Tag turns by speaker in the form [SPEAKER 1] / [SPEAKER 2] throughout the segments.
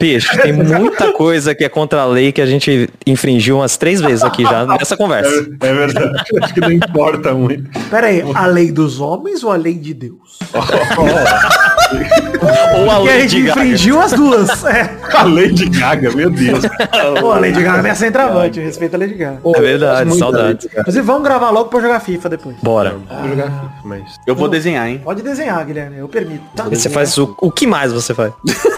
[SPEAKER 1] Bicho, tem muita coisa que é contra a lei que a gente infringiu umas três vezes aqui já nessa conversa.
[SPEAKER 2] É, é verdade. Acho que não importa muito.
[SPEAKER 3] Pera aí, a lei dos homens ou a lei de Deus?
[SPEAKER 1] Ou a
[SPEAKER 3] Porque a
[SPEAKER 1] lei
[SPEAKER 3] gente
[SPEAKER 1] de Gaga.
[SPEAKER 3] infringiu as duas. É.
[SPEAKER 2] A Lady Gaga, meu Deus.
[SPEAKER 3] Pô, a Lady Gaga é minha centroavante, eu respeito a Lady Gaga.
[SPEAKER 1] É verdade,
[SPEAKER 2] Muito
[SPEAKER 1] saudade.
[SPEAKER 2] Lady Gaga.
[SPEAKER 3] Inclusive, vamos gravar logo pra eu jogar FIFA depois.
[SPEAKER 1] Bora.
[SPEAKER 2] Vou jogar, mas...
[SPEAKER 4] Eu vou desenhar, hein?
[SPEAKER 3] Pode desenhar, Guilherme, eu permito. Tá?
[SPEAKER 1] Você faz o, o que mais você faz?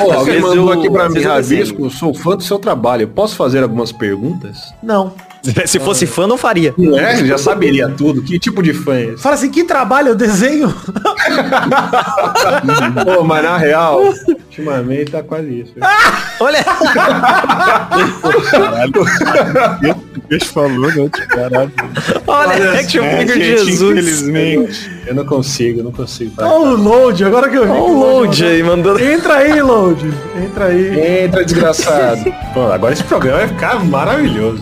[SPEAKER 2] Ó, alguém
[SPEAKER 4] vezes
[SPEAKER 2] mandou
[SPEAKER 4] eu-
[SPEAKER 2] aqui pra
[SPEAKER 4] às
[SPEAKER 2] mim,
[SPEAKER 4] vezes eu
[SPEAKER 2] Rabisco, sou fã do seu trabalho. Posso fazer algumas perguntas?
[SPEAKER 3] Não.
[SPEAKER 1] Se fosse fã, não faria.
[SPEAKER 2] Não é? Já saberia tudo. Que tipo de fã é esse?
[SPEAKER 3] Fala assim, que trabalho eu desenho?
[SPEAKER 2] Pô, mas na real, ultimamente tá quase isso.
[SPEAKER 1] Olha,
[SPEAKER 2] Deixa falou, não, caralho.
[SPEAKER 1] olha, é action figure um de Jesus.
[SPEAKER 2] Eu não consigo, eu não consigo.
[SPEAKER 3] Olha o load, agora que eu vi.
[SPEAKER 1] Olha
[SPEAKER 3] que
[SPEAKER 1] o load aí, mandando.
[SPEAKER 3] Entra aí, load. Entra aí.
[SPEAKER 2] Entra, desgraçado. Pô, agora esse programa vai ficar maravilhoso.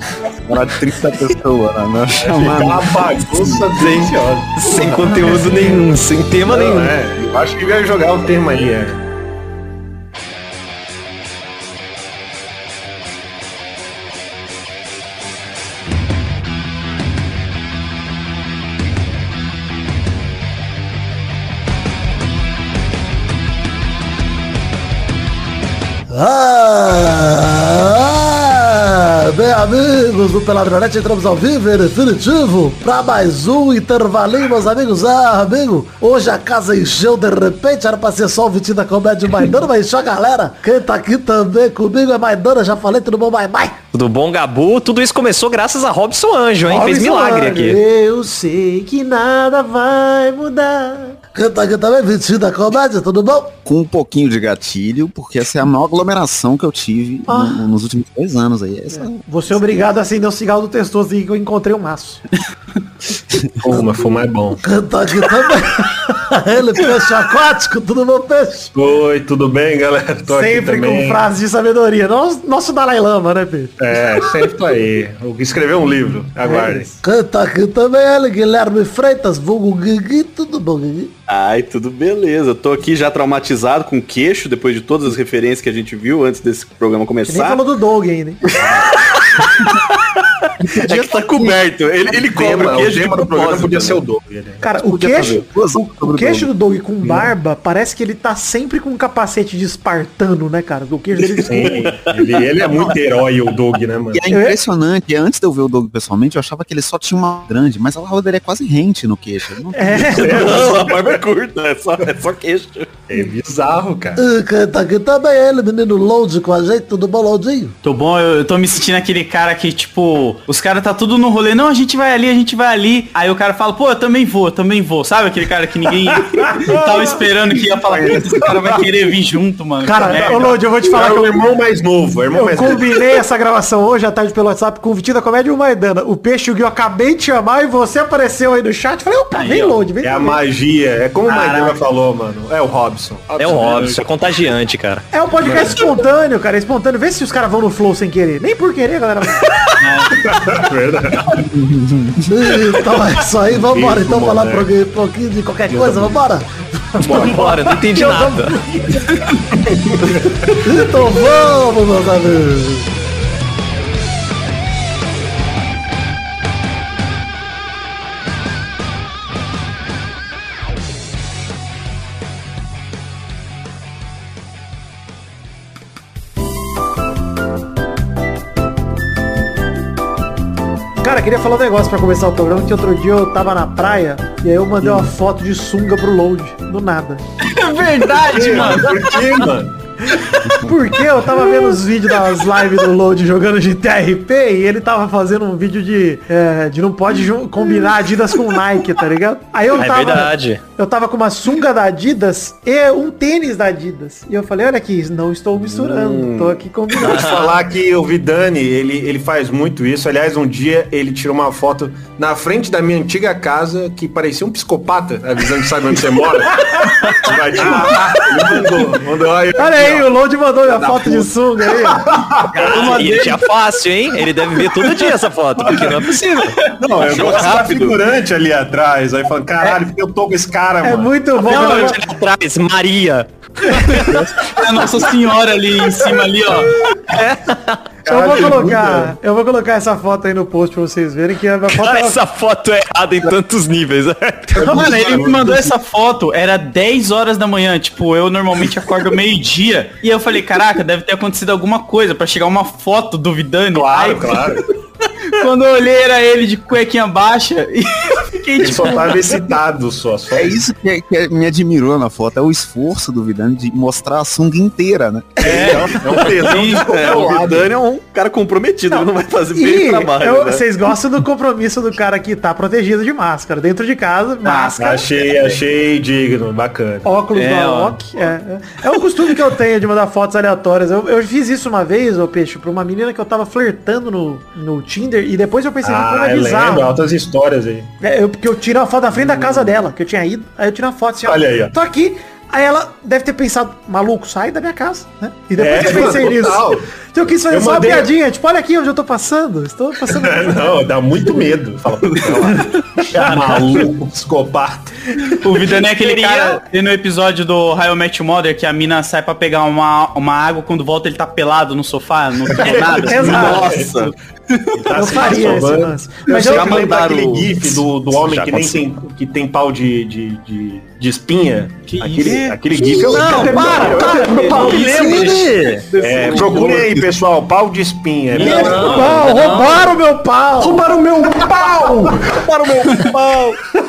[SPEAKER 5] Pra 30 pessoas, não
[SPEAKER 2] Vai ficar
[SPEAKER 5] chamando.
[SPEAKER 2] uma bagunça deliciosa.
[SPEAKER 1] Sem conteúdo nenhum, sem tema
[SPEAKER 2] Não,
[SPEAKER 1] nenhum.
[SPEAKER 2] é, eu acho que vai jogar o tema aí, é.
[SPEAKER 3] Ah, bem, amigos do Peladronete, entramos ao vivo em definitivo pra mais um intervalinho, meus amigos. Ah, amigo, hoje a casa encheu de repente, era pra ser só o Vitinho da Comédia e o Maidana, mas encheu a galera. Quem tá aqui também comigo é Maidana, já falei, tudo bom, bye bye.
[SPEAKER 1] Tudo bom, Gabu? Tudo isso começou graças a Robson Anjo, hein? Fez
[SPEAKER 3] Robson
[SPEAKER 1] milagre
[SPEAKER 3] Anjo.
[SPEAKER 1] aqui.
[SPEAKER 3] Eu sei que nada vai mudar. Quem tá aqui também, Vitinho da Comédia, tudo bom?
[SPEAKER 5] Com um pouquinho de gatilho, porque essa é a maior aglomeração que eu tive
[SPEAKER 3] Ah.
[SPEAKER 5] no- nos últimos dois anos aí. Essa-
[SPEAKER 3] Você é obrigado a acender o cigarro do testoso e que eu encontrei um maço.
[SPEAKER 2] Pô, mas fumar é bom.
[SPEAKER 3] Cantar aqui também. Ele, peixe aquático, tudo bom, peixe?
[SPEAKER 2] Oi, tudo bem, galera? Tô
[SPEAKER 3] Sempre
[SPEAKER 2] aqui
[SPEAKER 3] com
[SPEAKER 2] também.
[SPEAKER 3] frases de sabedoria. Nosso, nosso Dalai Lama, né, peixe?
[SPEAKER 2] É, sempre tô aí. Escreveu um livro, aguardem.
[SPEAKER 3] Canta aqui também ele, Guilherme Freitas, vulgo Guigui, tudo bom, Guigui?
[SPEAKER 4] Ai, tudo beleza. Eu tô aqui já traumatizado com queixo, depois de todas as referências que a gente viu antes desse programa
[SPEAKER 3] Que nem
[SPEAKER 4] começar.
[SPEAKER 3] falou do Doug ainda, hein?
[SPEAKER 4] É que tá coberto. Ele, ele cobra
[SPEAKER 2] Tema,
[SPEAKER 4] o
[SPEAKER 2] o
[SPEAKER 4] queixo de
[SPEAKER 2] tema do programa
[SPEAKER 4] propósito.
[SPEAKER 2] podia ser o dobro. né?
[SPEAKER 3] Cara, o
[SPEAKER 5] Podia fazer
[SPEAKER 3] queixo,
[SPEAKER 5] duas
[SPEAKER 3] o,
[SPEAKER 5] sobre o
[SPEAKER 3] queixo do Doug com barba, parece que ele tá sempre com um capacete de espartano, né, cara? O queixo dele
[SPEAKER 2] Sim, ele, ele é muito herói, o Doug, né, mano?
[SPEAKER 5] E é impressionante, antes de eu ver o Doug pessoalmente, eu achava que ele só tinha uma grande, mas a roda é quase rente no queixo. Ele não tem-
[SPEAKER 3] é...
[SPEAKER 4] Não, a barba é curta, é só, é só queixo.
[SPEAKER 2] É bizarro, cara.
[SPEAKER 3] Ah, Canta aqui também ele, menino Load com a gente, tudo bom, Loadinho?
[SPEAKER 6] Tô bom, eu, eu tô me sentindo aquele cara que, tipo, os caras tá tudo no rolê, não, a gente vai ali, a gente vai ali. Aí o cara fala, pô, eu também vou, eu também vou. Sabe aquele cara que ninguém tava esperando que ia falar, "Putz, esse cara vai querer vir junto, mano. que
[SPEAKER 3] Cara, ô
[SPEAKER 6] merda."
[SPEAKER 3] Load, eu vou te falar
[SPEAKER 2] Era
[SPEAKER 3] que eu
[SPEAKER 2] é o irmão mais novo, é o irmão
[SPEAKER 3] Eu
[SPEAKER 2] mais novo.
[SPEAKER 3] combinei essa gravação hoje à tarde pelo WhatsApp com o Vitinho da Comédia e o Maidana. O Peixe e o Gui eu acabei de chamar e você apareceu aí no chat. Falei, opa,
[SPEAKER 6] Aí,
[SPEAKER 3] vem
[SPEAKER 6] ó.
[SPEAKER 3] load, vem.
[SPEAKER 2] É a
[SPEAKER 3] load.
[SPEAKER 2] magia. É como o
[SPEAKER 6] Caraca.
[SPEAKER 2] Maidana falou, mano. É o Robson.
[SPEAKER 1] É o Robson, é contagiante, cara.
[SPEAKER 3] É um podcast espontâneo, cara, é espontâneo. Vê se os caras vão no flow sem querer. Nem por querer, galera. então é isso aí, vambora. Então
[SPEAKER 2] Isso,
[SPEAKER 3] falar
[SPEAKER 2] moleque.
[SPEAKER 3] pro- um pouquinho de qualquer coisa, vambora.
[SPEAKER 1] Bora, não entendi nada.
[SPEAKER 3] Então vamos, meus amigos. Cara, queria falar um negócio pra começar o programa, que outro dia eu tava na praia e aí eu mandei
[SPEAKER 1] Hum.
[SPEAKER 3] uma foto de sunga pro load, do nada.
[SPEAKER 6] É verdade, mano.
[SPEAKER 2] Por quê, mano?
[SPEAKER 3] Porque eu tava vendo os vídeos das lives do Load jogando de TRP e ele tava fazendo um vídeo de, é, de não pode jun- combinar Adidas com Nike, tá ligado? Aí eu
[SPEAKER 1] É
[SPEAKER 3] tava.
[SPEAKER 1] verdade.
[SPEAKER 3] Eu tava com uma sunga da Adidas e um tênis da Adidas. E eu falei, olha aqui, não estou misturando,
[SPEAKER 1] Hum.
[SPEAKER 3] tô aqui
[SPEAKER 2] Vou te
[SPEAKER 3] combinando.
[SPEAKER 2] falar que o Vidani, ele, ele faz muito isso. Aliás, um dia ele tirou uma foto na frente da minha antiga casa que parecia um psicopata, avisando que sabe onde você mora. Vai te matar. Ele mandou, mandou aí.
[SPEAKER 3] Olha aí, o Load mandou minha foto de sunga aí.
[SPEAKER 1] Ah, e ele tinha fácil, hein? Ele deve ver todo dia essa foto, porque não é possível.
[SPEAKER 2] Não, eu gosto da
[SPEAKER 4] rápido.
[SPEAKER 2] figurante ali atrás. Aí falando, caralho, por que eu tô com esse cara,
[SPEAKER 3] É
[SPEAKER 2] mano?
[SPEAKER 3] muito bom.
[SPEAKER 1] Não, eu tinha atrás, Maria.
[SPEAKER 6] É a Nossa Senhora ali em cima ali, ó.
[SPEAKER 2] Caralho,
[SPEAKER 7] Então eu vou colocar,
[SPEAKER 2] muda.
[SPEAKER 7] eu vou colocar essa foto aí no post pra vocês verem que a minha foto
[SPEAKER 1] Cara,
[SPEAKER 7] era-
[SPEAKER 1] essa foto é errada em tantos níveis.
[SPEAKER 6] Mano, ele me mandou essa foto, era 10 horas da manhã, tipo, eu normalmente acordo meio-dia. E eu falei, caraca, deve ter acontecido alguma coisa pra chegar uma foto do Vidani. Aí,
[SPEAKER 2] Claro, claro.
[SPEAKER 6] Quando eu olhei, era ele de cuequinha baixa e eu fiquei
[SPEAKER 2] Ele
[SPEAKER 6] tipo,
[SPEAKER 2] só tava excitado só. só.
[SPEAKER 5] É isso que, que me admirou na foto, é o esforço do Vidani de mostrar a sunga inteira, né?
[SPEAKER 2] É, é um tesão
[SPEAKER 6] Sim,
[SPEAKER 4] É, o
[SPEAKER 2] descontrolado.
[SPEAKER 4] Vidani é um cara comprometido, ele não vai fazer bem
[SPEAKER 7] E
[SPEAKER 4] o trabalho.
[SPEAKER 7] eu-
[SPEAKER 4] né?
[SPEAKER 7] vocês gostam do compromisso do cara que tá protegido de máscara. Dentro de casa, máscara.
[SPEAKER 2] Achei, achei digno, bacana.
[SPEAKER 7] Óculos
[SPEAKER 6] É,
[SPEAKER 7] da
[SPEAKER 6] ó.
[SPEAKER 7] OC. É, é. É um costume que eu tenho de mandar fotos aleatórias. Eu, eu fiz isso uma vez, ô peixe, pra uma menina que eu tava flertando no, no Tinder e depois eu pensei, ah, como
[SPEAKER 2] Ah,
[SPEAKER 7] é
[SPEAKER 2] eu lembro,
[SPEAKER 7] bizarro.
[SPEAKER 2] altas histórias aí.
[SPEAKER 7] É, eu, porque eu tiro a foto da frente da casa dela, que eu tinha ido. Aí eu tiro a foto assim, ó.
[SPEAKER 2] Olha aí, ó.
[SPEAKER 7] Tô aqui. Aí ela deve ter pensado, maluco, sai da minha casa, né? E depois
[SPEAKER 2] É,
[SPEAKER 7] eu pensei
[SPEAKER 2] total.
[SPEAKER 7] nisso. Então eu quis fazer
[SPEAKER 2] Eu
[SPEAKER 7] só uma
[SPEAKER 2] mandei-
[SPEAKER 7] piadinha, tipo, olha aqui onde eu tô passando. Estou passando.
[SPEAKER 2] É, Não, dá muito medo. Fala, "Olha lá, maluco, psicopata.
[SPEAKER 6] o Vidani é aquele
[SPEAKER 1] Queria-
[SPEAKER 6] cara tem no episódio do Raio Match Mother que a mina sai pra pegar uma, uma água quando volta ele tá pelado no sofá, não tem nada. assim.
[SPEAKER 7] Exato.
[SPEAKER 4] Nossa,
[SPEAKER 2] Tá
[SPEAKER 7] eu
[SPEAKER 2] se
[SPEAKER 7] faria esse
[SPEAKER 2] transformando.
[SPEAKER 7] lance.
[SPEAKER 2] Mas
[SPEAKER 7] Mas eu,
[SPEAKER 2] já
[SPEAKER 4] já
[SPEAKER 2] lembro
[SPEAKER 4] mandaram-
[SPEAKER 2] daquele gif do, do homem
[SPEAKER 4] Já
[SPEAKER 2] que nem tem,
[SPEAKER 4] aconteceu.
[SPEAKER 2] que tem pau de, de, de, de espinha.
[SPEAKER 6] Que
[SPEAKER 2] aquele,
[SPEAKER 6] isso?
[SPEAKER 2] aquele gif eu
[SPEAKER 1] Não,
[SPEAKER 2] eu-
[SPEAKER 1] para,
[SPEAKER 2] eu-
[SPEAKER 1] para,
[SPEAKER 2] eu-
[SPEAKER 1] Paulo,
[SPEAKER 4] né?
[SPEAKER 2] É, procure aí, pessoal, pau de espinha.
[SPEAKER 7] Meu pau, roubaram meu pau.
[SPEAKER 2] Roubaram meu pau!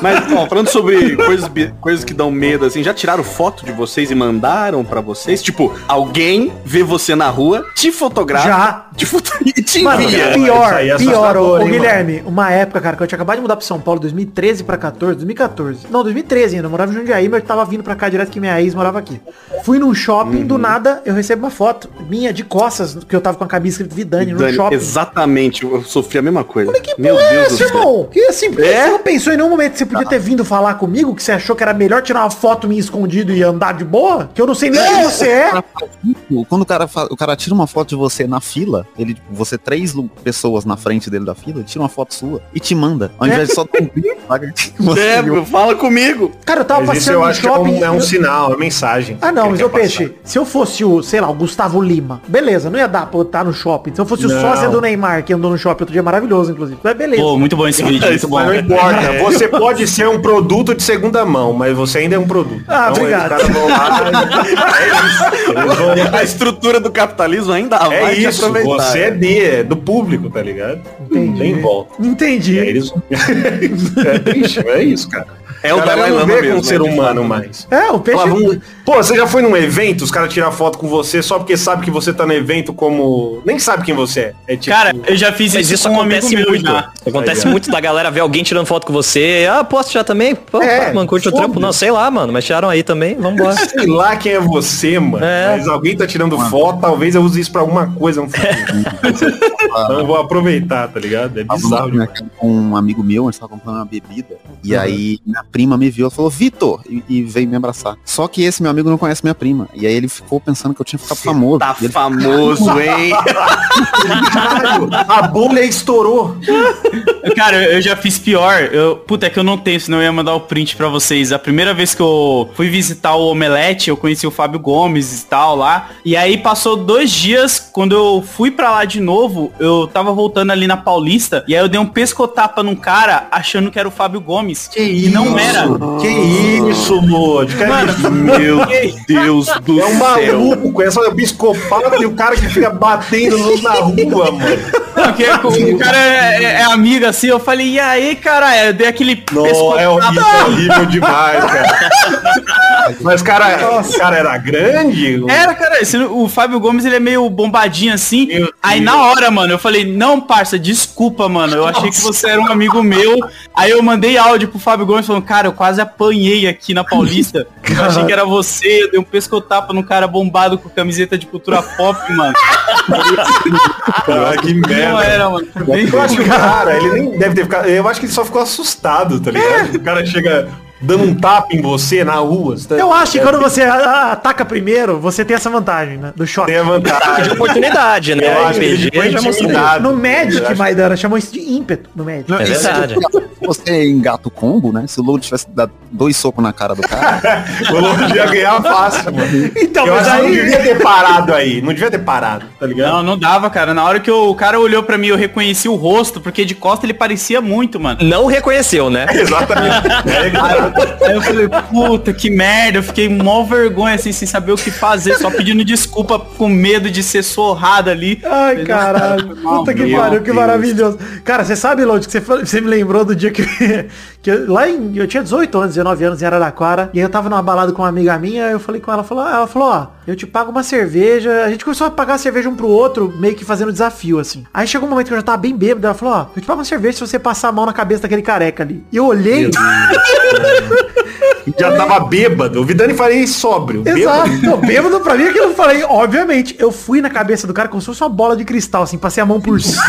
[SPEAKER 4] mas ó, falando sobre coisas, bi- coisas que dão medo, assim, já tiraram foto de vocês e mandaram pra vocês? Tipo, alguém vê você na rua, te fotografa
[SPEAKER 7] Já.
[SPEAKER 4] te foto... e te
[SPEAKER 7] Mano,
[SPEAKER 4] envia.
[SPEAKER 2] Isso aí é
[SPEAKER 7] pior, pior,
[SPEAKER 2] assustador,
[SPEAKER 7] ô, ô,
[SPEAKER 2] hein,
[SPEAKER 7] Guilherme, uma época, cara, que eu tinha acabado de mudar pra São Paulo, 2013 pra 14, 2014. Não, 2013 ainda, eu morava em Jundiaí, mas eu tava vindo pra cá direto que minha ex morava aqui. Fui num shopping,
[SPEAKER 2] Uhum.
[SPEAKER 7] do nada, eu recebo uma foto minha de costas, que eu tava com a camisa escrito Vidani, no
[SPEAKER 4] Dani,
[SPEAKER 7] shopping.
[SPEAKER 4] exatamente, eu sofri a mesma coisa.
[SPEAKER 7] Que
[SPEAKER 4] Meu
[SPEAKER 7] porra é
[SPEAKER 4] Deus
[SPEAKER 7] essa,
[SPEAKER 4] do céu.
[SPEAKER 7] irmão? Que assim, por que
[SPEAKER 4] É?
[SPEAKER 7] você não pensou em nenhum momento que você
[SPEAKER 2] Ah.
[SPEAKER 7] podia ter vindo falar comigo, que você achou que era melhor tirar uma foto minha escondido e andar de boa? Que eu não sei nem quem você é.
[SPEAKER 5] Tipo, Quando o cara, fa- o cara tira uma foto de você na fila, ele, tipo, você três lu- pessoas na frente dele da fila, tira uma foto sua e te manda. Ao invés de só dar um print, saca? Você
[SPEAKER 4] É,
[SPEAKER 5] viu?
[SPEAKER 4] meu, fala comigo.
[SPEAKER 7] Cara, eu tava
[SPEAKER 2] Mas isso
[SPEAKER 7] passeando
[SPEAKER 2] eu
[SPEAKER 7] no
[SPEAKER 2] acho que é um,
[SPEAKER 7] shopping.
[SPEAKER 2] é um
[SPEAKER 7] eu-
[SPEAKER 2] sinal, é uma mensagem.
[SPEAKER 7] Ah não, mas
[SPEAKER 2] Que ele
[SPEAKER 7] ô
[SPEAKER 2] quer passar.
[SPEAKER 7] Peixe, se eu fosse o, sei lá, o Gustavo Lima, beleza, não ia dar pra eu estar no shopping. Se eu fosse o
[SPEAKER 2] Não.
[SPEAKER 7] sócio do Neymar, que andou no shopping outro dia, maravilhoso, inclusive. Mas beleza.
[SPEAKER 6] Pô, muito bom esse vídeo, muito
[SPEAKER 2] Isso,
[SPEAKER 6] bom.
[SPEAKER 2] mas não É, importa.
[SPEAKER 4] É.
[SPEAKER 2] Você pode ser um produto de segunda mão, mas você ainda é um produto.
[SPEAKER 7] Ah,
[SPEAKER 2] Então,
[SPEAKER 7] obrigado.
[SPEAKER 2] Os caras vão lá. É isso. Eles vão lá.
[SPEAKER 4] A estrutura do capitalismo ainda
[SPEAKER 2] É
[SPEAKER 4] vai te
[SPEAKER 2] isso.
[SPEAKER 4] aproveitar.
[SPEAKER 2] Você é de, é do público, tá ligado?
[SPEAKER 7] Entendi.
[SPEAKER 2] Tem volta.
[SPEAKER 7] Entendi.
[SPEAKER 2] E aí eles... é triste, mas é isso, cara.
[SPEAKER 4] É o
[SPEAKER 2] cara
[SPEAKER 4] Dalai
[SPEAKER 2] não
[SPEAKER 4] Lama
[SPEAKER 2] vê
[SPEAKER 4] mesmo,
[SPEAKER 2] com
[SPEAKER 4] né,
[SPEAKER 2] ser
[SPEAKER 4] de
[SPEAKER 2] humano
[SPEAKER 4] fato.
[SPEAKER 2] mais.
[SPEAKER 7] É, o peixe.
[SPEAKER 2] Fala, vamos- Pô, você já foi num evento, os caras tiram foto com você só porque sabe que você tá no evento como... Nem sabe quem você é. É tipo...
[SPEAKER 6] Cara, eu já fiz
[SPEAKER 1] Mas
[SPEAKER 6] isso,
[SPEAKER 1] isso
[SPEAKER 6] com um amigo
[SPEAKER 1] acontece
[SPEAKER 6] meu
[SPEAKER 1] muito. né?
[SPEAKER 6] já.
[SPEAKER 1] Acontece
[SPEAKER 2] Aí, ó.
[SPEAKER 1] muito da galera ver alguém tirando foto com você. Ah, posso tirar também? Pô,
[SPEAKER 2] É,
[SPEAKER 1] tá, mano, curte o
[SPEAKER 2] foda.
[SPEAKER 1] trampo? Não, sei lá, mano. Mas tiraram aí também, vambora.
[SPEAKER 2] Sei lá quem é você, mano.
[SPEAKER 1] É.
[SPEAKER 2] Mas alguém tá tirando foto, talvez eu use isso pra alguma coisa. no futuro. então eu vou aproveitar, tá ligado? É
[SPEAKER 5] Tava numa
[SPEAKER 2] bizarro. demais.
[SPEAKER 5] mercado com um amigo meu, a gente tava comprando uma bebida. E aí minha prima me viu, ela falou, Vitor! E, e veio me abraçar. Só que esse meu amigo não conhece minha prima. E aí ele ficou pensando que eu tinha ficado famoso.
[SPEAKER 4] Tá
[SPEAKER 5] E ele
[SPEAKER 4] famoso, hein?
[SPEAKER 2] Caralho, a bolha estourou.
[SPEAKER 6] Cara, eu eu já fiz pior. Eu, puta, é que eu não tenho, senão eu ia mandar o print pra vocês. A primeira vez que eu fui visitar o Omelete, eu conheci o Fábio Gomes e tal lá. E aí passou dois dias, quando eu fui pra lá de novo, eu tava voltando ali na Paulista, e aí eu dei um pescotapa num cara, achando que era o Fábio Gomes. Que e não era.
[SPEAKER 2] Que isso, Lodi? Cara,
[SPEAKER 4] Meu Deus do
[SPEAKER 2] é um
[SPEAKER 4] céu.
[SPEAKER 2] maluco, essa é psicopata e o cara que fica batendo nos na rua, mano.
[SPEAKER 6] Não, que é- o cara é, é- é amigo assim, eu falei, e aí, cara? Eu dei aquele
[SPEAKER 2] Não, é horrível, é horrível demais, cara. Mas, cara, o cara era grande?
[SPEAKER 6] Era, cara, esse- o Fábio Gomes ele é meio bombadinho assim.
[SPEAKER 2] Meu
[SPEAKER 6] Aí
[SPEAKER 2] Deus.
[SPEAKER 6] na hora, mano, eu falei, não, parça, desculpa, mano. Eu achei que você era um amigo meu. Aí eu mandei áudio pro Fábio Gomes falando, cara, eu quase apanhei aqui na Paulista. eu achei que era você, eu dei um pescotapa num cara bombado com camiseta de cultura pop, mano.
[SPEAKER 2] Ah, que
[SPEAKER 6] Não
[SPEAKER 2] merda.
[SPEAKER 6] era, mano. Foi bem-
[SPEAKER 7] É.
[SPEAKER 2] Eu acho que o cara, ele nem deve ter ficado. Eu acho que ele só ficou assustado, tá ligado? O cara chega. dando um tapa em você na rua. você tá-
[SPEAKER 7] Eu acho que quando você a- a- ataca primeiro, você tem essa vantagem, né? Do choque.
[SPEAKER 2] tem a
[SPEAKER 1] De
[SPEAKER 2] vantagem.
[SPEAKER 1] oportunidade, né?
[SPEAKER 2] Eu acho que ele
[SPEAKER 1] RPG
[SPEAKER 2] foi
[SPEAKER 1] já mostrou.
[SPEAKER 2] intimidado.
[SPEAKER 7] No Magic,
[SPEAKER 2] Eu acho-
[SPEAKER 7] Maidana, chamou isso de ímpeto no Magic.
[SPEAKER 1] É verdade.
[SPEAKER 5] Se você engata o combo, né? Se o Load tivesse dado dois socos na cara do cara,
[SPEAKER 2] O Lobo ia ganhar fácil, mano.
[SPEAKER 7] Então,
[SPEAKER 2] eu
[SPEAKER 7] mas
[SPEAKER 2] acho que não
[SPEAKER 7] aí.
[SPEAKER 2] devia ter parado aí. Não devia ter parado, tá ligado?
[SPEAKER 6] Não, não dava, cara. Na hora que o cara olhou pra mim, eu reconheci o rosto, porque de costa ele parecia muito, mano.
[SPEAKER 1] Não reconheceu, né?
[SPEAKER 2] Exatamente. É, cara.
[SPEAKER 6] Aí eu falei, puta, que merda. Eu fiquei mó vergonha, assim, sem saber o que fazer. Só pedindo desculpa com medo de ser sorrado ali.
[SPEAKER 7] Ai, caralho. Puta que
[SPEAKER 4] um Meu
[SPEAKER 7] pariu, que
[SPEAKER 4] Deus.
[SPEAKER 7] maravilhoso. Cara, você sabe, Lodi, que você, fa- você me lembrou do dia que, que eu- lá em, eu tinha 18 anos, 19 anos em Araraquara, e aí eu tava numa balada com uma amiga minha, eu falei com ela, falou, ah, ela falou, ó, eu te pago uma cerveja, a gente começou a pagar a cerveja um pro outro, meio que fazendo desafio, assim. Aí chegou um momento que eu já tava bem bêbado, ela falou, ó, eu te pago uma cerveja se você passar a mão na cabeça daquele careca ali. E eu olhei,
[SPEAKER 2] Já tava bêbado. O Vidani faria isso sóbrio.
[SPEAKER 7] Exato. Não, bêbado pra mim é que eu falei, obviamente. Eu fui na cabeça do cara como se fosse uma bola de cristal, assim, passei a mão por cima.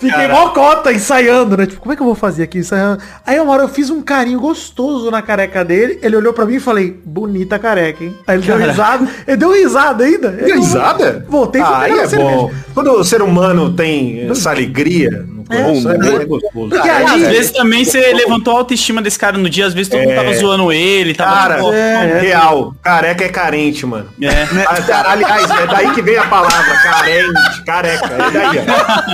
[SPEAKER 7] Fiquei mó cota ensaiando, né? Tipo, como é que eu vou fazer aqui? Ensaiando. Aí uma hora eu fiz um carinho gostoso na careca dele, ele olhou pra mim e falei, bonita careca, hein? Aí ele deu risada. Ele deu risada ainda. Ele
[SPEAKER 2] Deu
[SPEAKER 7] não-
[SPEAKER 2] risada?
[SPEAKER 7] Voltei assim, e fui
[SPEAKER 2] ah, aí
[SPEAKER 7] pegar
[SPEAKER 2] é
[SPEAKER 7] a cerveja.
[SPEAKER 2] bom. Quando o ser humano tem essa alegria no coração, é, muito gostoso.
[SPEAKER 7] Porque aí-
[SPEAKER 6] Às vezes também você levantou a autoestima desse cara no dia, às vezes todo mundo tava zoando ele, tava
[SPEAKER 2] Cara,
[SPEAKER 6] tipo,
[SPEAKER 7] é.
[SPEAKER 2] real. Careca é carente, mano.
[SPEAKER 6] é.
[SPEAKER 2] Ah, Aliás, é daí que vem a palavra carente, careca. É daí,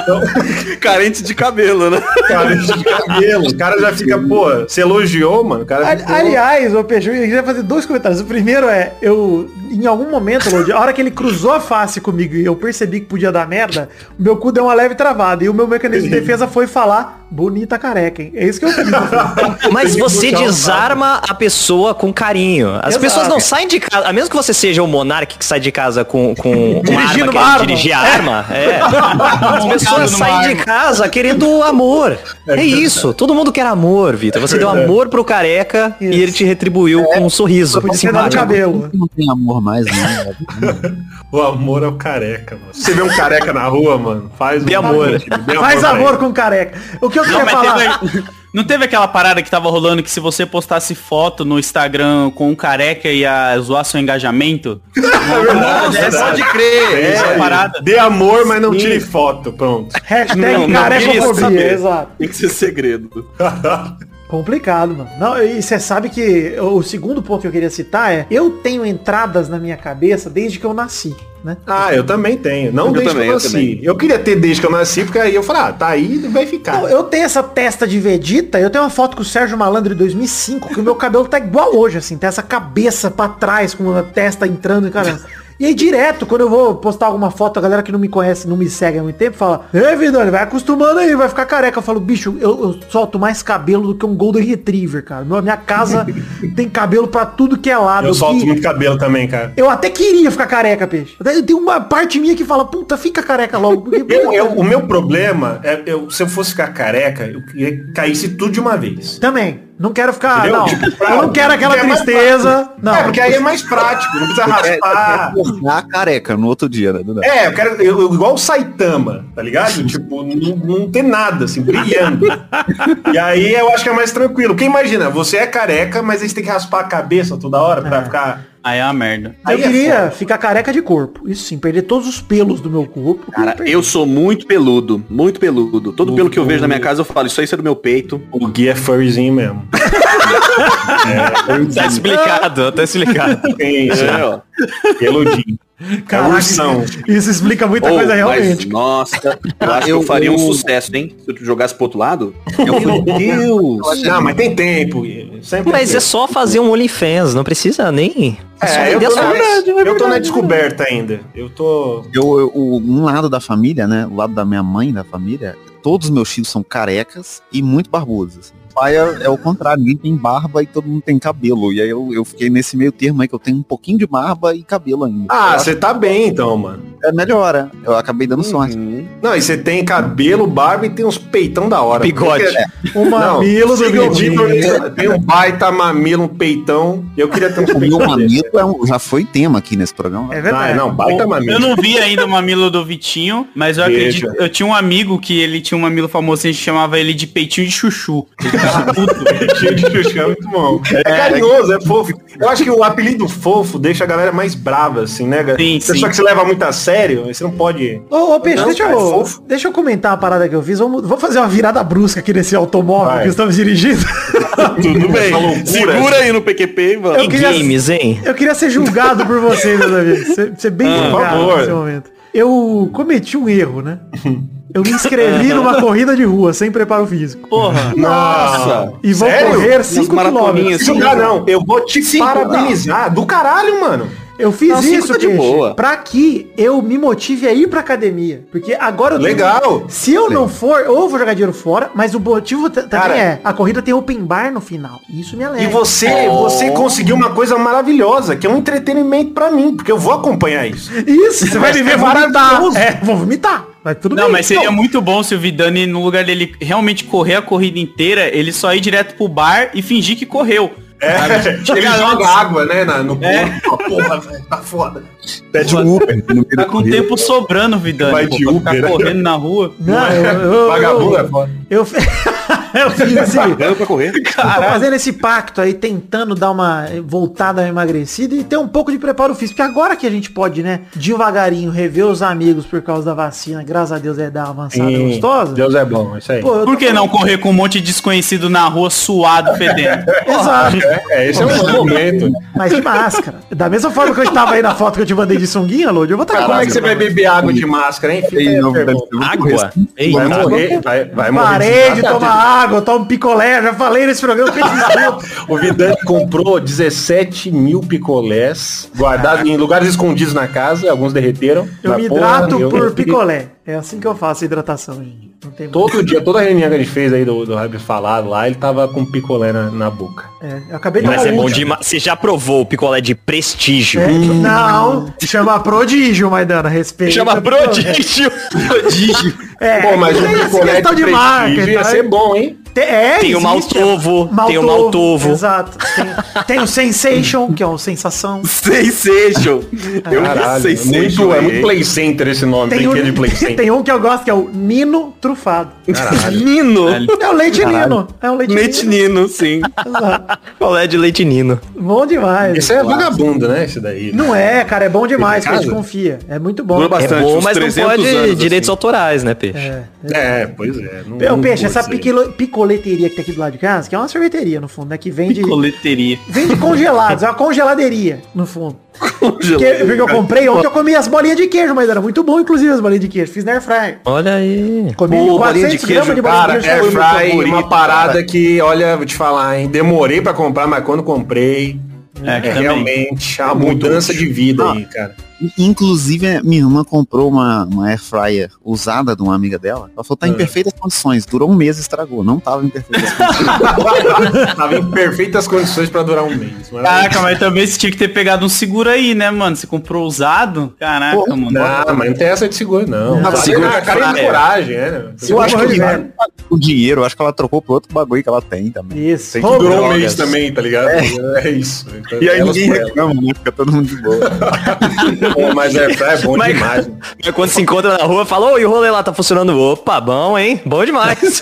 [SPEAKER 2] ó.
[SPEAKER 4] Carente de cabelo, né?
[SPEAKER 2] Carente de cabelo. O cara já fica, pô, se elogiou, mano. O cara
[SPEAKER 7] Ali-
[SPEAKER 6] Então,
[SPEAKER 2] ficou-
[SPEAKER 7] Aliás, ô Peugeot, eu queria fazer dois comentários. O primeiro é, eu, em algum momento, Lodi, a hora que ele cruzou a face comigo e eu percebi que podia dar merda, o meu cu deu uma leve travada. E o meu mecanismo de defesa foi falar, bonita careca, hein? É isso que eu fiz.
[SPEAKER 2] Tem
[SPEAKER 1] Mas
[SPEAKER 2] que
[SPEAKER 1] você
[SPEAKER 2] buscar um
[SPEAKER 1] desarma a pessoa com carinho. As
[SPEAKER 7] Exato.
[SPEAKER 1] pessoas não saem de casa, a menos que você seja o monarca que sai de casa com, com uma arma,
[SPEAKER 7] Dirigindo
[SPEAKER 1] querendo
[SPEAKER 7] uma arma.
[SPEAKER 1] dirigir a arma. É. As pessoas
[SPEAKER 6] numa
[SPEAKER 1] saem de casa querendo amor. É isso. Todo mundo quer amor, Vitor. Você deu amor pro careca
[SPEAKER 7] Isso.
[SPEAKER 1] e ele te retribuiu com um sorriso.
[SPEAKER 7] Podia ter dado
[SPEAKER 1] Simpático.
[SPEAKER 7] cabelo.
[SPEAKER 5] não tem amor mais, né?
[SPEAKER 2] O amor ao careca, mano. Se você vê um careca na rua, mano, faz
[SPEAKER 1] Dê
[SPEAKER 2] um-
[SPEAKER 1] amor.
[SPEAKER 2] Dê amor
[SPEAKER 7] Faz
[SPEAKER 2] pra
[SPEAKER 7] amor com careca. O que eu queria
[SPEAKER 6] Não, mas
[SPEAKER 7] falar...
[SPEAKER 6] teve, não teve aquela parada que tava rolando que se você postasse foto no Instagram com um careca ia zoar seu engajamento?
[SPEAKER 4] É, pode crer.
[SPEAKER 2] ele.
[SPEAKER 6] essa parada.
[SPEAKER 2] É, dê amor, mas não tire foto, pronto.
[SPEAKER 7] Hashtag
[SPEAKER 4] Não, não, queria
[SPEAKER 7] carecofobia,
[SPEAKER 6] é
[SPEAKER 4] saber.
[SPEAKER 7] exato.
[SPEAKER 4] Tem que ser segredo.
[SPEAKER 7] Complicado, mano. Não, e você sabe que o o segundo ponto que eu queria citar é, eu tenho entradas na minha cabeça desde que eu nasci, né?
[SPEAKER 2] Ah, eu também tenho. Não
[SPEAKER 4] Eu
[SPEAKER 2] desde
[SPEAKER 4] também,
[SPEAKER 2] que eu
[SPEAKER 4] eu
[SPEAKER 2] nasci.
[SPEAKER 4] também.
[SPEAKER 2] Eu, queria ter desde que eu nasci, porque aí eu falei, ah, tá aí, vai ficar.
[SPEAKER 7] Não, eu tenho essa testa de Vegeta, eu tenho uma foto com o Sérgio Malandro de 2005, que o meu cabelo tá igual hoje, assim, tem essa cabeça pra trás, com a testa entrando e caramba. E aí direto, quando eu vou postar alguma foto, a galera que não me conhece, não me segue há muito tempo, fala, Ei, Vidani, vai acostumando aí, vai ficar careca. Eu falo, bicho, eu, eu solto mais cabelo do que um Golden Retriever, cara. Meu- Minha casa tem cabelo pra tudo que é lado.
[SPEAKER 2] Eu solto
[SPEAKER 7] que-
[SPEAKER 2] muito cabelo também, cara.
[SPEAKER 7] eu até queria ficar careca, peixe. Até- Tem uma parte minha que fala, puta, fica careca logo. porque-
[SPEAKER 2] Eu- eu- o meu problema é, eu, se eu fosse ficar careca, eu queria caísse tudo de uma vez.
[SPEAKER 7] Também. Não quero ficar.
[SPEAKER 2] Entendeu?
[SPEAKER 7] Não.
[SPEAKER 2] Tipo, pra-
[SPEAKER 7] eu não quero aquela
[SPEAKER 2] é mais
[SPEAKER 7] tristeza.
[SPEAKER 2] prático.
[SPEAKER 7] Não.
[SPEAKER 2] É, porque aí é mais prático, não precisa
[SPEAKER 5] É,
[SPEAKER 2] raspar.
[SPEAKER 5] a careca no outro dia, né? Duda?
[SPEAKER 2] É, eu quero. Eu, eu- igual o Saitama, tá ligado? Tipo, não, não tem nada, assim, brilhando. e aí eu acho que é mais tranquilo. Porque imagina, você é careca, mas aí você tem que raspar a cabeça toda hora pra ficar.
[SPEAKER 6] Aí é uma merda.
[SPEAKER 7] Eu
[SPEAKER 2] aí é
[SPEAKER 7] queria ficar careca de corpo. Isso sim, perder todos os pelos do meu corpo.
[SPEAKER 4] Cara, eu sou muito peludo. Muito peludo. Todo pelo que eu vejo na minha casa, eu falo, isso aí é do meu peito.
[SPEAKER 2] O Gui é furryzinho mesmo. É,
[SPEAKER 1] Tá explicado, tá explicado.
[SPEAKER 2] Tem isso,
[SPEAKER 4] É, ó.
[SPEAKER 2] peludinho.
[SPEAKER 7] Caraca,
[SPEAKER 2] é ursão.
[SPEAKER 7] Isso explica muita
[SPEAKER 4] Oh,
[SPEAKER 7] coisa
[SPEAKER 4] mas,
[SPEAKER 7] realmente.
[SPEAKER 4] nossa, eu acho que eu
[SPEAKER 5] Eu-
[SPEAKER 4] faria um
[SPEAKER 5] eu-
[SPEAKER 4] sucesso, hein? Se eu jogasse pro outro lado. Eu falei, Deus.
[SPEAKER 2] Não, mas tem tempo. Gui. Sempre
[SPEAKER 1] Mas
[SPEAKER 2] tem.
[SPEAKER 1] é só fazer um OnlyFans, não precisa nem.
[SPEAKER 2] É,
[SPEAKER 1] só
[SPEAKER 2] eu,
[SPEAKER 1] vender
[SPEAKER 2] tô
[SPEAKER 1] a
[SPEAKER 2] na, é
[SPEAKER 1] sua-
[SPEAKER 2] eu tô na descoberta ainda. Eu tô.
[SPEAKER 5] Eu, eu- o- um lado da família, né? O lado da minha mãe da família, todos os meus tios são carecas e muito barbudos. assim. O pai é, é o contrário, ninguém tem barba e todo mundo tem cabelo. E aí eu, eu fiquei nesse meio termo aí que eu tenho um pouquinho de barba e cabelo ainda.
[SPEAKER 2] Ah, você tá bem então, mano.
[SPEAKER 5] é, melhora. Eu acabei dando sorte.
[SPEAKER 2] Não, e você tem cabelo, barba e tem uns peitão da hora.
[SPEAKER 1] Bigode.
[SPEAKER 2] Porque- né, um
[SPEAKER 7] O mamilo do
[SPEAKER 2] siga o
[SPEAKER 7] Vidinho.
[SPEAKER 2] Vitor, Tem um baita mamilo, um peitão. Eu queria ter um
[SPEAKER 5] O meu
[SPEAKER 2] peitão desse.
[SPEAKER 5] mamilo é um- já foi tema aqui nesse programa.
[SPEAKER 7] É
[SPEAKER 2] Ah,
[SPEAKER 7] verdade.
[SPEAKER 2] não, baita mamilo.
[SPEAKER 6] Eu não vi ainda o mamilo do Vitinho, mas eu
[SPEAKER 2] Veja.
[SPEAKER 6] acredito. Eu tinha um amigo que ele tinha um mamilo famoso, a gente chamava ele de peitinho de chuchu. Ele ficava puto.
[SPEAKER 2] Cheio de chuchu, é muito bom. É carinhoso, é fofo. Eu acho que o apelido fofo deixa a galera mais brava, assim, né? galera?
[SPEAKER 6] Sim,
[SPEAKER 2] Você
[SPEAKER 6] sim.
[SPEAKER 2] Só que se leva muito a sério, aí você não pode...
[SPEAKER 7] Ô, ô, Peixe,
[SPEAKER 2] Não,
[SPEAKER 7] deixa,
[SPEAKER 2] cara, é
[SPEAKER 7] eu,
[SPEAKER 2] fofo.
[SPEAKER 7] deixa eu comentar a parada que eu fiz. Vamos, vou fazer uma virada brusca aqui nesse automóvel
[SPEAKER 2] Vai.
[SPEAKER 7] que estamos dirigindo.
[SPEAKER 4] Tudo bem.
[SPEAKER 2] loucura.
[SPEAKER 4] Segura aí no PQP e vamos.
[SPEAKER 2] É
[SPEAKER 7] Eu
[SPEAKER 1] E
[SPEAKER 7] queria-
[SPEAKER 1] games, hein?
[SPEAKER 7] Eu queria ser julgado por vocês, meus amigos. Ser, ser bem
[SPEAKER 2] Ah, por
[SPEAKER 7] julgado
[SPEAKER 2] favor.
[SPEAKER 7] nesse momento. Eu cometi um erro, né? Eu me inscrevi numa corrida de rua sem preparo físico.
[SPEAKER 6] Porra.
[SPEAKER 2] assim. Nossa!
[SPEAKER 7] E vou
[SPEAKER 2] Sério? assim?
[SPEAKER 7] correr
[SPEAKER 4] Umas
[SPEAKER 7] 5
[SPEAKER 4] maratoninhas.
[SPEAKER 7] quilômetros.
[SPEAKER 2] Jogar não, eu vou te
[SPEAKER 4] Sim,
[SPEAKER 2] parabenizar do caralho, mano.
[SPEAKER 7] Eu fiz
[SPEAKER 4] Não, cinco
[SPEAKER 7] isso,
[SPEAKER 4] tá de
[SPEAKER 7] Peixe,
[SPEAKER 4] boa.
[SPEAKER 7] pra que eu me motive a ir pra academia. Porque agora eu tenho-
[SPEAKER 2] Legal.
[SPEAKER 7] Se eu não for, ou eu vou jogar dinheiro fora, mas o motivo t- também
[SPEAKER 2] Cara.
[SPEAKER 7] é, a corrida tem open bar no final. Isso me alegra.
[SPEAKER 2] E você, você conseguiu uma coisa maravilhosa, que é um entretenimento pra mim, porque eu vou acompanhar isso.
[SPEAKER 7] Isso, você vai
[SPEAKER 2] Mas
[SPEAKER 7] me ver
[SPEAKER 2] é
[SPEAKER 7] vomitar.
[SPEAKER 2] maravilhoso.
[SPEAKER 7] É, vou vomitar. Mas tudo
[SPEAKER 6] Não,
[SPEAKER 7] bem.
[SPEAKER 6] mas seria
[SPEAKER 7] Então,
[SPEAKER 6] muito bom se o Vidani, no lugar dele realmente correr a corrida inteira, ele só ir direto pro bar e fingir que correu.
[SPEAKER 2] Ele É, joga água, né, na- no corpo. Porra, velho, tá foda.
[SPEAKER 5] Pede um Uber. no meio
[SPEAKER 6] Tá
[SPEAKER 5] da
[SPEAKER 6] com
[SPEAKER 5] corrida.
[SPEAKER 6] tempo sobrando, Vidani.
[SPEAKER 2] Vai
[SPEAKER 6] pô,
[SPEAKER 2] de
[SPEAKER 6] pra ficar
[SPEAKER 2] Uber, né?
[SPEAKER 6] correndo na rua.
[SPEAKER 7] Não, eu, eu,
[SPEAKER 2] Vagabundo é
[SPEAKER 7] eu,
[SPEAKER 2] foda. Tá
[SPEAKER 7] eu, fi- eu fiz assim, esse...
[SPEAKER 4] Dando pra correr.
[SPEAKER 7] Tô fazendo esse pacto aí, tentando dar uma voltada emagrecida e ter um pouco de preparo físico. Porque agora que a gente pode, né, devagarinho rever os amigos por causa da vacina, graças a Deus é dar uma avançada
[SPEAKER 2] Sim,
[SPEAKER 7] gostosa.
[SPEAKER 2] Deus é bom, é isso aí.
[SPEAKER 7] Pô, eu
[SPEAKER 6] Por que não correr com um monte de desconhecido na rua suado, fedendo?
[SPEAKER 7] tô- Exato.
[SPEAKER 2] É, esse é um bom momento.
[SPEAKER 7] Mas de máscara. Da mesma forma que eu estava aí na foto que eu te mandei de sunguinha, Lodi, eu vou estar
[SPEAKER 2] Cara, como é que você vai beber água de máscara, hein? Fica aí,
[SPEAKER 5] Ei,
[SPEAKER 2] a
[SPEAKER 5] não, deve
[SPEAKER 2] pergunta.
[SPEAKER 5] ser muito
[SPEAKER 1] Água?
[SPEAKER 2] vai
[SPEAKER 1] Eita.
[SPEAKER 2] morrer, vai, vai morrer.
[SPEAKER 7] Parei de
[SPEAKER 2] desidratado.
[SPEAKER 7] tomar água, eu tomo picolé, já falei nesse programa que eu um. desisto.
[SPEAKER 2] O Vidani comprou 17 mil picolés guardados em lugares escondidos na casa, alguns derreteram.
[SPEAKER 7] Eu
[SPEAKER 2] Mas,
[SPEAKER 7] me
[SPEAKER 2] porra,
[SPEAKER 7] hidrato
[SPEAKER 2] Tá eu-
[SPEAKER 7] por picolé. É assim que eu faço hidratação, gente. Não tem
[SPEAKER 2] Todo dia, toda reunião que a gente fez aí do, do Rabs falado lá, ele tava com picolé na, na boca.
[SPEAKER 7] É, eu acabei de
[SPEAKER 1] Mas
[SPEAKER 7] tomar
[SPEAKER 1] é bom
[SPEAKER 7] outra.
[SPEAKER 1] demais. Você já provou o picolé de prestígio.
[SPEAKER 7] É, Não, chama prodígio, Maidana, respeita.
[SPEAKER 1] Chama prodígio.
[SPEAKER 7] É,
[SPEAKER 2] Pô, mas
[SPEAKER 7] tem
[SPEAKER 2] um
[SPEAKER 7] essa
[SPEAKER 2] picolé
[SPEAKER 7] questão
[SPEAKER 2] de,
[SPEAKER 7] de marca.
[SPEAKER 2] prestígio ia ser bom, hein?
[SPEAKER 7] É,
[SPEAKER 1] Tem o
[SPEAKER 7] existe,
[SPEAKER 1] Maltovo,
[SPEAKER 7] é.
[SPEAKER 1] tem o Maltovo.
[SPEAKER 7] Exato. Tem, tem o Sensation, que é o Sensação.
[SPEAKER 4] Hum. Sensation. Eu
[SPEAKER 2] Caralho, é muito, é muito Play Center esse nome,
[SPEAKER 7] Tem,
[SPEAKER 2] tem, de Play
[SPEAKER 7] um,
[SPEAKER 2] Center.
[SPEAKER 7] tem um que eu gosto, que é o Nino Trufado.
[SPEAKER 4] Nino.
[SPEAKER 7] É o leite Nino. É o leite
[SPEAKER 4] Leite
[SPEAKER 7] Nino.
[SPEAKER 4] Nino, sim.
[SPEAKER 7] Exato.
[SPEAKER 1] Picolé é de leite nino.
[SPEAKER 7] Bom demais.
[SPEAKER 2] Esse é vagabundo, né? Esse daí.
[SPEAKER 7] Não é, cara, é bom demais,
[SPEAKER 2] Tem em
[SPEAKER 7] cara,
[SPEAKER 2] casa?
[SPEAKER 7] confia. É muito bom.
[SPEAKER 4] Dura
[SPEAKER 1] É
[SPEAKER 4] bastante,
[SPEAKER 1] bom,
[SPEAKER 4] uns
[SPEAKER 1] mas não
[SPEAKER 4] 300
[SPEAKER 1] pode
[SPEAKER 4] anos,
[SPEAKER 1] direitos
[SPEAKER 4] assim.
[SPEAKER 1] autorais, né, Peixe?
[SPEAKER 7] É.
[SPEAKER 2] É, pois é. Não,
[SPEAKER 7] Ô,
[SPEAKER 2] não
[SPEAKER 7] Peixe, essa
[SPEAKER 2] gostei.
[SPEAKER 7] piquilo- picoleteria que tem aqui do lado de casa, que é uma sorveteria, no fundo, né? Que vende...
[SPEAKER 6] Coleteria.
[SPEAKER 7] Vende congelados, é uma congeladeria, no fundo. Porque,
[SPEAKER 4] Congelou.
[SPEAKER 7] porque eu comprei ontem, eu comi as bolinhas de queijo, mas era muito bom, inclusive, as bolinhas de queijo. Fiz na air fryer.
[SPEAKER 1] Olha aí.
[SPEAKER 7] Comi
[SPEAKER 4] Pô, bolinha de
[SPEAKER 7] 400 gramas
[SPEAKER 4] queijo,
[SPEAKER 7] de bolinha
[SPEAKER 2] Cara,
[SPEAKER 7] de queijo.
[SPEAKER 2] air
[SPEAKER 7] foi muito
[SPEAKER 2] fry,
[SPEAKER 7] bom.
[SPEAKER 2] uma parada que, olha, vou te falar, hein? Demorei pra comprar, mas quando comprei,
[SPEAKER 6] É,
[SPEAKER 2] é,
[SPEAKER 6] que também.
[SPEAKER 2] realmente é uma mudança de vida aí, cara.
[SPEAKER 5] Inclusive, a minha irmã comprou uma, uma air fryer usada de uma amiga dela. Ela falou, tá em perfeitas condições. Durou um mês e estragou. Não tava em perfeitas condições.
[SPEAKER 2] Tava em perfeitas condições pra durar um mês. Maravilha.
[SPEAKER 6] Caraca, mas também você tinha que ter pegado um seguro aí, né, mano? Você comprou usado? Caraca,
[SPEAKER 5] Pô,
[SPEAKER 6] mano.
[SPEAKER 2] Não, mas não tem essa de seguro, não.
[SPEAKER 5] Não,
[SPEAKER 2] Cara,
[SPEAKER 5] seguro
[SPEAKER 2] cara,
[SPEAKER 5] de
[SPEAKER 2] cara
[SPEAKER 5] fraco.
[SPEAKER 2] de coragem, né?
[SPEAKER 7] Eu acho que-
[SPEAKER 5] o dinheiro, eu acho que ela trocou por outro bagulho que ela tem também.
[SPEAKER 7] Isso.
[SPEAKER 5] Sei que
[SPEAKER 7] Roubo.
[SPEAKER 2] Durou um
[SPEAKER 5] Drogas.
[SPEAKER 2] mês também, tá ligado? É, isso. Então,
[SPEAKER 5] E aí
[SPEAKER 2] elas
[SPEAKER 5] ninguém
[SPEAKER 2] por elas.
[SPEAKER 5] reclama, né? Fica todo mundo de boa.
[SPEAKER 2] Pô, mas é, é bom
[SPEAKER 1] Mas-
[SPEAKER 2] demais.
[SPEAKER 1] Mas É, quando se encontra na rua, fala, ô, e o rolê lá tá funcionando? Opa, bom, hein? Bom demais.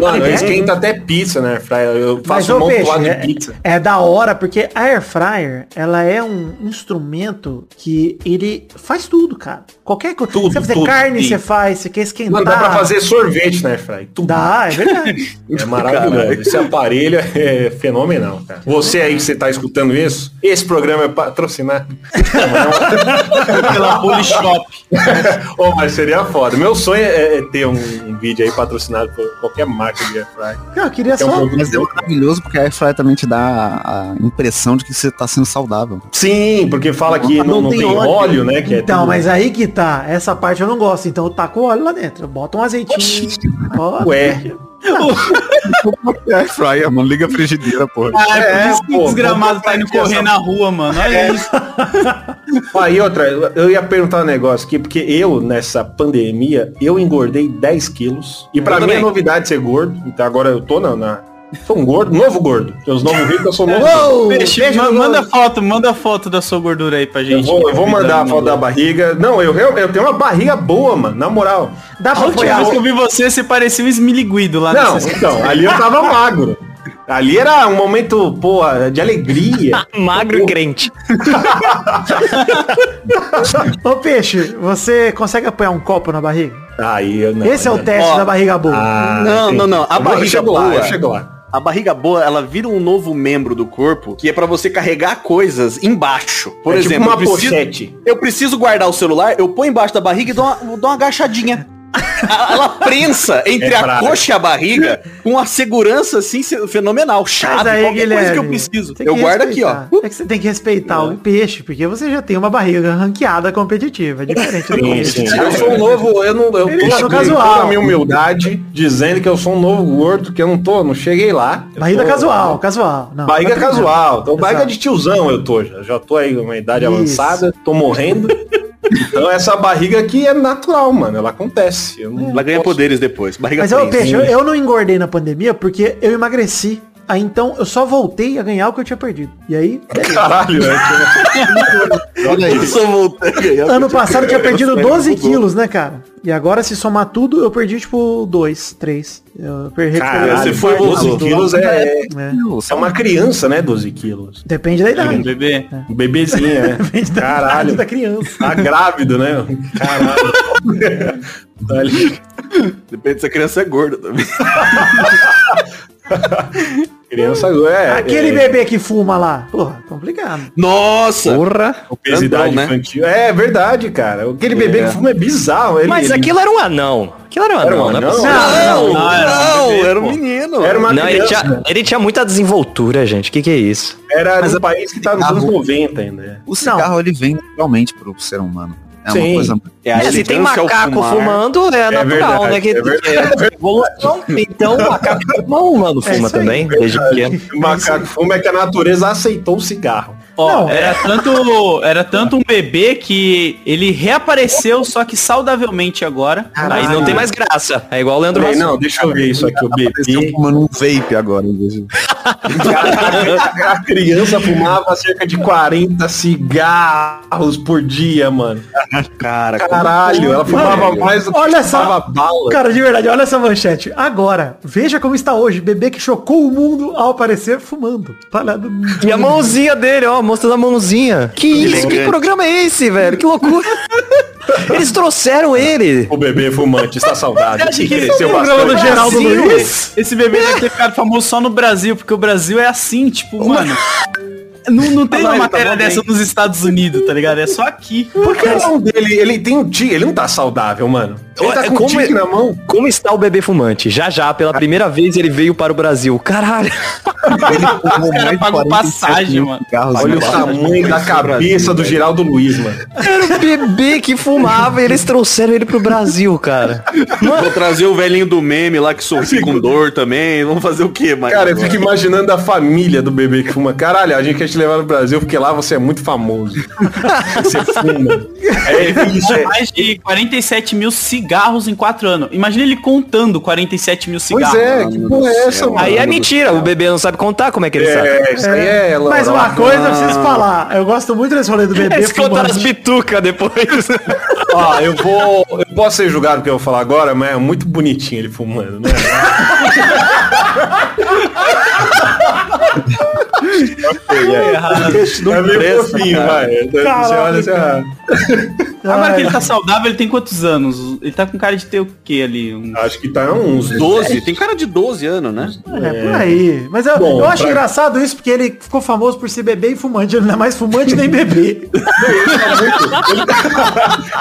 [SPEAKER 2] Mano, esquenta até pizza, né? Fryer? Eu
[SPEAKER 7] Mas,
[SPEAKER 2] faço um
[SPEAKER 7] ô, Peixe,
[SPEAKER 2] montuado de pizza.
[SPEAKER 7] é, é da hora, porque a air fryer, ela é um instrumento que ele faz tudo, cara. Qualquer coisa.
[SPEAKER 2] Tudo,
[SPEAKER 7] Você fazer
[SPEAKER 2] tudo,
[SPEAKER 7] carne,
[SPEAKER 2] sim.
[SPEAKER 7] você faz, você quer esquentar.
[SPEAKER 2] Mano, dá pra fazer sorvete, né, Fry? Tudo.
[SPEAKER 7] é, Dá, é verdade.
[SPEAKER 2] É maravilhoso. Esse aparelho é fenomenal, cara. Você aí que você tá escutando isso, esse programa é patrocinado.
[SPEAKER 6] Pela Bully Shop.
[SPEAKER 2] oh, mas seria foda. Meu sonho é, é ter um, um vídeo aí patrocinado por qualquer marca de airfryer.
[SPEAKER 7] Cara, eu queria
[SPEAKER 2] Que é um
[SPEAKER 7] só...
[SPEAKER 2] produto
[SPEAKER 5] Mas é maravilhoso porque a air fryer também te dá a- a impressão de que você tá sendo saudável.
[SPEAKER 2] Sim, porque fala que
[SPEAKER 7] Ah,
[SPEAKER 5] Não
[SPEAKER 2] não, não
[SPEAKER 5] tem
[SPEAKER 2] tem,
[SPEAKER 5] óleo.
[SPEAKER 2] óleo, né? Que é
[SPEAKER 7] Então,
[SPEAKER 2] tudo-
[SPEAKER 7] mas aí que tá. Essa parte eu não gosto. Então eu taco óleo lá dentro. Eu boto um azeitinho. Ó,
[SPEAKER 2] Ué,
[SPEAKER 5] É fryer, mano. Liga a frigideira, porra.
[SPEAKER 6] Ah, é
[SPEAKER 2] É,
[SPEAKER 6] por isso que
[SPEAKER 2] pô,
[SPEAKER 6] o desgramado
[SPEAKER 2] vamos
[SPEAKER 6] tá indo
[SPEAKER 2] comprar
[SPEAKER 6] correr
[SPEAKER 2] essa-
[SPEAKER 6] na rua, mano. Olha isso.
[SPEAKER 2] Ó, e outra, eu ia perguntar um negócio aqui, porque eu, nessa pandemia, eu engordei 10 quilos. E pra
[SPEAKER 4] Eu
[SPEAKER 2] mim é
[SPEAKER 4] também.
[SPEAKER 2] novidade ser gordo. Então agora eu tô na. na- Sou um gordo, novo gordo. Seus novos ricos, eu sou novo. gordo.
[SPEAKER 3] Uou!
[SPEAKER 6] Peixe,
[SPEAKER 2] beijo,
[SPEAKER 6] ma-
[SPEAKER 2] mano.
[SPEAKER 6] manda foto, manda foto da sua gordura aí pra
[SPEAKER 2] Eu
[SPEAKER 6] gente.
[SPEAKER 2] vou, eu vou mandar a foto da barriga. Não, eu, real- eu tenho uma barriga boa, mano, na moral.
[SPEAKER 7] Dá
[SPEAKER 6] A
[SPEAKER 7] pra
[SPEAKER 6] última
[SPEAKER 7] apoiar.
[SPEAKER 6] vez que eu vi você, você parecia um esmiliguido lá
[SPEAKER 2] Não,
[SPEAKER 6] nessa-
[SPEAKER 2] então, ali eu tava magro. Ali era um momento, porra, de alegria.
[SPEAKER 1] Magro e crente.
[SPEAKER 7] Ô, Peixe, você consegue apoiar um copo na barriga?
[SPEAKER 2] Aí eu não.
[SPEAKER 7] Esse é o teste
[SPEAKER 4] Ó,
[SPEAKER 7] da barriga boa.
[SPEAKER 2] Ah,
[SPEAKER 4] Não,
[SPEAKER 2] entendi.
[SPEAKER 4] não, não. A
[SPEAKER 2] Eu vou-
[SPEAKER 4] barriga
[SPEAKER 2] chego lá,
[SPEAKER 4] boa. É
[SPEAKER 2] eu chego lá.
[SPEAKER 4] A barriga boa, ela vira um novo membro do corpo que é pra você carregar coisas embaixo. Por
[SPEAKER 2] É tipo
[SPEAKER 4] exemplo,
[SPEAKER 2] uma
[SPEAKER 4] eu, preciso,
[SPEAKER 2] pochete.
[SPEAKER 4] eu preciso guardar o celular, eu ponho embaixo da barriga e dou uma, dou uma agachadinha. A- ela prensa entre
[SPEAKER 2] É
[SPEAKER 4] a
[SPEAKER 2] fraca.
[SPEAKER 4] coxa e a barriga com uma segurança assim se- fenomenal.
[SPEAKER 7] Mas
[SPEAKER 4] Chave,
[SPEAKER 7] aí,
[SPEAKER 4] qualquer coisa que eu
[SPEAKER 7] Guilherme,
[SPEAKER 4] preciso.
[SPEAKER 7] tem
[SPEAKER 4] Eu
[SPEAKER 7] que
[SPEAKER 4] guardo
[SPEAKER 7] respeitar.
[SPEAKER 4] aqui, ó.
[SPEAKER 7] É que você tem que respeitar o peixe, porque você já tem uma barriga ranqueada competitiva, é diferente do
[SPEAKER 2] Sim,
[SPEAKER 7] peixe.
[SPEAKER 2] sim. Eu sou um novo, eu não, eu
[SPEAKER 7] Ele tá no
[SPEAKER 2] tô
[SPEAKER 7] casual.
[SPEAKER 2] a minha humildade, dizendo que eu sou um novo gordo, que eu não tô, não cheguei lá. Eu
[SPEAKER 7] Barriga
[SPEAKER 2] tô-
[SPEAKER 7] casual, casual. Não,
[SPEAKER 2] Barriga
[SPEAKER 7] tá
[SPEAKER 2] casual. Então, barriga
[SPEAKER 7] Exato.
[SPEAKER 2] de tiozão eu tô, já, já tô aí com uma idade
[SPEAKER 7] Isso.
[SPEAKER 2] avançada, tô morrendo. então essa barriga aqui é natural, mano, ela acontece. Eu não
[SPEAKER 4] Ela ganha
[SPEAKER 2] posso-
[SPEAKER 4] poderes depois. Barriga
[SPEAKER 7] Mas, ô,
[SPEAKER 4] prensa.
[SPEAKER 7] Peixe, eu, eu não engordei na pandemia porque eu emagreci. Aí, então, eu só voltei a ganhar o que eu tinha perdido. E aí,
[SPEAKER 2] Caralho, né?
[SPEAKER 5] Olha aí.
[SPEAKER 4] Eu sou voltando.
[SPEAKER 7] ano passado eu tinha perdido 12 quilos, né, cara? E agora, se somar tudo, eu perdi, tipo, 2, 3. Eu perdi
[SPEAKER 2] Caralho,
[SPEAKER 4] você
[SPEAKER 2] você
[SPEAKER 4] foi
[SPEAKER 2] foi 12 quilos é,
[SPEAKER 7] É.
[SPEAKER 2] é uma criança, né? 12 quilos.
[SPEAKER 7] Depende da
[SPEAKER 6] Um
[SPEAKER 7] idade.
[SPEAKER 6] Bebê.
[SPEAKER 2] Um bebezinho, né?
[SPEAKER 7] Depende da idade
[SPEAKER 2] Caralho.
[SPEAKER 7] da criança.
[SPEAKER 2] Tá grávido, né? Caralho. Tá ali.
[SPEAKER 4] Depende se a criança é gorda também.
[SPEAKER 2] Criança agora é.
[SPEAKER 7] Aquele
[SPEAKER 2] é,
[SPEAKER 7] bebê que fuma lá. Porra, complicado.
[SPEAKER 4] Nossa!
[SPEAKER 1] Porra.
[SPEAKER 2] Obesidade
[SPEAKER 4] Grandão, né?
[SPEAKER 2] infantil. É verdade, cara. Aquele bebê que fuma é bizarro. Ele,
[SPEAKER 1] Mas
[SPEAKER 2] ele-
[SPEAKER 1] aquilo era um anão. Aquilo era um
[SPEAKER 2] Era um
[SPEAKER 1] anão, né?
[SPEAKER 2] anão?
[SPEAKER 4] Não, não,
[SPEAKER 6] não, era um bebê,
[SPEAKER 4] era um
[SPEAKER 6] pô.
[SPEAKER 4] menino.
[SPEAKER 2] Era uma
[SPEAKER 1] Não, ele
[SPEAKER 2] criança.
[SPEAKER 1] tinha, ele tinha muita desenvoltura, gente. O que, que é isso?
[SPEAKER 2] Era um país que tá nos anos 90 ainda. né?
[SPEAKER 5] O cigarro, ele vem naturalmente pro ser humano. É
[SPEAKER 2] Sim.
[SPEAKER 5] uma coisa...
[SPEAKER 4] É,
[SPEAKER 1] É, se tem macaco fumando, é, natural, né? Que,
[SPEAKER 2] é verdade.
[SPEAKER 1] que- evolução. então, macaco fumão, mano,
[SPEAKER 7] isso
[SPEAKER 1] fuma
[SPEAKER 7] aí.
[SPEAKER 1] também, desde pequeno.
[SPEAKER 2] O macaco fuma é que a natureza aceitou o cigarro.
[SPEAKER 6] Ó,
[SPEAKER 7] Não.
[SPEAKER 6] era tanto, era tanto um bebê que ele reapareceu, só que saudavelmente agora.
[SPEAKER 1] Aí não tem mais graça. É igual o Leandro
[SPEAKER 2] Peraí,
[SPEAKER 1] Hassum.
[SPEAKER 2] não, deixa eu ver isso aqui, o
[SPEAKER 5] Pareceu
[SPEAKER 2] bebê.
[SPEAKER 5] fumando um vape agora, em vez de...
[SPEAKER 2] A a criança fumava cerca de 40 cigarros por dia, mano.
[SPEAKER 4] Cara,
[SPEAKER 2] Caralho, ela fumava mais do que
[SPEAKER 7] Olha só.
[SPEAKER 2] fumava bala.
[SPEAKER 7] Cara, de verdade, olha essa manchete. Agora, veja como está hoje. Bebê que chocou o mundo ao aparecer fumando. Parado.
[SPEAKER 1] E É a mãozinha dele, ó, mostrando a mãozinha. Que isso, que
[SPEAKER 4] elegante.
[SPEAKER 1] programa é esse, velho? Que loucura. Eles trouxeram ele.
[SPEAKER 2] O bebê fumante está saudável.
[SPEAKER 6] Você acha que esse é
[SPEAKER 2] cresceu
[SPEAKER 6] o programa do
[SPEAKER 2] bastante.
[SPEAKER 6] Geraldo
[SPEAKER 1] Brasil.
[SPEAKER 6] Luiz? Esse bebê deve ter ficado famoso só no Brasil, porque o Brasil é assim, tipo, mano. Não, não tem uma
[SPEAKER 4] Ah, ele tá
[SPEAKER 6] matéria
[SPEAKER 4] bom
[SPEAKER 6] dessa nos Estados Unidos, tá ligado? É só aqui.
[SPEAKER 2] Por que a mão dele, ele tem um tique, ele não tá saudável, mano. Ele tá
[SPEAKER 1] Olha,
[SPEAKER 2] com um
[SPEAKER 1] como
[SPEAKER 2] tique
[SPEAKER 1] é-
[SPEAKER 2] na mão.
[SPEAKER 1] Como está o bebê fumante? Já já, pela primeira vez ele veio para o Brasil. Caralho.
[SPEAKER 5] Ele fumou
[SPEAKER 6] cara
[SPEAKER 5] mais de
[SPEAKER 6] pagou
[SPEAKER 5] 47
[SPEAKER 6] passagem,
[SPEAKER 5] mil
[SPEAKER 6] mano.
[SPEAKER 5] cigarros
[SPEAKER 2] Olha o
[SPEAKER 5] em uma-
[SPEAKER 2] tamanho da cabeça do Geraldo Luiz, mano.
[SPEAKER 1] Era o bebê que fumava e eles trouxeram ele pro Brasil, cara.
[SPEAKER 4] Vou trazer o velhinho do meme lá que sorri com dor também. Vamos fazer o quê, mano?
[SPEAKER 2] Cara, eu fico imaginando a família do bebê que fuma. Caralho, a gente quer te levar no Brasil porque lá você é muito famoso. Você fuma. É isso, é.
[SPEAKER 6] Mais de 47 mil cigarros em 4 anos. Imagina ele contando 47 mil
[SPEAKER 2] Pois
[SPEAKER 6] cigarros.
[SPEAKER 2] é, que porra é essa, mano?
[SPEAKER 1] Aí é mentira, o bebê não sabe contar como é que ele sabe.
[SPEAKER 2] É, isso aí é lorota.
[SPEAKER 7] Mas uma coisa eu preciso falar. Eu gosto muito desse rolê do bebê
[SPEAKER 1] Eles contaram as
[SPEAKER 7] fumante.
[SPEAKER 1] bitucas depois.
[SPEAKER 2] Ó, eu vou. Eu posso ser julgado porque eu vou falar agora, mas é muito bonitinho ele fumando, né? É meio fofinho, vai. Você
[SPEAKER 7] Caralho,
[SPEAKER 2] olha, você
[SPEAKER 7] cara.
[SPEAKER 6] Agora que
[SPEAKER 7] Ai,
[SPEAKER 6] ele tá saudável, ele tem quantos anos? Ele tá com cara de ter o quê ali? Um...
[SPEAKER 2] ah, acho que tá uns
[SPEAKER 4] 12, tem cara de 12 anos, né?
[SPEAKER 7] É, por aí. Mas eu,
[SPEAKER 2] Bom,
[SPEAKER 7] eu acho
[SPEAKER 2] pra-
[SPEAKER 7] engraçado isso, porque ele ficou famoso por ser bebê e fumante. Ele não é mais fumante nem bebê.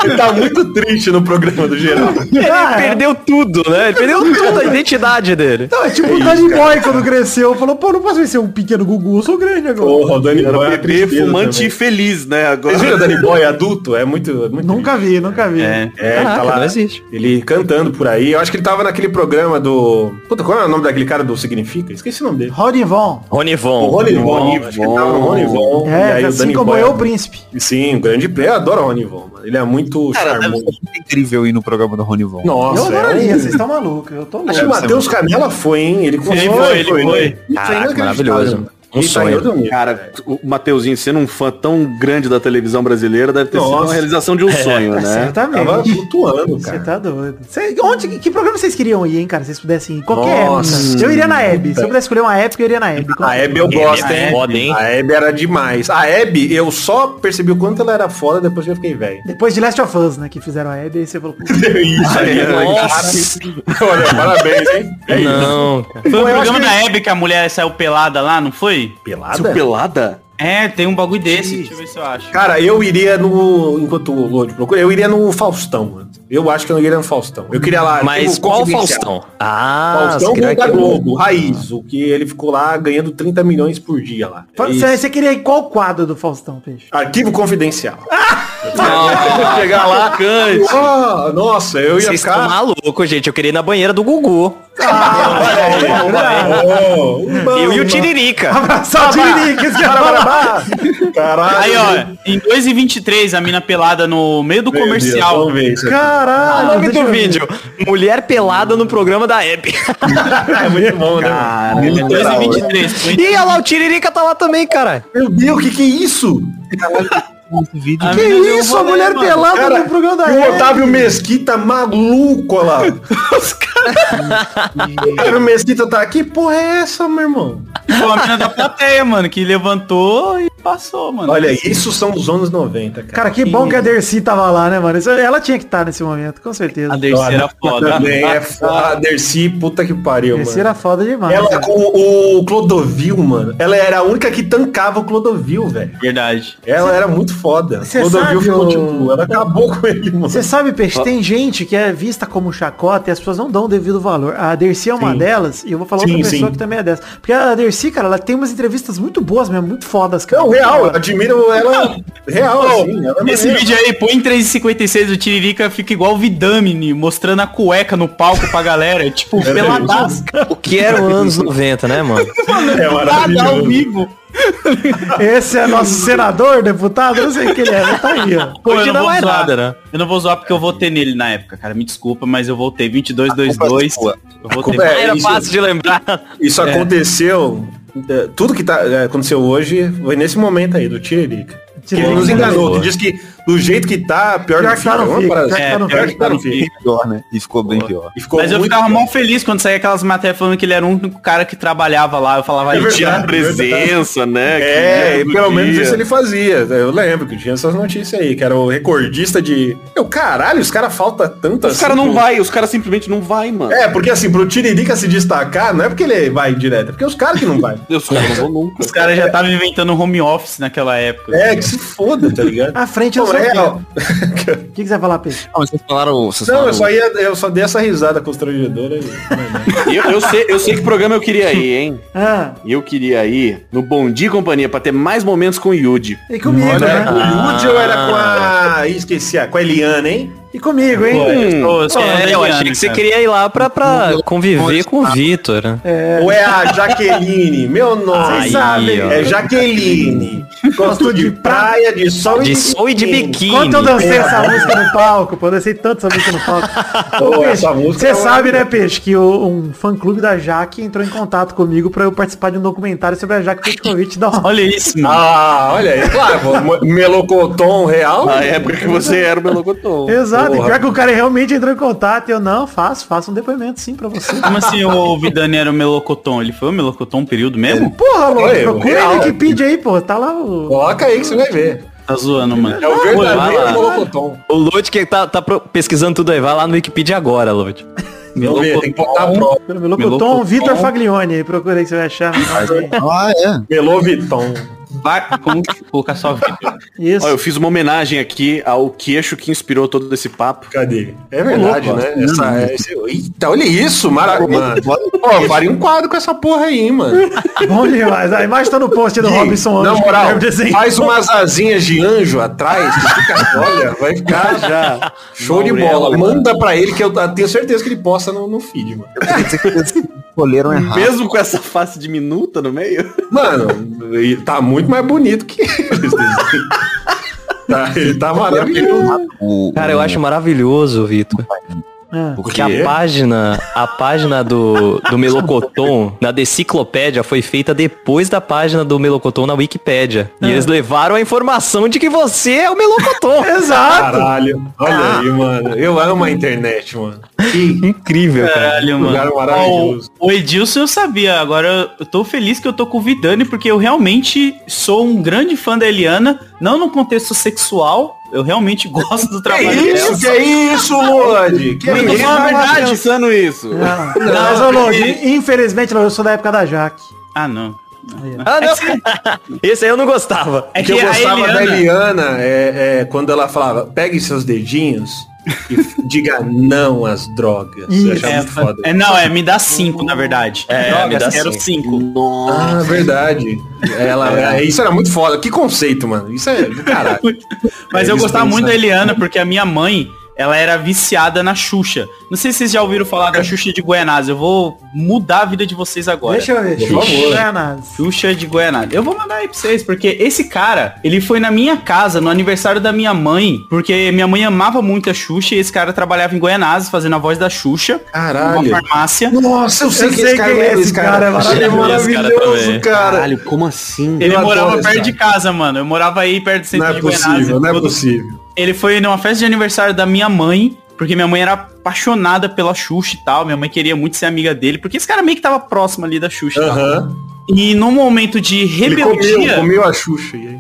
[SPEAKER 2] Ele tá muito triste no programa do Geraldo.
[SPEAKER 1] Ele
[SPEAKER 7] Ah, é.
[SPEAKER 1] perdeu tudo, né? Ele perdeu tudo, a identidade dele.
[SPEAKER 7] Não, é tipo o Danny Boy quando cresceu. Falou, pô, não posso ser um pequeno Gugu, eu sou grande agora.
[SPEAKER 2] Porra, o Dani
[SPEAKER 4] Era
[SPEAKER 2] Boy é
[SPEAKER 4] bebê
[SPEAKER 2] tristeza
[SPEAKER 4] fumante
[SPEAKER 2] também.
[SPEAKER 4] feliz, né? Agora.
[SPEAKER 2] Vocês viram o Dani Boy adulto? luto. É muito. é muito
[SPEAKER 7] Nunca vi, nunca vi.
[SPEAKER 6] É.
[SPEAKER 2] É, ele tá
[SPEAKER 1] Caraca,
[SPEAKER 2] lá.
[SPEAKER 1] não existe.
[SPEAKER 2] Ele cantando por aí. Eu acho que ele tava naquele programa do. Puta, qual é o nome daquele cara do Significa? Esqueci o nome dele.
[SPEAKER 7] Rony Von.
[SPEAKER 1] Ronivon.
[SPEAKER 2] O Rony Von. Acho que ele tava no Rony Von. e
[SPEAKER 7] É,
[SPEAKER 2] aí o
[SPEAKER 7] assim
[SPEAKER 2] Danny
[SPEAKER 7] como
[SPEAKER 2] Boyle.
[SPEAKER 7] eu, o príncipe.
[SPEAKER 2] um Sim, um grande prêmio. Eu adoro o Rony Von, mano. Ele é muito
[SPEAKER 5] Cara, deve
[SPEAKER 2] charmoso.
[SPEAKER 5] ser muito incrível ir no programa do Rony Von.
[SPEAKER 2] Nossa,
[SPEAKER 7] Eu
[SPEAKER 2] é
[SPEAKER 7] adoraria,
[SPEAKER 2] um-
[SPEAKER 7] vocês estão malucos. Eu tô louco.
[SPEAKER 2] Acho que o Matheus Canela foi, hein? Ele conseguiu.
[SPEAKER 6] foi, ele
[SPEAKER 2] né?
[SPEAKER 6] foi.
[SPEAKER 2] é
[SPEAKER 1] Caraca, maravilhoso. Um
[SPEAKER 2] tá
[SPEAKER 1] sonho.
[SPEAKER 4] Cara, o Mateuzinho sendo um fã tão grande da televisão brasileira deve ter sido
[SPEAKER 2] Nossa.
[SPEAKER 4] uma realização de um sonho, né?
[SPEAKER 2] Tava
[SPEAKER 7] Certamente.
[SPEAKER 2] flutuando,
[SPEAKER 7] Você
[SPEAKER 2] cara.
[SPEAKER 7] tá doido. Cê- onde, que- que programa vocês queriam ir, hein, cara? Se vocês pudessem ir. Qualquer
[SPEAKER 2] Nossa.
[SPEAKER 7] época. Eu iria na Hebe. Se eu pudesse escolher uma época, eu iria na Hebe.
[SPEAKER 2] A Hebe eu
[SPEAKER 1] Ele
[SPEAKER 2] gosto,
[SPEAKER 1] é
[SPEAKER 2] hein?
[SPEAKER 1] foda, hein?
[SPEAKER 2] A Hebe era demais. A Hebe, eu só percebi o quanto ela era foda depois que eu fiquei velho.
[SPEAKER 7] Depois de Last of Us, né? Que fizeram a Hebe, aí você falou... putz,
[SPEAKER 2] Isso aí,
[SPEAKER 1] né? Nossa.
[SPEAKER 2] Olha, parabéns, hein? É isso.
[SPEAKER 1] Não, cara.
[SPEAKER 6] Foi o
[SPEAKER 2] acho
[SPEAKER 6] programa
[SPEAKER 2] que-
[SPEAKER 6] da Hebe que a mulher saiu pelada lá, não foi?
[SPEAKER 2] Pelada?
[SPEAKER 4] Tá Pelada?
[SPEAKER 6] É, tem um bagulho desse. Deixa eu ver se eu acho.
[SPEAKER 2] Cara, eu iria no. Enquanto o Lodi procura, eu iria no Faustão, mano. Eu acho que eu não iria no Faustão. Eu queria lá.
[SPEAKER 1] Mas
[SPEAKER 2] tipo,
[SPEAKER 1] qual
[SPEAKER 2] confidencial.
[SPEAKER 1] um Faustão? Ah,
[SPEAKER 2] Faustão
[SPEAKER 1] será
[SPEAKER 2] ou da
[SPEAKER 1] que-
[SPEAKER 2] Globo, Raiz, o que ele ficou lá ganhando 30 milhões por dia lá. É isso.
[SPEAKER 7] Você você queria ir qual quadro do Faustão, Peixe?
[SPEAKER 2] Arquivo confidencial. Eu ia chegar lá. Ah, nossa, eu ia
[SPEAKER 1] É Vocês tá- estão
[SPEAKER 2] ficar.
[SPEAKER 1] malucos, gente. Eu queria ir na banheira do Gugu.
[SPEAKER 2] Oh,
[SPEAKER 1] né? eu e o Tiririca.
[SPEAKER 7] Abraçar o Tiririca, isso que é eu ia falar.
[SPEAKER 2] Caralho.
[SPEAKER 6] Aí, ó, em 2h23, a mina pelada no meio do
[SPEAKER 2] Meu Deus,
[SPEAKER 6] comercial.
[SPEAKER 2] vamos ver isso aqui.
[SPEAKER 1] O
[SPEAKER 7] Caralho,
[SPEAKER 1] Ah, nome
[SPEAKER 7] deixa
[SPEAKER 1] do
[SPEAKER 7] eu ver.
[SPEAKER 1] vídeo. Mulher pelada no programa da Hebe.
[SPEAKER 2] É muito bom, né? Cara,
[SPEAKER 7] é
[SPEAKER 6] 2h23.
[SPEAKER 1] Ih, olha lá, o Tiririca tá lá também, cara.
[SPEAKER 2] Meu Deus, o que, que é isso?
[SPEAKER 5] Esse vídeo
[SPEAKER 6] A
[SPEAKER 2] Ah,
[SPEAKER 7] Que
[SPEAKER 6] mina deu um
[SPEAKER 7] isso, a
[SPEAKER 6] rolê,
[SPEAKER 7] mulher
[SPEAKER 6] mano.
[SPEAKER 7] pelada
[SPEAKER 2] Cara,
[SPEAKER 7] no programa da
[SPEAKER 2] o
[SPEAKER 7] Hebe.
[SPEAKER 2] Otávio Mesquita maluco olha lá. Os caras- Otávio Mesquita tá aqui. Porra, é essa, meu irmão?
[SPEAKER 6] Foi tipo, a mina da plateia, mano, que levantou e passou, mano.
[SPEAKER 2] Olha, isso são os anos 90, cara.
[SPEAKER 7] Cara, que bom que a Dercy tava lá, né, mano? Isso- Ela tinha que estar nesse momento, com certeza.
[SPEAKER 6] A Dercy era foda.
[SPEAKER 2] Também é foda. A Dercy, puta que pariu,
[SPEAKER 7] Dercy
[SPEAKER 2] mano.
[SPEAKER 7] era foda demais.
[SPEAKER 2] Ela
[SPEAKER 7] cara.
[SPEAKER 2] com o Clodovil, mano. Ela era a única que tancava o Clodovil, velho.
[SPEAKER 6] Verdade.
[SPEAKER 2] Ela era muito foda.
[SPEAKER 7] Cê
[SPEAKER 2] Clodovil
[SPEAKER 7] sabe
[SPEAKER 2] ficou
[SPEAKER 7] o-
[SPEAKER 2] tipo, ela acabou com ele, mano.
[SPEAKER 7] Você sabe, Peixe, tem gente que é vista como chacota e as pessoas não dão o devido valor. A Dercy é uma delas, e eu vou falar
[SPEAKER 2] Sim,
[SPEAKER 7] outra pessoa
[SPEAKER 2] sim.
[SPEAKER 7] que também é dessa. Porque a Dercy, cara, ela tem umas entrevistas muito boas mesmo, muito fodas, cara.
[SPEAKER 2] Não, real, eu admiro ela real, assim. Ela é
[SPEAKER 6] Esse
[SPEAKER 2] maneira.
[SPEAKER 6] vídeo aí, põe em 3,56 o Tiririca fica igual o Vidamini, mostrando a cueca no palco pra galera. Tipo, peladaço.
[SPEAKER 1] O que era os anos 90, né, mano?
[SPEAKER 2] é
[SPEAKER 6] Nada ao
[SPEAKER 2] maravilhoso.
[SPEAKER 6] vivo.
[SPEAKER 7] Esse é nosso senador, deputado, não sei o que ele é, mas tá aí, ó.
[SPEAKER 6] Pô, eu
[SPEAKER 1] Hoje
[SPEAKER 6] não vou
[SPEAKER 1] é
[SPEAKER 6] zoar.
[SPEAKER 2] né?
[SPEAKER 6] Eu não vou zoar porque eu votei nele na época, cara. Me desculpa, mas eu votei 2222.
[SPEAKER 5] A culpa
[SPEAKER 6] Eu votei.
[SPEAKER 2] culpa é-
[SPEAKER 1] Era
[SPEAKER 2] isso-
[SPEAKER 1] fácil de lembrar.
[SPEAKER 2] Isso aconteceu. é, Tudo que tá, é, aconteceu hoje foi nesse momento aí do Tiririca. Que ele nos enganou. Que diz que do jeito que tá, pior,
[SPEAKER 7] Pior
[SPEAKER 2] não
[SPEAKER 7] que
[SPEAKER 2] fica.
[SPEAKER 7] tá, não
[SPEAKER 2] Vamos
[SPEAKER 7] fica.
[SPEAKER 2] parar
[SPEAKER 7] Pior que
[SPEAKER 2] assim.
[SPEAKER 7] tá, não
[SPEAKER 2] Pior que tá, não
[SPEAKER 6] fica.
[SPEAKER 2] fica.
[SPEAKER 5] pior, né? E ficou bem pior.
[SPEAKER 2] E ficou
[SPEAKER 6] mas eu
[SPEAKER 2] muito
[SPEAKER 6] ficava mal feliz quando saía aquelas matérias falando que ele era o único cara que trabalhava lá. Eu falava,
[SPEAKER 2] É
[SPEAKER 6] "Ih,
[SPEAKER 2] verdade.
[SPEAKER 4] Tinha a Tá presença, né?
[SPEAKER 2] É,
[SPEAKER 4] Que
[SPEAKER 2] e pelo
[SPEAKER 4] dia.
[SPEAKER 2] menos isso ele fazia. Eu lembro que tinha essas notícias aí, que era o recordista de. Meu caralho, os caras falta tanto
[SPEAKER 4] Os caras
[SPEAKER 2] assim
[SPEAKER 4] não
[SPEAKER 2] pro-
[SPEAKER 4] vai, os caras simplesmente não vai, mano.
[SPEAKER 2] É, porque assim, pro Tiririca se destacar, não é porque ele vai direto, é porque os caras que não vai.
[SPEAKER 4] Deus, os caras não vão nunca.
[SPEAKER 6] os caras já estavam inventando home office naquela época.
[SPEAKER 2] É, que se foda, tá ligado?
[SPEAKER 7] À frente do
[SPEAKER 2] Não,
[SPEAKER 7] seu
[SPEAKER 2] é,
[SPEAKER 7] tempo.
[SPEAKER 2] ó.
[SPEAKER 7] O que, que você vai falar, Peixe?
[SPEAKER 5] Não, mas vocês falaram... Vocês
[SPEAKER 2] não,
[SPEAKER 5] falaram
[SPEAKER 2] eu só, ia, eu só dei essa risada constrangedora. aí. Não,
[SPEAKER 4] Eu, eu sei, eu sei que programa eu queria ir, hein?
[SPEAKER 7] Ah,
[SPEAKER 4] Eu queria ir no Bom Dia e Companhia pra ter mais momentos com o Yuji.
[SPEAKER 7] e comigo,
[SPEAKER 2] não.
[SPEAKER 7] né?
[SPEAKER 2] O Lúcio era com a. Ih, Esqueci, a- com a Eliana, hein?
[SPEAKER 7] E comigo, hein?
[SPEAKER 6] Eu sou- eu sou
[SPEAKER 1] É, eu
[SPEAKER 6] andariano,
[SPEAKER 1] achei que você
[SPEAKER 6] cara.
[SPEAKER 1] queria ir lá pra, pra conviver com o Vitor. né?
[SPEAKER 2] Ou é a Jaqueline? Meu nome.
[SPEAKER 1] Aí, ó.
[SPEAKER 2] É Jaqueline. Gosto de praia, de sol
[SPEAKER 1] De sol e de biquíni.
[SPEAKER 7] Quanto eu dancei essa música no palco, pô, eu dancei tanto essa música no palco.
[SPEAKER 2] Pô,
[SPEAKER 7] Peixe,
[SPEAKER 2] essa É. música
[SPEAKER 7] Você
[SPEAKER 2] é uma-
[SPEAKER 7] sabe, né, Peixe, que o- um fã-clube da Jaque entrou em contato comigo pra eu participar de um documentário sobre a Jaque Petkovic da uma...
[SPEAKER 6] Olha isso, mano.
[SPEAKER 2] Ah, olha aí, claro, pô, mo- melocotom real.
[SPEAKER 4] Na época que você era o Melocotom.
[SPEAKER 7] Exato, então. e
[SPEAKER 2] Porra.
[SPEAKER 7] pior que o cara realmente entrou em contato e eu, não, faço, faço um depoimento sim pra você.
[SPEAKER 6] Como assim o Vidani era o Melocotom? Ele foi o Melocotom um período mesmo?
[SPEAKER 7] Porra, louco,
[SPEAKER 2] Oi,
[SPEAKER 7] procura
[SPEAKER 2] real.
[SPEAKER 7] na Wikipedia aí, pô, tá lá o...
[SPEAKER 2] Coloca aí que você vai ver.
[SPEAKER 6] Tá zoando, mano.
[SPEAKER 2] É o
[SPEAKER 1] vai
[SPEAKER 2] verdadeiro
[SPEAKER 1] lá.
[SPEAKER 2] melocotom.
[SPEAKER 1] O Lud que tá, tá pro- pesquisando tudo aí. Vai lá no Wikipedia agora, Lud.
[SPEAKER 2] Vamos ver, tem que botar a prova.
[SPEAKER 7] Pelo Melocotom, Vitor Faglione, procura aí que você vai achar.
[SPEAKER 5] Ah, é.
[SPEAKER 2] Melovitom.
[SPEAKER 6] Vai, como que colocar só vídeo?
[SPEAKER 7] Isso.
[SPEAKER 4] Ó, eu fiz uma homenagem aqui ao queixo que inspirou todo esse papo.
[SPEAKER 2] Cadê? É verdade,
[SPEAKER 4] louco, Uhum.
[SPEAKER 2] né? Essa, esse- eita, olha isso, maravilha. Pô, faria um quadro com essa porra aí, hein, mano.
[SPEAKER 7] Bom demais. A imagem tá no post do Robinson
[SPEAKER 2] Na
[SPEAKER 7] Anjos,
[SPEAKER 2] moral,
[SPEAKER 7] que eu desenhei.
[SPEAKER 2] faz umas asinhas de anjo atrás. que Fica, olha, vai ficar já. Show de
[SPEAKER 4] Maurela,
[SPEAKER 2] bola.
[SPEAKER 4] mano.
[SPEAKER 2] Manda pra ele que eu tenho certeza que ele posta no, no feed, mano.
[SPEAKER 5] Escolheram errado.
[SPEAKER 4] Mesmo com essa face diminuta no meio.
[SPEAKER 2] Mano, e tá muito mais bonito que eles. tá, ele tá maravilhoso.
[SPEAKER 5] O-
[SPEAKER 1] Cara, eu
[SPEAKER 5] o-
[SPEAKER 1] acho maravilhoso, Vitor.
[SPEAKER 7] Ah.
[SPEAKER 1] Porque a página, a página do, do Melocoton na deciclopédia foi feita depois da página do Melocoton na Wikipédia. E eles levaram a informação de que você é o Melocoton.
[SPEAKER 7] Exato.
[SPEAKER 2] Caralho. Olha
[SPEAKER 1] Ah.
[SPEAKER 2] aí, mano. Eu amo a internet, mano. Que
[SPEAKER 1] Incrível, cara.
[SPEAKER 6] Caralho,
[SPEAKER 2] lugar
[SPEAKER 6] mano.
[SPEAKER 2] maravilhoso.
[SPEAKER 6] Ó, O o Edilson eu sabia, agora eu tô feliz que eu tô com o Vidani, porque eu realmente sou um grande fã da Eliana, não no contexto sexual, eu realmente gosto do
[SPEAKER 2] Que
[SPEAKER 6] trabalho dela.
[SPEAKER 2] isso, que isso, Lorde? é Que
[SPEAKER 4] é
[SPEAKER 6] Eu tô
[SPEAKER 2] isso?
[SPEAKER 6] falando a verdade.
[SPEAKER 4] pensando isso.
[SPEAKER 7] Ah, mas, ô, Lorde, infelizmente, Lorde, eu sou da época da Jaque.
[SPEAKER 6] Ah, não.
[SPEAKER 1] Ah, não. Esse aí eu não gostava.
[SPEAKER 6] É
[SPEAKER 2] O que eu gostava da Eliana é, é quando ela falava, pegue seus dedinhos e f- diga não às drogas. Eu achava muito foda.
[SPEAKER 6] É, é, não, é me dá cinco, na verdade. É,
[SPEAKER 1] me dá
[SPEAKER 6] quero cinco.
[SPEAKER 2] Ah, verdade. Ela, é, Isso era muito foda. Que conceito, mano. Isso é do caralho.
[SPEAKER 6] Mas eu
[SPEAKER 2] Eles
[SPEAKER 6] gostava
[SPEAKER 2] pensam.
[SPEAKER 6] muito da Eliana porque a minha mãe, ela era viciada na Xuxa. Não sei se vocês já ouviram falar da Xuxa de Goianás. Eu vou mudar a vida de vocês agora.
[SPEAKER 7] Deixa eu ver.
[SPEAKER 2] Por favor.
[SPEAKER 7] Não é nada.
[SPEAKER 6] Xuxa de Goianápolis. Eu vou mandar aí pra vocês, porque esse cara, ele foi na minha casa, no aniversário da minha mãe, porque minha mãe amava muito a Xuxa e esse cara trabalhava em Goianazes fazendo a voz da Xuxa.
[SPEAKER 2] Caralho.
[SPEAKER 6] Numa farmácia.
[SPEAKER 2] Nossa, eu sei,
[SPEAKER 7] Eu
[SPEAKER 2] que
[SPEAKER 7] sei
[SPEAKER 2] esse cara
[SPEAKER 7] quem é
[SPEAKER 2] é
[SPEAKER 7] esse
[SPEAKER 2] esse cara.
[SPEAKER 7] cara, é
[SPEAKER 2] Ele é
[SPEAKER 1] maravilhoso,
[SPEAKER 2] maravilhoso,
[SPEAKER 1] cara,
[SPEAKER 2] cara.
[SPEAKER 4] como assim?
[SPEAKER 6] Ele
[SPEAKER 2] Eu
[SPEAKER 6] morava
[SPEAKER 2] adoro
[SPEAKER 6] perto de
[SPEAKER 2] esse
[SPEAKER 6] casa, mano. Eu morava aí perto do
[SPEAKER 2] Não
[SPEAKER 6] centro
[SPEAKER 2] é
[SPEAKER 6] de Goianazes.
[SPEAKER 2] possível, não é
[SPEAKER 6] Todo-
[SPEAKER 2] possível.
[SPEAKER 6] Ele foi numa festa de aniversário da minha mãe, porque minha mãe era apaixonada pela Xuxa e tal. Minha mãe queria muito ser amiga dele, porque esse cara meio que tava próximo ali da Xuxa e tal.
[SPEAKER 2] Aham.
[SPEAKER 6] E num momento de
[SPEAKER 2] Ele
[SPEAKER 6] rebeldia...
[SPEAKER 2] comeu, comeu a Xuxa. e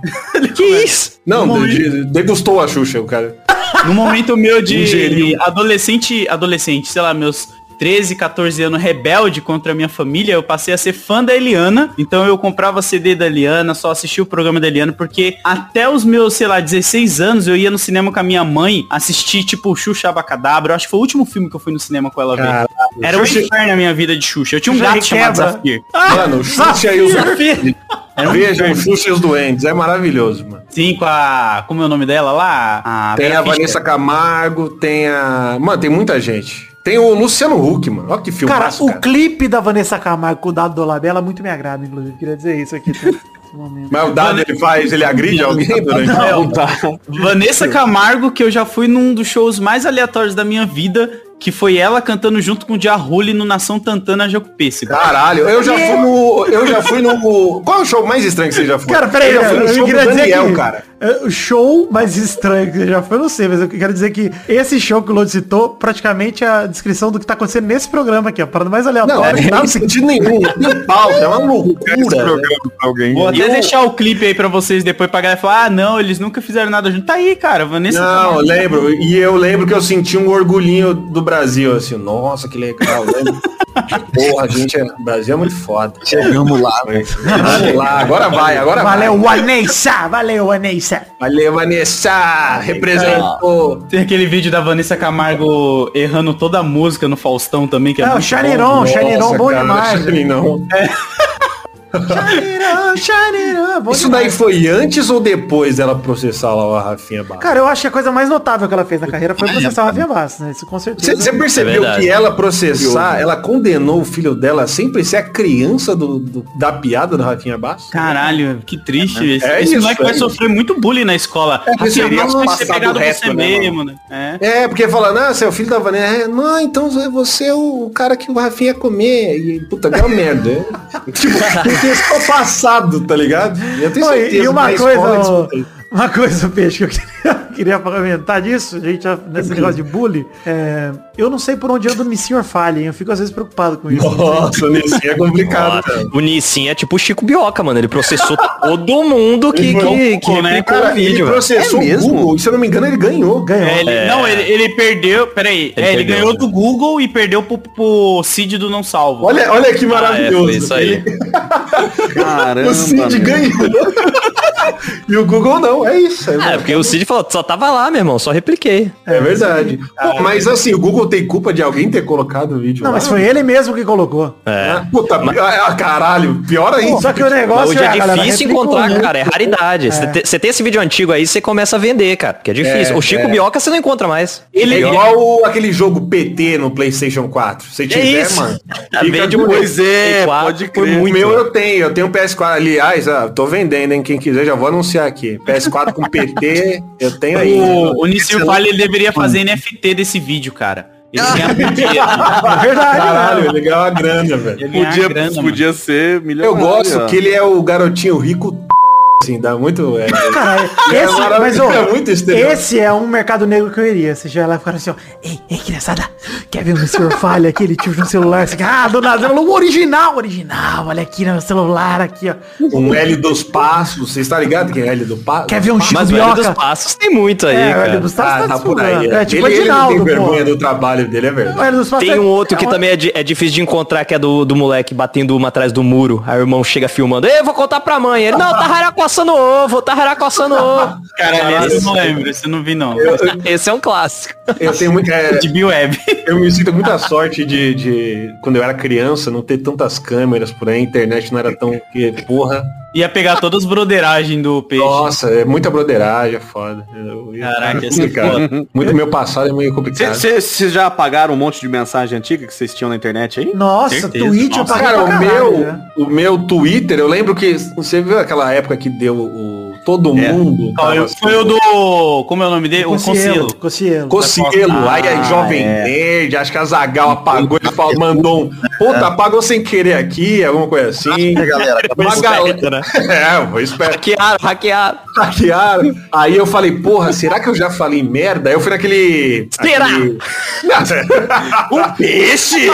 [SPEAKER 2] aí-
[SPEAKER 6] que isso?
[SPEAKER 2] Não, de- degustou a Xuxa, o cara.
[SPEAKER 6] No momento meu de
[SPEAKER 2] Ingeriu.
[SPEAKER 6] adolescente, adolescente, sei lá, meus 13, 14 anos rebelde contra a minha família, eu passei a ser fã da Eliana. Então eu comprava CD da Eliana, só assistia o programa da Eliana, porque até os meus, sei lá, 16 anos, eu ia no cinema com a minha mãe assistir, tipo, Xuxa Abacadabra. Eu Acho que foi o último filme que eu fui no cinema com ela ver.
[SPEAKER 2] Caralho,
[SPEAKER 6] Era um
[SPEAKER 2] Xuxa-
[SPEAKER 6] inferno a minha vida de Xuxa. Eu tinha um
[SPEAKER 7] Xuxa
[SPEAKER 6] gato chamado
[SPEAKER 7] requebra.
[SPEAKER 6] Zafir.
[SPEAKER 2] Mano, Xuxa e os... É
[SPEAKER 6] Era um
[SPEAKER 2] Vejam,
[SPEAKER 6] inferno.
[SPEAKER 2] Xuxa e os Duendes. É maravilhoso, mano.
[SPEAKER 6] Sim, com a... Como é o nome dela lá? A
[SPEAKER 2] Tem
[SPEAKER 6] Vera
[SPEAKER 2] a
[SPEAKER 6] Fischer.
[SPEAKER 2] Vanessa Camargo, tem a... Mano, tem muita gente. Tem o Luciano Huck, mano. Olha que filme.
[SPEAKER 7] Cara, o clipe da Vanessa Camargo com o Dado Dolabella é muito me agrada, inclusive. Queria dizer isso aqui. nesse momento.
[SPEAKER 2] Mas o dado ele faz, ele agride alguém durante
[SPEAKER 6] Não, É, Vanessa Camargo, que eu já fui num dos shows mais aleatórios da minha vida, que foi ela cantando junto com o Diarrulli no Nação Tantana Jaco Pêssego.
[SPEAKER 2] Caralho, eu já fui no. Eu já fui no. Qual é o show mais estranho que você já foi?
[SPEAKER 7] Cara, peraí, eu,
[SPEAKER 2] eu já fui no é um show
[SPEAKER 7] queria
[SPEAKER 2] do
[SPEAKER 7] dizer
[SPEAKER 2] Daniel,
[SPEAKER 7] que
[SPEAKER 2] cara.
[SPEAKER 7] é, show mais estranho que já foi, eu não sei, mas eu quero dizer que esse show que o Lodi citou, praticamente é a descrição do que tá acontecendo nesse programa aqui, ó, parando mais
[SPEAKER 2] Não, é
[SPEAKER 7] aleatório.
[SPEAKER 2] não tem sentido nenhum. não Tem pauta, é uma loucura. né?
[SPEAKER 6] Vou até
[SPEAKER 2] eu-
[SPEAKER 6] deixar o clipe aí pra vocês depois pra galera falar, ah, não, eles nunca fizeram nada junto. Tá aí, cara, Vanessa
[SPEAKER 2] Não, eu lembro. E eu lembro que eu senti um orgulhinho do Brasil, assim, nossa, que legal. Lembro. Porra, gente, é- o Brasil é muito foda.
[SPEAKER 5] Chegamos lá.
[SPEAKER 2] Vamos lá, agora vai, agora
[SPEAKER 7] valeu, Vanessa! Valeu, Vanessa!
[SPEAKER 2] vai. Valeu, Vanessa! Representou.
[SPEAKER 6] Tem aquele vídeo da Vanessa Camargo errando toda a música no Faustão também, que é
[SPEAKER 7] É, o
[SPEAKER 6] muito bom.
[SPEAKER 7] Chaniron, Chaniron,
[SPEAKER 2] Nossa,
[SPEAKER 7] bom
[SPEAKER 2] cara,
[SPEAKER 7] demais.
[SPEAKER 2] Xaninão.
[SPEAKER 7] Chaniron, Chaniron, bom
[SPEAKER 2] Isso
[SPEAKER 7] demais.
[SPEAKER 2] daí foi antes ou depois dela processar lá a Rafinha Barra?
[SPEAKER 7] Cara, eu acho que a coisa mais notável que ela fez na carreira foi processar o Rafinha Bastos, né? Isso com certeza.
[SPEAKER 2] Você você percebeu
[SPEAKER 1] verdade.
[SPEAKER 2] que ela processar, ela condenou o filho dela sempre ser a criança do, do- da piada do Rafinha Basso?
[SPEAKER 6] Caralho, que triste. Esse,
[SPEAKER 2] É
[SPEAKER 6] esse
[SPEAKER 2] isso,
[SPEAKER 6] moleque vai
[SPEAKER 2] é
[SPEAKER 6] sofrer muito bullying na escola. Assim,
[SPEAKER 2] É,
[SPEAKER 6] Rafinha,
[SPEAKER 2] seria
[SPEAKER 6] mas vai ser
[SPEAKER 2] passado
[SPEAKER 6] pegado
[SPEAKER 2] o resto,
[SPEAKER 6] você
[SPEAKER 2] né,
[SPEAKER 6] mesmo, né? É.
[SPEAKER 2] É, porque falando, ah, você é o filho da Vanessa. É, não, então você é o cara que o Rafinha ia comer. E, puta, que é uma merda. é. tipo, porque isso foi passado, tá ligado? Eu tenho
[SPEAKER 7] Não, e-
[SPEAKER 2] certeza.
[SPEAKER 7] e uma
[SPEAKER 2] na
[SPEAKER 7] coisa,
[SPEAKER 2] escola
[SPEAKER 7] ô,
[SPEAKER 2] isso-
[SPEAKER 7] uma coisa, Peixe, que eu queria, queria comentar disso, a gente, já- nesse negócio de bullying. é, eu não sei por onde anda o Missinho Falha, hein? Eu fico às vezes preocupado com isso.
[SPEAKER 2] Nossa, nesse é complicado. cara.
[SPEAKER 1] O Nissin é tipo o Chico Bioca, mano. Ele processou todo mundo que, que, que
[SPEAKER 6] Google, né?
[SPEAKER 1] replicou
[SPEAKER 2] Cara, ele
[SPEAKER 1] o um vídeo, velho.
[SPEAKER 2] processou
[SPEAKER 5] É
[SPEAKER 2] o
[SPEAKER 5] mesmo?
[SPEAKER 2] Google, e se eu não me engano, ele ganhou.
[SPEAKER 7] Ganhou.
[SPEAKER 6] É, ele- Não, ele, ele perdeu. Peraí.
[SPEAKER 1] Ele
[SPEAKER 6] é, ele
[SPEAKER 1] perdeu,
[SPEAKER 6] ganhou
[SPEAKER 1] né?
[SPEAKER 6] do Google e perdeu pro, pro Cid do Não Salvo.
[SPEAKER 2] Olha, olha que
[SPEAKER 1] Ah, é,
[SPEAKER 2] maravilhoso.
[SPEAKER 1] foi isso aí.
[SPEAKER 2] O Cid
[SPEAKER 4] Caramba.
[SPEAKER 2] ganhou. E o Google não, é isso. É,
[SPEAKER 1] É,
[SPEAKER 2] verdade.
[SPEAKER 1] porque o Cid falou, só tava lá, meu irmão, só repliquei.
[SPEAKER 2] É verdade. Pô, mas assim, o Google tem culpa de alguém ter colocado o vídeo
[SPEAKER 7] Não,
[SPEAKER 2] lá?
[SPEAKER 7] mas foi ele mesmo que colocou.
[SPEAKER 1] É.
[SPEAKER 2] Puta, ah, caralho, pior ainda.
[SPEAKER 7] Só que o
[SPEAKER 1] Mas
[SPEAKER 7] negócio
[SPEAKER 1] hoje é
[SPEAKER 7] galera,
[SPEAKER 1] difícil
[SPEAKER 7] replicou,
[SPEAKER 1] encontrar,
[SPEAKER 7] né?
[SPEAKER 1] cara. É raridade. Você te- Você tem esse vídeo antigo aí, você começa a vender, cara. Que é difícil.
[SPEAKER 2] É,
[SPEAKER 1] o Chico
[SPEAKER 2] é.
[SPEAKER 1] Bioca você não encontra mais.
[SPEAKER 2] É
[SPEAKER 1] Ele
[SPEAKER 2] igual o- aquele jogo PT no PlayStation 4. Se tiver,
[SPEAKER 1] É isso.
[SPEAKER 2] mano.
[SPEAKER 1] Tá,
[SPEAKER 2] fica
[SPEAKER 1] vende
[SPEAKER 2] com
[SPEAKER 1] muito.
[SPEAKER 2] ele.
[SPEAKER 4] Pois é,
[SPEAKER 1] P4
[SPEAKER 4] pode
[SPEAKER 1] por
[SPEAKER 4] crer.
[SPEAKER 2] O meu eu tenho, eu tenho um PS4. Aliás, ah, tô vendendo, hein? Quem quiser, já vou anunciar aqui. PS4 com PT, eu tenho aí. Hum.
[SPEAKER 6] O, o Nissinho Palha, ele deveria fazer NFT desse vídeo, cara. Ele
[SPEAKER 2] Ah.
[SPEAKER 6] ganha por dia.
[SPEAKER 7] É verdade, né?
[SPEAKER 2] Caralho, legal a grana, velho.
[SPEAKER 6] Ele ganha
[SPEAKER 4] Podia,
[SPEAKER 6] grana, mano.
[SPEAKER 4] podia ser
[SPEAKER 2] Eu
[SPEAKER 4] milionário. Ah.
[SPEAKER 2] gosto que ele é o garotinho rico, assim, dá muito. É,
[SPEAKER 7] Cara,
[SPEAKER 2] É
[SPEAKER 7] esse, mas, ô,
[SPEAKER 2] maravilhoso, é muito estereótipo.
[SPEAKER 7] esse é um mercado negro que eu iria. Você já lá e ficar assim, ó. Ei, ei, criançada, quer ver o senhor falha aqui? Ele tira no celular. Você, ah, do nada, ele falou, "O original, original, olha aqui no meu celular, aqui, ó.
[SPEAKER 2] Um L dos passos, você está ligado que é L do passo?
[SPEAKER 7] Quer ver um Chico
[SPEAKER 1] Mas o Hélio dos
[SPEAKER 7] Bioca?
[SPEAKER 1] Passos tem muito aí,
[SPEAKER 7] É, o
[SPEAKER 1] cara.
[SPEAKER 7] Hélio dos Passos
[SPEAKER 2] Ah,
[SPEAKER 7] tá
[SPEAKER 2] tá por aí.
[SPEAKER 7] desfigurado.
[SPEAKER 2] É,
[SPEAKER 7] É tipo
[SPEAKER 2] ele, ele não
[SPEAKER 7] Edinaldo,
[SPEAKER 2] tem
[SPEAKER 7] pô.
[SPEAKER 2] vergonha do trabalho dele, é
[SPEAKER 7] O
[SPEAKER 2] verdade.
[SPEAKER 7] Hélio dos Passos
[SPEAKER 1] Tem
[SPEAKER 7] é-
[SPEAKER 1] um outro que
[SPEAKER 7] é
[SPEAKER 1] também é, di- é difícil de encontrar, que é do, do moleque batendo uma atrás do muro. Aí o irmão chega filmando. Ei, vou contar pra mãe. Ele, não, tá raracoçando ovo, tá raracoçando ovo.
[SPEAKER 6] Caralho, esse eu não lembro, esse eu não vi, não.
[SPEAKER 1] Esse é um clássico.
[SPEAKER 2] Eu tenho muito. é,
[SPEAKER 7] assim,
[SPEAKER 6] De Biweb.
[SPEAKER 7] tipo,
[SPEAKER 2] eu me sinto muita sorte de, de- Quando eu era criança, não ter tantas câmeras por aí, a internet não era tão. Que, porra.
[SPEAKER 6] Ia pegar todas as broderagens do peixe.
[SPEAKER 2] Nossa, é muita broderagem, é foda. Eu- eu-
[SPEAKER 6] Caraca,
[SPEAKER 2] é
[SPEAKER 6] essa é
[SPEAKER 2] complicado. Muito meu passado é meio complicado.
[SPEAKER 4] Vocês já apagaram um monte de mensagem antiga que vocês tinham na internet aí?
[SPEAKER 7] Nossa,
[SPEAKER 6] Certeza,
[SPEAKER 7] Twitch eu
[SPEAKER 6] nossa.
[SPEAKER 7] paguei
[SPEAKER 2] Cara,
[SPEAKER 7] pra
[SPEAKER 2] o
[SPEAKER 7] caralho,
[SPEAKER 2] meu,
[SPEAKER 7] né?
[SPEAKER 2] o meu Twitter, eu lembro que você viu aquela época que deu o todo
[SPEAKER 4] É.
[SPEAKER 2] mundo.
[SPEAKER 6] Ó, eu-
[SPEAKER 2] tava-
[SPEAKER 6] Foi o do. Como é o nome dele? O
[SPEAKER 7] Concielo.
[SPEAKER 6] Concielo.
[SPEAKER 7] Concielo.
[SPEAKER 2] Cocielo, aí a Jovem
[SPEAKER 4] é.
[SPEAKER 2] Nerd, acho que a Zagal apagou e falou, mandou um. Puta, apagou sem querer aqui, alguma coisa assim.
[SPEAKER 5] E aí, galera,
[SPEAKER 2] Uma
[SPEAKER 1] esperto,
[SPEAKER 2] galera. É, foi esperto.
[SPEAKER 1] Hackearam, hackearam.
[SPEAKER 2] Hackearam. Aí eu falei, porra, será que eu já falei merda? Aí eu fui naquele.
[SPEAKER 1] Será?
[SPEAKER 2] um peixe!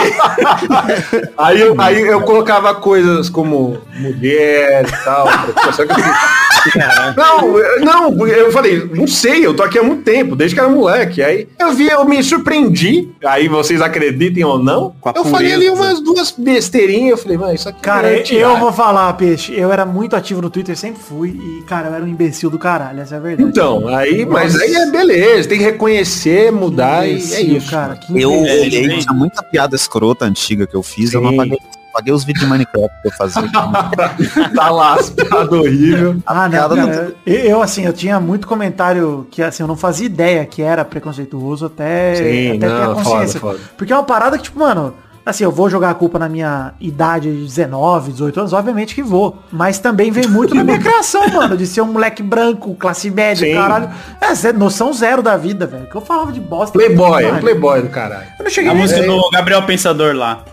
[SPEAKER 2] aí, eu, aí eu colocava coisas como mulher e tal. Só que eu fiquei- não, eu- não, eu falei, não sei, eu tô aqui há muito tempo, desde que era moleque. Aí eu vi, eu me surpreendi. Aí vocês acreditem ou não,
[SPEAKER 4] Com a
[SPEAKER 2] eu falei ali
[SPEAKER 4] pureza.
[SPEAKER 2] umas duas besteirinhas, eu falei, mano, isso aqui
[SPEAKER 7] Cara,
[SPEAKER 2] é
[SPEAKER 7] eu, eu
[SPEAKER 2] tiragem."
[SPEAKER 7] vou falar, Peixe. Eu era muito ativo no Twitter, sempre fui. E, cara, eu era um imbecil do caralho, essa é a verdade.
[SPEAKER 2] Então, aí, mas aí é beleza, tem que reconhecer, mudar e é
[SPEAKER 7] Imbecil,
[SPEAKER 2] isso.
[SPEAKER 7] cara. Que
[SPEAKER 5] Eu
[SPEAKER 7] imbecil.
[SPEAKER 5] olhei, tinha muita piada escrota antiga que eu fiz, eu não
[SPEAKER 2] Sim.
[SPEAKER 5] apaguei. Apaguei os vídeos de Minecraft que eu fazia.
[SPEAKER 2] tá lá, tá horrível.
[SPEAKER 7] Ah, não,
[SPEAKER 5] Piada
[SPEAKER 7] cara,
[SPEAKER 5] não
[SPEAKER 7] eu, eu, assim, eu tinha muito comentário que, assim, eu não fazia ideia que era preconceituoso até,
[SPEAKER 2] Sim,
[SPEAKER 7] até ter É, a
[SPEAKER 2] não,
[SPEAKER 7] consciência.
[SPEAKER 2] foda, foda.
[SPEAKER 7] Porque é uma parada que, tipo, mano, assim, eu vou jogar a culpa na minha idade de 19, 18 anos, obviamente que vou. Mas também vem muito na minha criação, mano, de ser um moleque branco, classe média,
[SPEAKER 2] Sim.
[SPEAKER 7] caralho. É, zé- noção zero da vida, velho. Que eu falava de bosta.
[SPEAKER 2] Playboy, é
[SPEAKER 7] Mano,
[SPEAKER 2] um playboy do caralho.
[SPEAKER 7] Eu não cheguei
[SPEAKER 6] A
[SPEAKER 7] nem...
[SPEAKER 2] É.
[SPEAKER 6] música do Gabriel Pensador lá.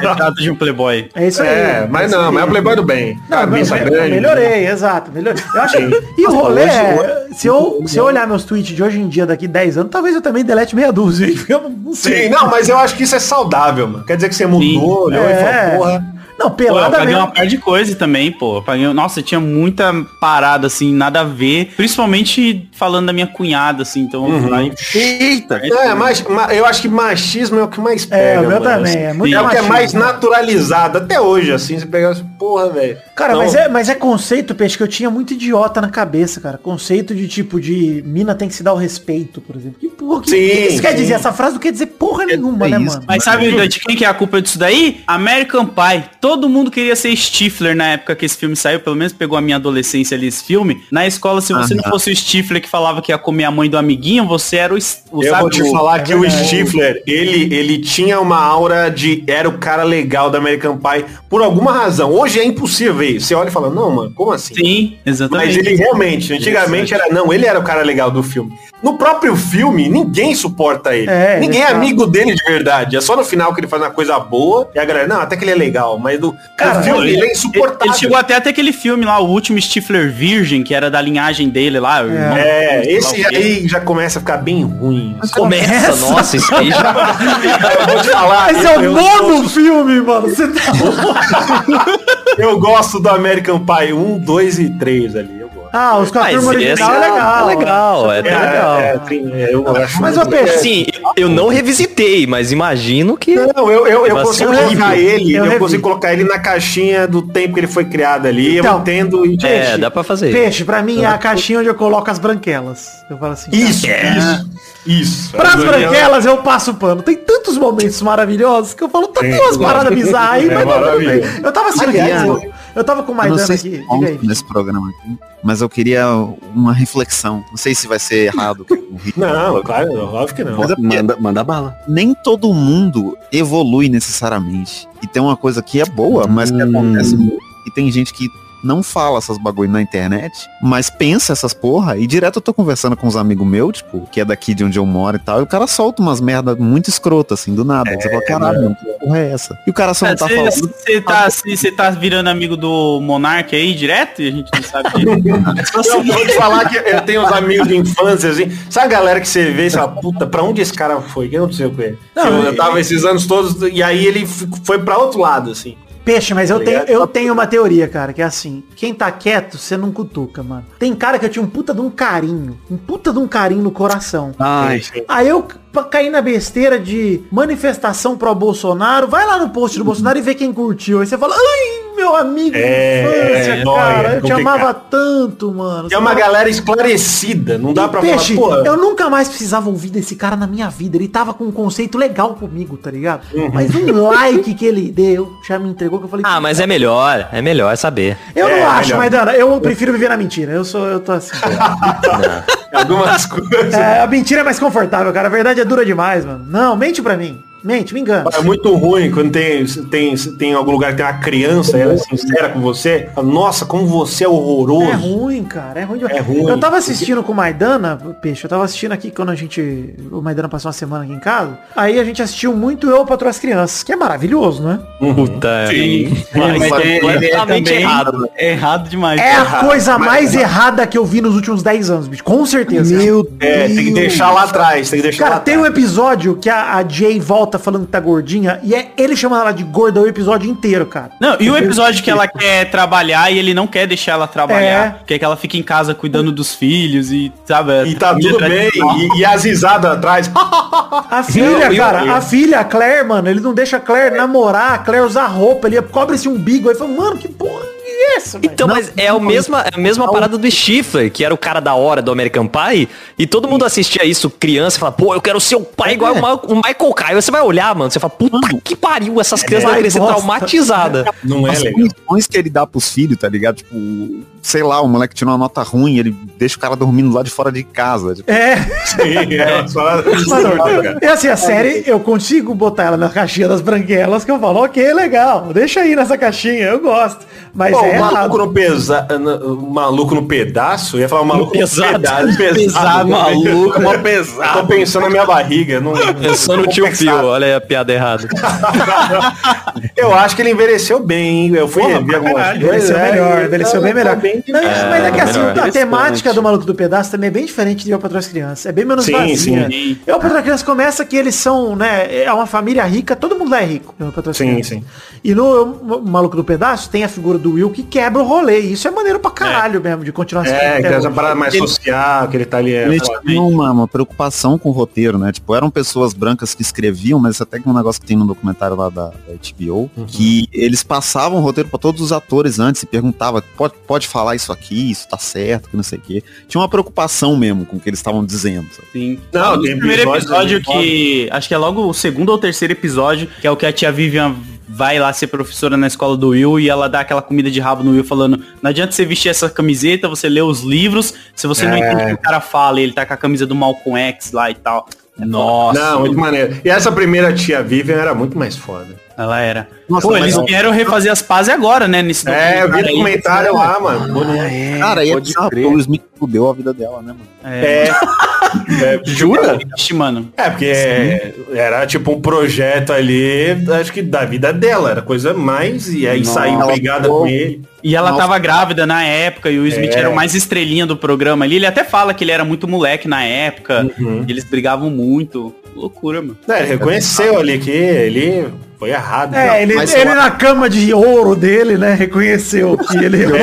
[SPEAKER 6] Retrato de um playboy.
[SPEAKER 7] É isso aí.
[SPEAKER 2] É, mas não, mas é um playboy do bem. Cabeça
[SPEAKER 7] eu- eu
[SPEAKER 2] grande. né?
[SPEAKER 7] Melhorei, exato. Melhorei. Eu acho que, e o rolê é, se eu, se eu olhar meus tweets de hoje em dia, daqui 10 anos, talvez eu também delete meia dúzia. hein? Eu não- não sei.
[SPEAKER 2] Sim, não, mas eu acho que isso é saudável, mano. Quer dizer que você mudou, olhou e
[SPEAKER 7] É.
[SPEAKER 2] falou, porra.
[SPEAKER 7] Não,
[SPEAKER 6] Pô, eu
[SPEAKER 7] pelada
[SPEAKER 6] paguei
[SPEAKER 7] mesmo.
[SPEAKER 6] uma par de coisa também, pô. Eu Paguei... Nossa, tinha muita parada, assim, nada a ver. Principalmente falando da minha cunhada, assim, então.
[SPEAKER 2] Uhum.
[SPEAKER 6] aí-
[SPEAKER 4] Eita!
[SPEAKER 2] É, mas, ma- eu acho que machismo é o que mais
[SPEAKER 7] É,
[SPEAKER 2] pega.
[SPEAKER 7] o meu
[SPEAKER 2] mano.
[SPEAKER 7] também. É, muito
[SPEAKER 2] É o que é
[SPEAKER 7] machismo.
[SPEAKER 2] mais naturalizado. Até hoje, assim, você pega assim, porra, velho.
[SPEAKER 7] Cara,
[SPEAKER 2] Não,
[SPEAKER 7] mas é, mas é conceito, peixe, que eu tinha muito idiota na cabeça, cara. Conceito de tipo de mina tem que se dar o respeito, por exemplo. Que porra, que,
[SPEAKER 2] Sim,
[SPEAKER 7] que isso quer
[SPEAKER 2] sim.
[SPEAKER 7] dizer? Essa frase não quer dizer porra nenhuma,
[SPEAKER 5] é
[SPEAKER 7] né,
[SPEAKER 5] isso.
[SPEAKER 7] mano?
[SPEAKER 6] Mas
[SPEAKER 2] Uhum.
[SPEAKER 6] sabe de quem que é a culpa disso daí? American Pie. Todo mundo queria ser Stifler na época que esse filme saiu, pelo menos pegou a minha adolescência ali esse filme. Na escola, se você não fosse o Stifler que falava que ia comer a mãe do amiguinho, você era o, s- o
[SPEAKER 2] Eu
[SPEAKER 6] sabe,
[SPEAKER 2] vou te
[SPEAKER 6] o-
[SPEAKER 7] é
[SPEAKER 2] falar que o Stifler, ele, ele tinha uma aura de era o cara legal da American Pie por alguma razão. Hoje é impossível ver. isso. Você olha e fala, não, mano, como assim?
[SPEAKER 6] Sim, exatamente.
[SPEAKER 2] Mas ele realmente, antigamente era não, ele era o cara legal do filme. No próprio filme, ninguém suporta ele.
[SPEAKER 7] É,
[SPEAKER 2] ninguém é
[SPEAKER 7] exato.
[SPEAKER 2] amigo dele de verdade. É só no final que ele faz uma coisa boa e a galera, não, até que ele é legal, mas do
[SPEAKER 6] Cara,
[SPEAKER 2] no filme
[SPEAKER 6] não,
[SPEAKER 2] ele, é
[SPEAKER 6] Ele,
[SPEAKER 2] insuportável.
[SPEAKER 6] ele chegou até até aquele filme lá, o último Stifler Virgem, que era da linhagem dele lá. o irmão-
[SPEAKER 2] É,
[SPEAKER 6] sei lá o
[SPEAKER 2] esse
[SPEAKER 6] quê.
[SPEAKER 2] aí já começa a ficar bem ruim.
[SPEAKER 1] Começa, nossa, isso aí já...
[SPEAKER 2] Eu vou te falar,
[SPEAKER 7] Esse é
[SPEAKER 2] eu-
[SPEAKER 7] o
[SPEAKER 2] eu-
[SPEAKER 7] nono filme, mano. Você tá...
[SPEAKER 2] Eu gosto do American Pie 1, 2 um, e 3 ali, eu gosto.
[SPEAKER 7] Ah, os com a
[SPEAKER 1] Mas
[SPEAKER 7] turma original é
[SPEAKER 1] essa-
[SPEAKER 7] legal. né?
[SPEAKER 1] É legal, é, tá legal.
[SPEAKER 2] É, tem- é, eu acho
[SPEAKER 7] Mas
[SPEAKER 2] muito
[SPEAKER 7] eu penso-
[SPEAKER 1] Sim, eu não revisitei, mas imagino que.
[SPEAKER 2] Não, eu, eu, eu
[SPEAKER 1] Mas
[SPEAKER 2] consigo
[SPEAKER 1] eu
[SPEAKER 2] colocar
[SPEAKER 7] revi,
[SPEAKER 2] ele,
[SPEAKER 7] eu
[SPEAKER 2] eu,
[SPEAKER 7] revi.
[SPEAKER 2] consigo colocar ele na caixinha do tempo que ele foi criado ali,
[SPEAKER 7] Então,
[SPEAKER 2] eu entendo e
[SPEAKER 1] É, dá pra fazer.
[SPEAKER 7] Peixe, pra mim, é a caixinha onde eu coloco as branquelas. Eu falo assim.
[SPEAKER 2] Isso, isso,
[SPEAKER 7] É.
[SPEAKER 2] isso.
[SPEAKER 7] Para as branquelas eu passo o pano. Tem tantos momentos maravilhosos que eu falo, tá tem umas paradas bizarras aí,
[SPEAKER 2] É
[SPEAKER 7] mas tá tudo bem.
[SPEAKER 2] maravilhoso.
[SPEAKER 7] Eu tava assistindo,
[SPEAKER 5] Aliás,
[SPEAKER 7] eu- eu tava com o
[SPEAKER 5] Eu não
[SPEAKER 7] Maidana
[SPEAKER 5] sei
[SPEAKER 7] aqui.
[SPEAKER 5] se é né?
[SPEAKER 7] Diga aí.
[SPEAKER 5] conta nesse programa aqui, mas eu queria uma reflexão. Não sei se vai ser errado o ritmo.
[SPEAKER 2] Não, é claro, óbvio que não.
[SPEAKER 5] Mas é porque
[SPEAKER 4] Manda, manda bala.
[SPEAKER 5] nem todo mundo evolui necessariamente. E tem uma coisa que é boa, mas que
[SPEAKER 4] Hum.
[SPEAKER 5] acontece muito. E tem gente que não fala essas bagulho na internet, mas pensa essas porra. E direto eu tô conversando com uns amigos meus, tipo, que é daqui de onde eu moro e tal. E o cara solta umas merda muito escrota, assim, do nada. você fala,
[SPEAKER 4] né?"
[SPEAKER 5] caralho, mano, que porra é essa? E o cara só não tá falando.
[SPEAKER 6] Você tá, cê- cê tá virando amigo do Monark aí direto e a gente não sabe
[SPEAKER 1] é
[SPEAKER 6] disso.
[SPEAKER 2] Eu
[SPEAKER 1] assim.
[SPEAKER 2] vou te falar que eu tenho uns amigos de infância, assim. Sabe a galera que você vê e fala, puta, pra onde esse cara foi? O que aconteceu com ele? eu, eu tava esses anos todos, e aí ele f- foi pra outro lado, assim.
[SPEAKER 7] Peixe, mas eu
[SPEAKER 2] Tá
[SPEAKER 7] tenho,
[SPEAKER 2] ligado?
[SPEAKER 7] eu tenho uma teoria, cara, que é assim, quem tá quieto, você não cutuca, mano. Tem cara que eu tinha um puta de um carinho, um puta de um carinho no coração.
[SPEAKER 4] Ai,
[SPEAKER 7] Aí eu pra cair na besteira de manifestação pro Bolsonaro, vai lá no post do Bolsonaro e vê quem curtiu. Aí você fala, ai, meu amigo de
[SPEAKER 2] É,
[SPEAKER 7] infância,
[SPEAKER 2] é, dói,
[SPEAKER 7] cara,
[SPEAKER 2] é
[SPEAKER 7] eu te
[SPEAKER 2] complicado.
[SPEAKER 7] amava tanto, mano.
[SPEAKER 2] É uma galera esclarecida, não dá pra
[SPEAKER 7] Peixe,
[SPEAKER 2] falar, porra.
[SPEAKER 7] eu nunca mais precisava ouvir desse cara na minha vida. Ele tava com um conceito legal comigo, tá ligado?
[SPEAKER 2] Uhum.
[SPEAKER 7] Mas um like que ele deu já me entregou que eu falei.
[SPEAKER 1] Ah, mas é melhor, é melhor saber.
[SPEAKER 7] Eu não
[SPEAKER 2] É,
[SPEAKER 7] acho,
[SPEAKER 2] melhor.
[SPEAKER 7] Maidana. Eu prefiro viver na mentira. Eu sou, eu tô assim.
[SPEAKER 2] Algumas coisas.
[SPEAKER 7] É, a mentira é mais confortável, cara. A verdade é dura demais, mano. Não, mente pra mim. Mente, me engana.
[SPEAKER 2] É muito ruim quando tem, tem, tem algum lugar que tem uma criança, ela é sincera com você. fala, Nossa, como você é horroroso.
[SPEAKER 7] É ruim, cara. É ruim. demais.
[SPEAKER 2] É ruim.
[SPEAKER 7] Eu tava assistindo com o Maidana, peixe, eu tava assistindo aqui quando a gente. O Maidana passou uma semana aqui em casa. Aí a gente assistiu muito Eu Patrô as Crianças, que é maravilhoso, né?
[SPEAKER 1] Puta.
[SPEAKER 6] Mas
[SPEAKER 1] Mas
[SPEAKER 6] é-
[SPEAKER 1] completamente
[SPEAKER 6] também
[SPEAKER 1] errado.
[SPEAKER 6] É errado demais.
[SPEAKER 7] É a coisa mais errada que eu vi nos últimos 10 anos, bicho. Com certeza.
[SPEAKER 2] É, tem que deixar lá atrás, tem que deixar
[SPEAKER 7] Cara,
[SPEAKER 2] lá
[SPEAKER 7] tem um episódio que a, a Jay volta falando que tá gordinha e é ele chamando ela de gorda o episódio inteiro, cara.
[SPEAKER 6] Não, e o episódio que ela quer trabalhar e ele não quer deixar ela trabalhar. Quer que ela fique em casa cuidando dos filhos e, sabe?
[SPEAKER 7] um
[SPEAKER 2] E tá tudo bem, e, e as risadas atrás.
[SPEAKER 7] A filha, cara, a filha, a Claire, mano, ele não deixa a Claire namorar, a Claire usar roupa, ele cobre esse umbigo. Aí fala, mano, que porra é essa, velho?
[SPEAKER 1] Então, mas é, o mesma, é a mesma parada do Stifler, que era o cara da hora do American Pie, e todo mundo assistia isso, criança, e fala, pô, eu quero ser um pai igual o Ma- o Michael Caio. Aí Você vai olhar, mano, você fala, puta que pariu, essas crianças vão crescer
[SPEAKER 7] bosta.
[SPEAKER 1] traumatizadas.
[SPEAKER 2] Não
[SPEAKER 5] As punições que ele dá pros filhos, tá ligado? Tipo, sei lá, o moleque tirou uma nota ruim, ele deixa o cara dormindo lá de fora de casa. Tipo,
[SPEAKER 7] É,
[SPEAKER 2] Sim, é, umas paradas absurdas, cara.
[SPEAKER 7] mano, é assim, a série, eu consigo botar ela na caixinha das branquelas, que eu falo, ok, legal, deixa aí nessa caixinha, eu gosto. Mas
[SPEAKER 2] Pô,
[SPEAKER 7] é
[SPEAKER 2] o maluco
[SPEAKER 7] errado.
[SPEAKER 2] no pesa... no- o maluco no pedaço, eu ia falar o maluco
[SPEAKER 1] pesado.
[SPEAKER 2] pedaço, pesado,
[SPEAKER 4] Pesado, maluco, mó
[SPEAKER 2] Eu
[SPEAKER 4] pesado.
[SPEAKER 2] Tô pensando na minha barriga, não
[SPEAKER 1] Pensando no tio Phil, olha aí a piada errada.
[SPEAKER 2] Eu acho que ele envelheceu bem, hein? Eu fui rever algumas
[SPEAKER 7] Envelheceu
[SPEAKER 2] coisas,
[SPEAKER 7] melhor,
[SPEAKER 2] é,
[SPEAKER 7] envelheceu bem
[SPEAKER 2] tá-
[SPEAKER 7] melhor.
[SPEAKER 2] tá bem
[SPEAKER 7] Não, isso, mas é que assim,
[SPEAKER 1] melhor.
[SPEAKER 7] a temática do Maluco do Pedaço também é bem diferente de Eu Patrão as Crianças. É bem menos
[SPEAKER 2] Sim,
[SPEAKER 7] vazia.
[SPEAKER 2] sim.
[SPEAKER 7] Eu Patrão as Crianças começa que eles são, né, é uma família rica, todo mundo lá é rico. no Eu, Patrão as
[SPEAKER 2] Sim,
[SPEAKER 7] Crianças.
[SPEAKER 2] sim.
[SPEAKER 7] E no Eu, Maluco do Pedaço tem a figura do Will que quebra o rolê. E isso é maneiro pra caralho mesmo, de continuar um-
[SPEAKER 2] É, que
[SPEAKER 7] até
[SPEAKER 2] é essa
[SPEAKER 7] hoje.
[SPEAKER 2] parada mais social, que ele tá ali. É,
[SPEAKER 5] Ele
[SPEAKER 2] pô,
[SPEAKER 5] tinha uma, uma preocupação com o roteiro, né? Tipo, eram pessoas brancas que escreviam, mas até que um negócio que tem no documentário lá da, da HBO, que eles passavam o roteiro pra todos os atores antes e perguntava, pode, pode falar isso aqui, isso tá certo, que não sei o quê. Tinha uma preocupação mesmo com o que eles estavam dizendo. sabe?
[SPEAKER 6] Sim.
[SPEAKER 2] Não,
[SPEAKER 6] Não,
[SPEAKER 2] tem
[SPEAKER 6] o primeiro
[SPEAKER 2] episódio
[SPEAKER 6] episódio que. Acho que é logo o segundo ou terceiro episódio, que é o que a tia Vivian vai lá ser professora na escola do Will e ela dá aquela comida de rabo no Will falando não adianta você vestir essa camiseta, você lê os livros, se você
[SPEAKER 2] É.
[SPEAKER 6] não entende o que o cara fala, e ele tá com a camisa do Malcolm X lá e tal. É Nossa,
[SPEAKER 2] Não, muito maneiro. E essa primeira tia Vivian era muito mais foda.
[SPEAKER 6] ela era.
[SPEAKER 5] Nossa,
[SPEAKER 6] Pô,
[SPEAKER 5] mas
[SPEAKER 6] eles
[SPEAKER 5] eu-
[SPEAKER 6] vieram refazer as pazes agora, né? Nesse
[SPEAKER 2] É, eu vi
[SPEAKER 6] documentário
[SPEAKER 2] no
[SPEAKER 6] aí.
[SPEAKER 2] comentário lá, mano. Bonito.
[SPEAKER 5] Cara, e é
[SPEAKER 4] pode
[SPEAKER 5] bizarro,
[SPEAKER 4] crer.
[SPEAKER 5] porque o Will Smith fudeu a vida dela, né, mano?
[SPEAKER 2] É. É, Jura?
[SPEAKER 6] Ixi, mano.
[SPEAKER 2] É, porque é, era tipo um projeto ali, acho que da vida dela, era coisa mais, e aí sair
[SPEAKER 5] ela
[SPEAKER 2] brigada
[SPEAKER 5] ficou-
[SPEAKER 2] com ele.
[SPEAKER 6] E ela
[SPEAKER 5] Nossa.
[SPEAKER 6] tava grávida na época e o Smith
[SPEAKER 2] É.
[SPEAKER 6] era o mais estrelinha do programa ali. Ele até fala que ele era muito moleque na época.
[SPEAKER 2] Uhum.
[SPEAKER 6] e Eles brigavam muito. Loucura, mano.
[SPEAKER 2] É, ele reconheceu ali que ele Foi errado.
[SPEAKER 7] É, ele,
[SPEAKER 5] mas
[SPEAKER 7] ele
[SPEAKER 5] eu-
[SPEAKER 7] na cama de ouro dele, né, reconheceu que ele errou.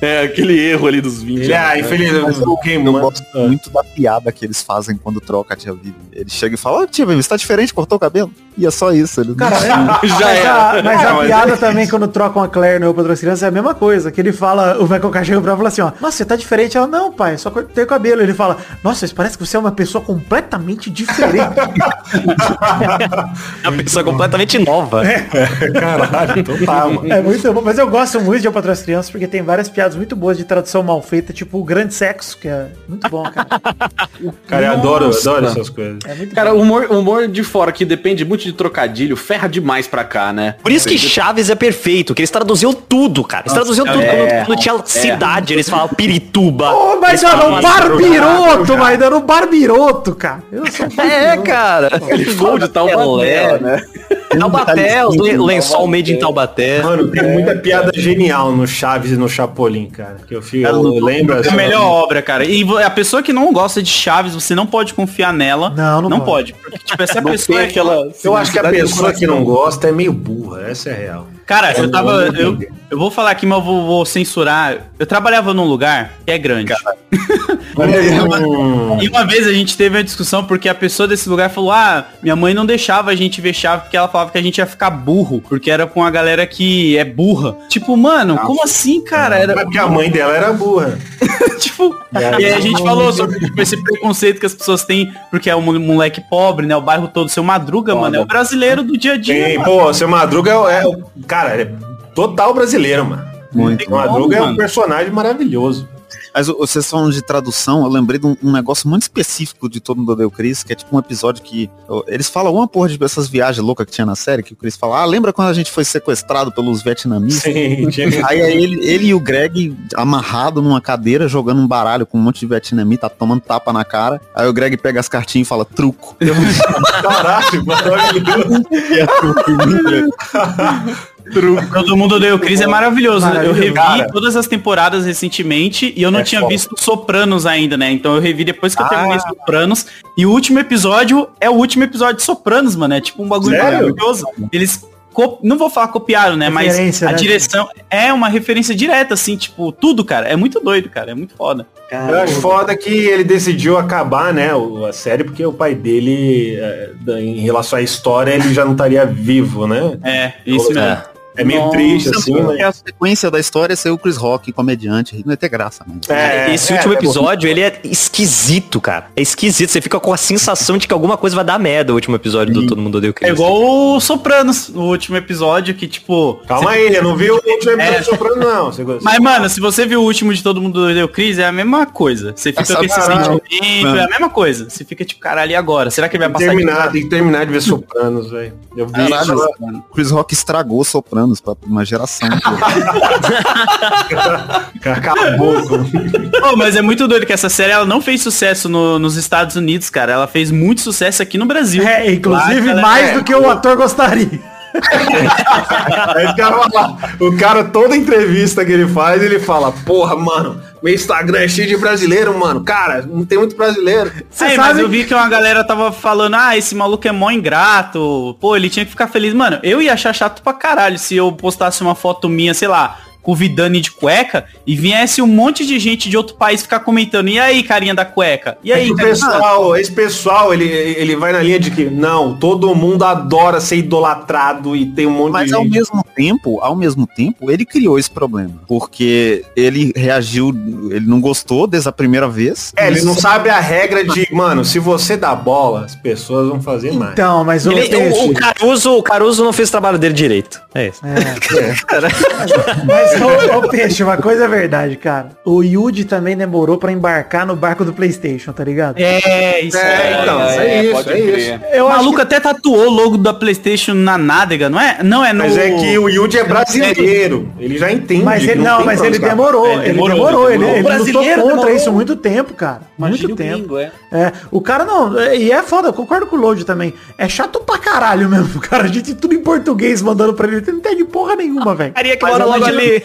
[SPEAKER 4] É, aquele erro ali dos 20
[SPEAKER 2] Ele, ah, infelizmente,
[SPEAKER 5] Mas
[SPEAKER 2] não
[SPEAKER 5] eu
[SPEAKER 2] queimou.
[SPEAKER 5] não gosto muito da piada que eles fazem quando troca a tia Vivi. Ele chega e fala, ó, tia Vivi, você tá diferente, cortou o cabelo? E é só isso. Ele
[SPEAKER 7] Cara, é-
[SPEAKER 4] Já
[SPEAKER 7] mas
[SPEAKER 4] era.
[SPEAKER 7] a, mas a
[SPEAKER 4] Não, mas
[SPEAKER 7] piada também, quando trocam a Claire no Eu para outras crianças, é a mesma coisa. Que ele fala, o Michael Cash chega pra ela e fala assim, ó, nossa, você tá diferente. Ela, não, pai, só cortei o cabelo. Ele fala, nossa, mas parece que você é uma pessoa completamente diferente.
[SPEAKER 1] É uma pessoa completamente nova.
[SPEAKER 2] Caralho, então tá, mano.
[SPEAKER 7] é muito bom. Mas eu gosto muito de Eu para as crianças, porque tem várias piadas muito boas de tradução mal feita, tipo o grande sexo, que é muito bom, cara.
[SPEAKER 2] Cara, eu adoro, eu adoro essas coisas.
[SPEAKER 7] É muito
[SPEAKER 4] Cara,
[SPEAKER 7] bom.
[SPEAKER 4] o humor, o humor de fora que depende muito de trocadilho, ferra demais pra cá, né?
[SPEAKER 1] Por isso que Chaves é perfeito, que eles traduziam tudo, cara. Eles traduziam tudo.
[SPEAKER 4] é,
[SPEAKER 1] quando, quando tinha cidade, eles falavam pirituba.
[SPEAKER 7] Ô, mas
[SPEAKER 1] eles
[SPEAKER 7] era
[SPEAKER 1] falavam
[SPEAKER 7] um
[SPEAKER 1] assim,
[SPEAKER 7] barbiroto, mas era um barbiroto, cara. Eu sou um
[SPEAKER 1] É,
[SPEAKER 7] barbiroto.
[SPEAKER 1] cara.
[SPEAKER 4] Ele foi de tal
[SPEAKER 5] é,
[SPEAKER 1] Taubaté,
[SPEAKER 4] né?
[SPEAKER 1] Taubaté, É o le- lençol made em Taubaté.
[SPEAKER 2] Mano, tem muita piada genial no Chaves e no Chapolin, cara. Que eu, fico, eu lembro
[SPEAKER 6] É
[SPEAKER 2] assim.
[SPEAKER 6] a melhor obra, cara. E vo- a pessoa que não gosta de Chaves, você não pode confiar nela.
[SPEAKER 7] Não, não
[SPEAKER 6] pode. Porque, tipo, essa
[SPEAKER 4] Não
[SPEAKER 6] pessoa
[SPEAKER 4] tem
[SPEAKER 6] é
[SPEAKER 4] aquela...
[SPEAKER 2] Eu acho que a
[SPEAKER 4] simplicidade do
[SPEAKER 2] pessoa que não gosta é meio burra, essa é a real.
[SPEAKER 6] Cara, eu tava.
[SPEAKER 2] não vou
[SPEAKER 6] Eu,
[SPEAKER 2] entender.
[SPEAKER 6] eu vou falar aqui, mas eu vou, vou censurar. Eu trabalhava num lugar que é grande.
[SPEAKER 2] É, Hum,
[SPEAKER 6] E uma vez a gente teve uma discussão porque a pessoa desse lugar falou: Ah, minha mãe não deixava a gente ver chave porque ela falava que a gente ia ficar burro, porque era com a galera que é burra. Tipo, mano, como assim, cara?
[SPEAKER 2] mas
[SPEAKER 6] Era
[SPEAKER 2] é porque a mãe dela era burra.
[SPEAKER 6] tipo. E aí a gente falou sobre tipo, esse preconceito que as pessoas têm, porque é um moleque pobre, né? O bairro todo seu madruga, mano. É o brasileiro do dia a dia.
[SPEAKER 2] Tem,
[SPEAKER 6] mano.
[SPEAKER 2] pô, seu Madruga é, o- é o- cara, é total brasileiro, mano.
[SPEAKER 5] Muito.
[SPEAKER 2] Seu Madruga é um
[SPEAKER 6] mano.
[SPEAKER 2] personagem maravilhoso.
[SPEAKER 5] Mas o- vocês falam de tradução, eu lembrei de um, um negócio muito específico de Todo Mundo Odeia o Chris, que é tipo um episódio que ó, eles falam uma porra de essas viagens loucas que tinha na série, que o Chris fala, ah, lembra quando a gente foi sequestrado pelos vietnamistas?
[SPEAKER 2] Sim, tinha-
[SPEAKER 5] Aí é ele, ele e o Greg amarrado numa cadeira, jogando um baralho com um monte de vietnamita, tomando tapa na cara. Aí o Greg pega as cartinhas e fala, truco.
[SPEAKER 2] Caralho, maravilhoso. um
[SPEAKER 6] Todo mundo odeia o Chris é maravilhoso. Eu
[SPEAKER 7] Maravilhoso,
[SPEAKER 6] revi
[SPEAKER 2] cara. É
[SPEAKER 6] todas as temporadas recentemente e eu não tinha visto Sopranos ainda, né? Então eu revi depois que eu
[SPEAKER 2] Ah.
[SPEAKER 6] terminei Sopranos. E o último episódio é o último episódio de Sopranos, mano. É tipo um bagulho
[SPEAKER 2] Sério?
[SPEAKER 6] maravilhoso. Eles. co- Não vou falar copiaram, né? Mas
[SPEAKER 7] Referência,
[SPEAKER 6] a
[SPEAKER 7] né?
[SPEAKER 6] direção é uma referência direta, assim, tipo, tudo, cara. É muito doido, cara. É muito foda.
[SPEAKER 2] Eu acho foda que ele decidiu acabar, né, o- a série, porque o pai dele, é, da- em relação à história, ele já não estaria vivo, né?
[SPEAKER 6] É, isso mesmo.
[SPEAKER 1] É.
[SPEAKER 2] É meio
[SPEAKER 6] Nossa,
[SPEAKER 2] triste, assim, né?
[SPEAKER 5] a sequência da história é ser o Chris Rock, comediante. Não ia ter graça, mano.
[SPEAKER 2] É,
[SPEAKER 1] Esse
[SPEAKER 2] é,
[SPEAKER 1] último
[SPEAKER 2] é,
[SPEAKER 1] episódio, ele é esquisito, cara. É esquisito. Você fica com a sensação de que alguma coisa vai dar merda o último episódio do Todo Mundo Odeia o
[SPEAKER 6] É
[SPEAKER 1] Chris.
[SPEAKER 6] igual o Sopranos, o último episódio, que, tipo.
[SPEAKER 2] Calma aí, eu não vi o último episódio soprando, não. Você gostou?
[SPEAKER 6] É. Mas, mano, se você viu o último de Todo Mundo Odeia o Chris, é a mesma coisa. Você fica com esse
[SPEAKER 2] caralho.
[SPEAKER 6] sentimento, é a mesma coisa. Você fica tipo, caralho, e agora? Será que ele vai
[SPEAKER 2] Tem que
[SPEAKER 6] passar
[SPEAKER 2] terminar, tem que terminar de ver Sopranos, velho. Eu vi
[SPEAKER 5] Caralho,
[SPEAKER 2] isso.
[SPEAKER 5] mano, o Chris Rock estragou Sopranos pra uma geração. pô.
[SPEAKER 2] Acabou. com-
[SPEAKER 6] de novo? Pô, mas é muito doido que essa série ela não fez sucesso no- nos Estados Unidos, cara. Ela fez muito sucesso aqui no Brasil.
[SPEAKER 7] É, inclusive
[SPEAKER 6] Lá, galera,
[SPEAKER 7] mais
[SPEAKER 6] é.
[SPEAKER 7] do que o ator gostaria.
[SPEAKER 2] Aí o cara vai lá. O cara, toda entrevista que ele faz, ele fala, porra, mano, meu Instagram é cheio de brasileiro, mano. Cara, não tem muito brasileiro.
[SPEAKER 7] Você
[SPEAKER 6] Aí, É, mas
[SPEAKER 7] sabe
[SPEAKER 6] eu vi que uma galera tava falando, ah, esse maluco é mó ingrato, pô, ele tinha que ficar feliz. Mano, eu ia achar chato pra caralho se eu postasse uma foto minha, sei lá, com o Vidani de cueca e viesse um monte de gente de outro país ficar comentando, e aí, carinha da cueca? E
[SPEAKER 2] É
[SPEAKER 6] aí,
[SPEAKER 2] que o
[SPEAKER 6] carinha da
[SPEAKER 2] pessoal, esse pessoal, ele, ele vai na linha de que, não, todo mundo adora ser idolatrado e tem um monte
[SPEAKER 5] Mas
[SPEAKER 2] de
[SPEAKER 5] ao
[SPEAKER 2] gente.
[SPEAKER 5] mesmo tempo, ao mesmo tempo, ele criou esse problema. Porque ele reagiu, ele não gostou desde a primeira vez.
[SPEAKER 2] É, ele não sabe a regra de, mano, se você dá bola, as pessoas vão fazer mais.
[SPEAKER 7] Então, mas o
[SPEAKER 6] é
[SPEAKER 1] Ele-
[SPEAKER 7] Teixeira,
[SPEAKER 1] o, o Caruso, o Caruso não fez o trabalho dele direito. É isso.
[SPEAKER 7] É. mas o, o Peixe, uma coisa é verdade, cara. O Yuji também demorou pra embarcar no barco do PlayStation, tá ligado?
[SPEAKER 6] É, isso
[SPEAKER 2] É, então, é, isso, é isso.
[SPEAKER 6] o maluco até tatuou o logo da Playstation na nádega, não é? Não, é no...
[SPEAKER 2] Mas é que o Yuji é brasileiro. Ele já entende.
[SPEAKER 7] Mas
[SPEAKER 2] que
[SPEAKER 7] ele, não,
[SPEAKER 2] tem
[SPEAKER 7] mas
[SPEAKER 2] pra
[SPEAKER 7] ele
[SPEAKER 2] usar.
[SPEAKER 7] demorou,
[SPEAKER 6] É,
[SPEAKER 7] ele
[SPEAKER 6] demorou,
[SPEAKER 7] demorou,
[SPEAKER 6] demorou.
[SPEAKER 7] ele, ele
[SPEAKER 6] O
[SPEAKER 7] lutou
[SPEAKER 6] brasileiro
[SPEAKER 7] contra
[SPEAKER 6] demorou.
[SPEAKER 7] isso há muito tempo, cara.
[SPEAKER 6] Imagina
[SPEAKER 7] muito
[SPEAKER 6] o
[SPEAKER 7] tempo.
[SPEAKER 6] gringo, é.
[SPEAKER 7] É, o cara não, é- e é foda, eu concordo com o Load também. É chato pra caralho mesmo, cara. A gente tudo em português mandando pra ele, ele não entende porra nenhuma, velho.
[SPEAKER 1] Carinha que
[SPEAKER 6] Mas
[SPEAKER 2] um
[SPEAKER 1] mora logo
[SPEAKER 6] imagina-
[SPEAKER 1] ali.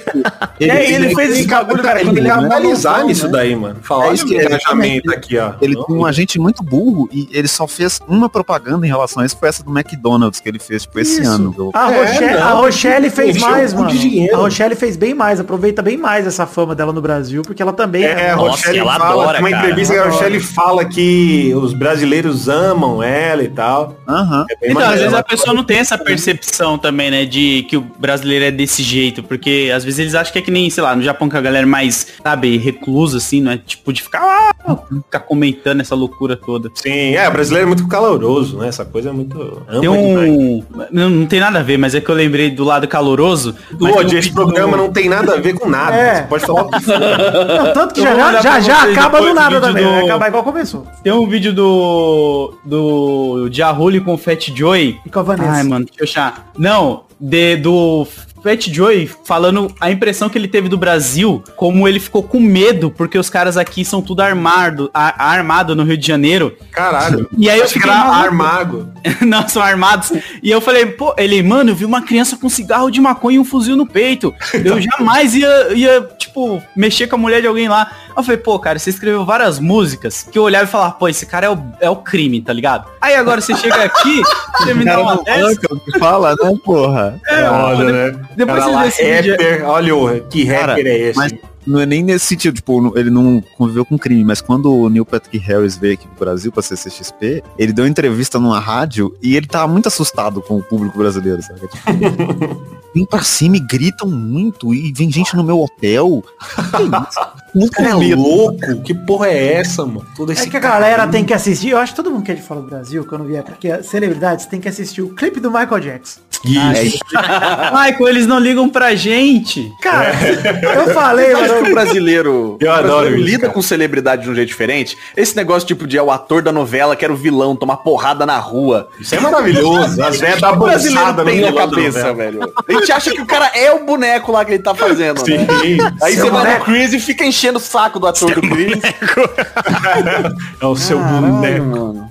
[SPEAKER 4] E aí ele fez esse
[SPEAKER 2] Ele
[SPEAKER 4] bagulho, cara.
[SPEAKER 2] tem
[SPEAKER 4] quando
[SPEAKER 2] que
[SPEAKER 4] ele
[SPEAKER 5] é
[SPEAKER 2] analisar
[SPEAKER 5] malucão,
[SPEAKER 2] nisso
[SPEAKER 5] né?
[SPEAKER 2] daí, mano. Falar,
[SPEAKER 5] É
[SPEAKER 2] olha
[SPEAKER 5] isso
[SPEAKER 2] o
[SPEAKER 5] que-
[SPEAKER 2] planejamento aqui, ó.
[SPEAKER 5] Ele
[SPEAKER 2] Não,
[SPEAKER 5] tem um agente muito burro e ele só fez uma propaganda em relação a isso, foi essa do McDonald's que ele fez, tipo, esse ano.
[SPEAKER 7] A,
[SPEAKER 2] É,
[SPEAKER 7] Rochelle,
[SPEAKER 2] não,
[SPEAKER 7] a Rochelle
[SPEAKER 2] porque
[SPEAKER 7] fez
[SPEAKER 2] encheu o
[SPEAKER 7] mais,
[SPEAKER 2] cu de
[SPEAKER 7] mano.
[SPEAKER 2] dinheiro.
[SPEAKER 7] A Rochelle fez bem mais, aproveita bem mais essa fama dela no Brasil, porque ela também
[SPEAKER 2] É, a
[SPEAKER 1] Nossa,
[SPEAKER 2] Rochelle
[SPEAKER 1] ela
[SPEAKER 2] fala,
[SPEAKER 1] adora,
[SPEAKER 2] tem uma
[SPEAKER 1] cara.
[SPEAKER 2] entrevista que a Rochelle fala que os brasileiros amam ela e tal.
[SPEAKER 5] Aham.
[SPEAKER 2] É bem
[SPEAKER 6] Então, às
[SPEAKER 2] maneiro.
[SPEAKER 6] vezes a pessoa não tem essa percepção também, né, de que o brasileiro é desse jeito, porque às vezes eles acham que é que nem, sei lá, no Japão que a galera é mais, sabe, reclusa, assim, não é tipo de ficar, "Ah", ficar comentando essa loucura toda.
[SPEAKER 2] Sim, é, brasileiro é muito caloroso, né? Essa coisa é muito.
[SPEAKER 6] Tem
[SPEAKER 2] ampla demais.
[SPEAKER 6] um... Não, não tem nada a ver, mas é que eu lembrei do lado caloroso. mas tem
[SPEAKER 2] Lodi,
[SPEAKER 6] um
[SPEAKER 2] esse
[SPEAKER 6] vídeo
[SPEAKER 2] programa
[SPEAKER 6] do-
[SPEAKER 2] não tem nada a ver com nada.
[SPEAKER 7] É.
[SPEAKER 2] Você pode falar o que for.
[SPEAKER 7] Não, tanto que
[SPEAKER 6] Eu
[SPEAKER 7] já,
[SPEAKER 6] vou
[SPEAKER 7] já,
[SPEAKER 6] olhar
[SPEAKER 7] já,
[SPEAKER 6] pra vocês
[SPEAKER 7] acaba
[SPEAKER 6] depois
[SPEAKER 7] do
[SPEAKER 6] do
[SPEAKER 7] nada
[SPEAKER 6] vídeo
[SPEAKER 7] também,
[SPEAKER 6] do-
[SPEAKER 7] vai acabar igual começou.
[SPEAKER 6] Tem um vídeo do. do Diarrulli com o Fat Joy.
[SPEAKER 7] E com a Vanessa.
[SPEAKER 6] Ai, mano, deixa eu achar. Não, de, do Fat Joy falando a impressão que ele teve do Brasil, como ele ficou com medo, porque os caras aqui são tudo armado, a- armado no Rio de Janeiro.
[SPEAKER 2] Caralho.
[SPEAKER 6] E aí eu
[SPEAKER 2] Acho que
[SPEAKER 6] fiquei
[SPEAKER 2] era
[SPEAKER 6] maluco.
[SPEAKER 2] Armago.
[SPEAKER 6] não, são armados. E eu falei, pô, ele, mano, eu vi uma criança com cigarro de maconha e um fuzil no peito. Eu jamais ia, ia, tipo, mexer com a mulher de alguém lá. Eu falei, pô, cara, você escreveu várias músicas que eu olhava e falava, pô, esse cara é o, é o crime, tá ligado? Aí agora você chega aqui, você me dá
[SPEAKER 5] Cara
[SPEAKER 6] uma
[SPEAKER 5] do
[SPEAKER 6] dessa.
[SPEAKER 5] Uncle que fala, né, porra?
[SPEAKER 2] É, olha, né?
[SPEAKER 6] Depois
[SPEAKER 2] Cara
[SPEAKER 6] vocês um
[SPEAKER 2] lá,
[SPEAKER 6] veem esse vídeo.
[SPEAKER 2] rapper, olha o que rapper
[SPEAKER 5] Cara,
[SPEAKER 2] é esse.
[SPEAKER 5] mas- Não é nem nesse sentido, tipo, não- ele não conviveu com crime, mas quando o Neil Patrick Harris veio aqui pro Brasil pra CCXP, ele deu uma entrevista numa rádio e ele tava muito assustado com o público brasileiro, sabe? Tipo, vem pra cima e gritam muito e vem gente no meu hotel. Que isso? Nunca
[SPEAKER 2] Cara, é
[SPEAKER 5] vi medo.
[SPEAKER 2] louco? Que porra é essa, mano? Todo esse
[SPEAKER 7] É que a galera tem que assistir, eu acho que todo mundo que é de fora do Brasil, quando vier, porque celebridades tem que assistir o clipe do Michael Jackson.
[SPEAKER 5] É,
[SPEAKER 2] Isso.
[SPEAKER 6] Michael, eles não ligam pra gente.
[SPEAKER 7] Cara,
[SPEAKER 2] É.
[SPEAKER 7] eu falei,
[SPEAKER 4] Eu acho que
[SPEAKER 7] mano,
[SPEAKER 4] o brasileiro,
[SPEAKER 2] Eu
[SPEAKER 4] o
[SPEAKER 2] adoro
[SPEAKER 4] brasileiro
[SPEAKER 2] isso,
[SPEAKER 4] lida
[SPEAKER 2] cara.
[SPEAKER 4] com celebridade de um jeito diferente. Esse negócio tipo de é o ator da novela que era o vilão tomar porrada na rua.
[SPEAKER 2] Isso é maravilhoso. As velhas dão
[SPEAKER 4] o brasileiro
[SPEAKER 2] bolsada
[SPEAKER 4] tem na
[SPEAKER 2] vilão da
[SPEAKER 4] cabeça,
[SPEAKER 2] novela.
[SPEAKER 4] velho. A gente acha que o cara é o boneco lá que ele tá fazendo, né?
[SPEAKER 2] Sim.
[SPEAKER 4] Aí
[SPEAKER 7] Seu
[SPEAKER 4] você vai
[SPEAKER 7] boneco.
[SPEAKER 4] no Chris e fica enchendo o saco do ator do Chris.
[SPEAKER 2] É o seu boneco.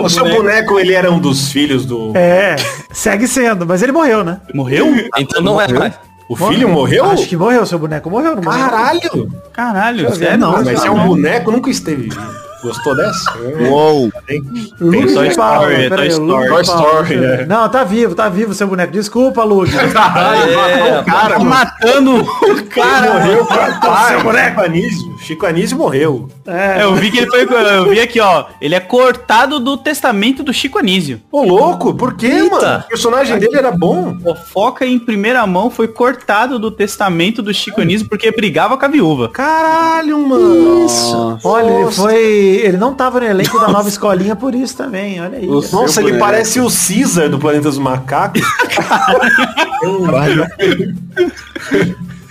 [SPEAKER 2] O seu boneco, ele era um dos filhos do...
[SPEAKER 7] é, segue sendo, mas ele morreu, né?
[SPEAKER 6] Morreu?
[SPEAKER 1] Então não é mais.
[SPEAKER 2] O filho morreu?
[SPEAKER 7] Acho que morreu, seu boneco morreu, não morreu? Tá
[SPEAKER 2] Caralho!
[SPEAKER 6] Caralho,
[SPEAKER 7] Deixa eu ver,
[SPEAKER 6] sério?
[SPEAKER 7] não,
[SPEAKER 2] Mas
[SPEAKER 7] mas
[SPEAKER 2] se é
[SPEAKER 7] não.
[SPEAKER 2] um boneco, nunca esteve vivo. Gostou dessa?
[SPEAKER 5] Uou,
[SPEAKER 7] Luke
[SPEAKER 2] Toy
[SPEAKER 7] Toy
[SPEAKER 2] Story,
[SPEAKER 6] é Toy
[SPEAKER 7] Story.
[SPEAKER 2] Toy Story, é.
[SPEAKER 7] Não, tá vivo, tá vivo seu boneco. Desculpa, Luke.
[SPEAKER 1] É,
[SPEAKER 6] Cara, Ah, tá matando o cara.
[SPEAKER 2] morreu pra Então, seu boneco Anísio. Chico Anísio morreu.
[SPEAKER 6] É, eu vi que ele foi. Eu vi aqui, ó. Ele é cortado do testamento do Chico Anísio.
[SPEAKER 2] Ô, louco, por quê,
[SPEAKER 1] Eita.
[SPEAKER 2] mano? O personagem dele era bom.
[SPEAKER 6] Fofoca em primeira mão foi cortado do testamento do Chico Anísio porque brigava com a viúva.
[SPEAKER 2] Caralho, mano.
[SPEAKER 7] Olha, ele foi. Ele não tava no elenco da nova escolinha por isso também, olha aí.
[SPEAKER 4] Nossa.
[SPEAKER 2] Nossa,
[SPEAKER 4] Seu
[SPEAKER 2] ele
[SPEAKER 4] boneco.
[SPEAKER 2] parece o Caesar do Planeta dos Macacos.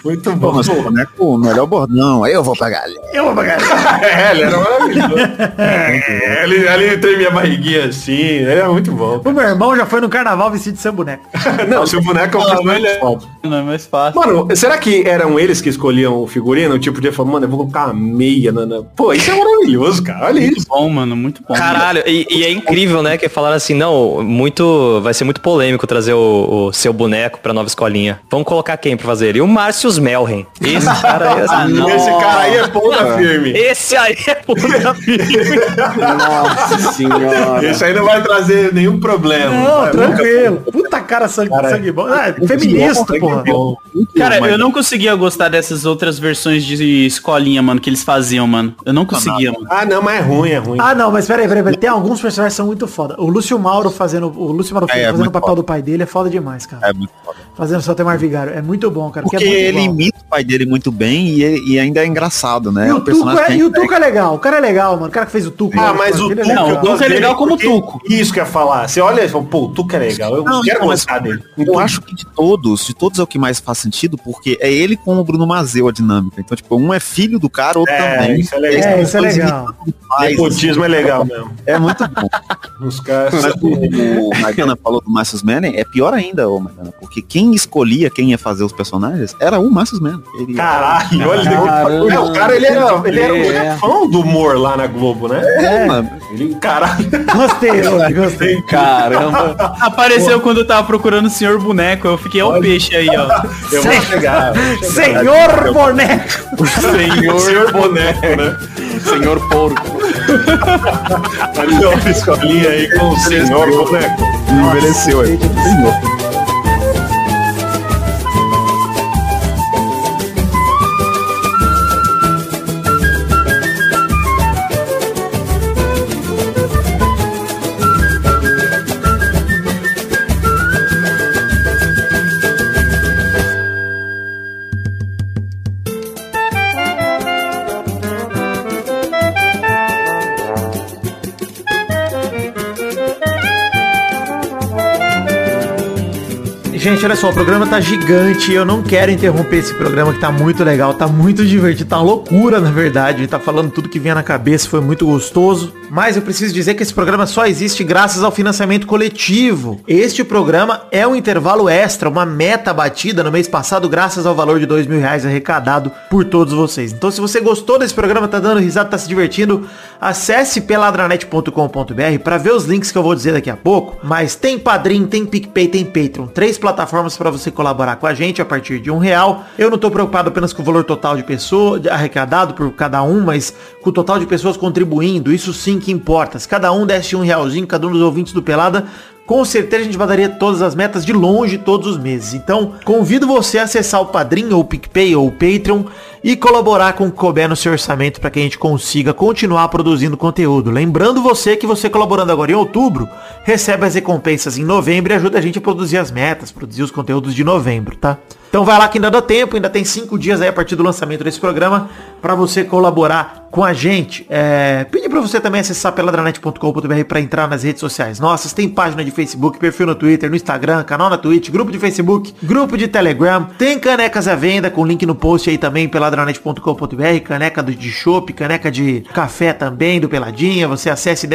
[SPEAKER 2] Muito
[SPEAKER 5] pô,
[SPEAKER 2] bom.
[SPEAKER 5] mas o boneco, o melhor bordão. Aí eu vou pra galera.
[SPEAKER 2] É, ele era maravilhoso. É, ele, ele tremia minha barriguinha assim, ele era muito bom.
[SPEAKER 7] O meu irmão já foi no carnaval vestido de seu boneco.
[SPEAKER 2] Não, seu boneco é um personagem foda.
[SPEAKER 6] Não é mais fácil.
[SPEAKER 2] Mano, será que eram eles que escolhiam o figurino? Tipo, de falar, mano, eu vou colocar uma meia. Na, na- Pô, isso é maravilhoso, cara. Olha
[SPEAKER 6] Muito
[SPEAKER 2] isso.
[SPEAKER 6] bom, mano. Muito bom.
[SPEAKER 1] Caralho, e, e é incrível, né? Que falaram assim, não, muito. Vai ser muito polêmico trazer o, o seu boneco pra nova escolinha. Vamos colocar quem pra fazer ele? O Márcios Melren. Esse cara aí. assim,
[SPEAKER 2] Esse cara aí é ponta firme.
[SPEAKER 1] Esse aí é puta vida.
[SPEAKER 4] Nossa senhora.
[SPEAKER 2] Esse aí não vai trazer nenhum problema.
[SPEAKER 7] Não,
[SPEAKER 2] Vai,
[SPEAKER 7] tranquilo. Puta cara sangue, sangue bom. Ah, é feminista, porra.
[SPEAKER 2] bom.
[SPEAKER 6] Cara, eu não conseguia gostar dessas outras versões de escolinha, mano, que eles faziam, mano. Eu não conseguia, mano.
[SPEAKER 2] Ah, não, mas é ruim, é ruim.
[SPEAKER 7] Ah, não, mas peraí, peraí, peraí. Tem alguns personagens que são muito foda. O Lúcio Mauro fazendo o Lúcio Mauro Filho
[SPEAKER 5] é
[SPEAKER 7] fazendo
[SPEAKER 5] muito
[SPEAKER 7] o papel do pai dele é foda demais, cara.
[SPEAKER 5] É muito foda.
[SPEAKER 7] Fazendo só Temar Vigário. É muito bom, cara.
[SPEAKER 5] Porque
[SPEAKER 7] é muito
[SPEAKER 5] ele
[SPEAKER 7] igual.
[SPEAKER 5] imita o pai dele muito bem e, ele- e ainda é engraçado, né?
[SPEAKER 7] E
[SPEAKER 5] É
[SPEAKER 7] o,
[SPEAKER 5] um
[SPEAKER 7] Tuco
[SPEAKER 5] personagem
[SPEAKER 7] é,
[SPEAKER 5] que
[SPEAKER 7] e o Tuco é legal. O cara é legal, mano. O cara que fez o Tuco.
[SPEAKER 2] Ah,
[SPEAKER 7] mano,
[SPEAKER 2] mas o
[SPEAKER 7] ele é
[SPEAKER 2] Tuca,
[SPEAKER 7] legal.
[SPEAKER 6] Não, o Tuca é
[SPEAKER 2] dele,
[SPEAKER 6] legal como
[SPEAKER 2] porque-
[SPEAKER 6] Tuco.
[SPEAKER 2] Isso que eu ia falar. Você olha e fala, pô, o Tuca é legal. Eu
[SPEAKER 5] Não,
[SPEAKER 2] quero
[SPEAKER 5] então, mas-
[SPEAKER 2] gostar dele.
[SPEAKER 5] Eu acho que de todos, de todos é o que mais faz sentido, porque é ele com o Bruno Mazeu a dinâmica. Então, tipo, um é filho do cara, outro
[SPEAKER 2] É,
[SPEAKER 5] também.
[SPEAKER 2] isso é legal.
[SPEAKER 5] E aí,
[SPEAKER 7] É, isso é
[SPEAKER 5] dois
[SPEAKER 7] legal.
[SPEAKER 5] imitando os pais,
[SPEAKER 2] Nepotismo é legal mesmo.
[SPEAKER 5] assim, É muito bom.
[SPEAKER 2] Os caras.
[SPEAKER 5] Mas o, o Magana falou do Marcius Manning, é pior ainda, ô Magana, porque quem escolhia quem ia fazer os personagens era o Márcio Melo. Ele-
[SPEAKER 2] Caralho, olha.
[SPEAKER 4] Caramba.
[SPEAKER 2] É, o cara, ele era, ele era um
[SPEAKER 4] É.
[SPEAKER 2] chefão do humor lá na Globo, né?
[SPEAKER 5] É, mano.
[SPEAKER 2] Ele, caralho.
[SPEAKER 7] Gostei, Lodi, gostei.
[SPEAKER 4] Caramba.
[SPEAKER 6] Apareceu quando eu tava procurando o senhor boneco. Eu fiquei, ó o peixe aí, ó.
[SPEAKER 2] Eu vou chegar.
[SPEAKER 7] Senhor Boneco!
[SPEAKER 2] Senhor, senhor boneco, né? Tá
[SPEAKER 4] Senhor porco.
[SPEAKER 2] Ali deu uma escolinha aí com o senhor boneco.
[SPEAKER 5] Envelheceu aí.
[SPEAKER 7] Gente, olha só, o programa tá gigante. Eu não quero interromper esse programa que tá muito legal, tá muito divertido, tá uma loucura, na verdade. A gente tá falando tudo que vinha na cabeça, foi muito gostoso. Mas eu preciso dizer que esse programa só existe graças ao financiamento coletivo. Este programa é um intervalo extra, uma meta batida no mês passado, graças ao valor de dois mil reais arrecadado por todos vocês. Então, se você gostou desse programa, tá dando risada, tá se divertindo, acesse peladranet.com.br para ver os links que eu vou dizer daqui a pouco. Mas tem Padrim, tem PicPay, tem Patreon. Três plataformas para você colaborar com a gente a partir de um real. Eu não tô preocupado apenas com o valor total de pessoa, de arrecadado por cada um, mas com o total de pessoas contribuindo. Isso sim que importa. Se cada um desse um realzinho, cada um dos ouvintes do Pelada, com certeza a gente bateria todas as metas de longe todos os meses. Então, convido você a acessar o Padrinho, ou o PicPay, ou o Patreon e colaborar com o que couber no seu orçamento para que a gente consiga continuar produzindo conteúdo. Lembrando você que você colaborando agora em outubro, recebe as recompensas em novembro e ajuda a gente a produzir as metas, produzir os conteúdos de novembro, tá? Então vai lá que ainda dá tempo, ainda tem cinco dias aí a partir do lançamento desse programa para você colaborar com a gente. É, pedir para você também acessar peladranet.com.br para entrar nas redes sociais nossas. Tem página de Facebook, perfil no Twitter, no Instagram, canal na Twitch, grupo de Facebook, grupo de Telegram. Tem canecas à venda com link no post aí também, peladranet.com.br, caneca do, de chopp, caneca de café também do Peladinha. Você acesse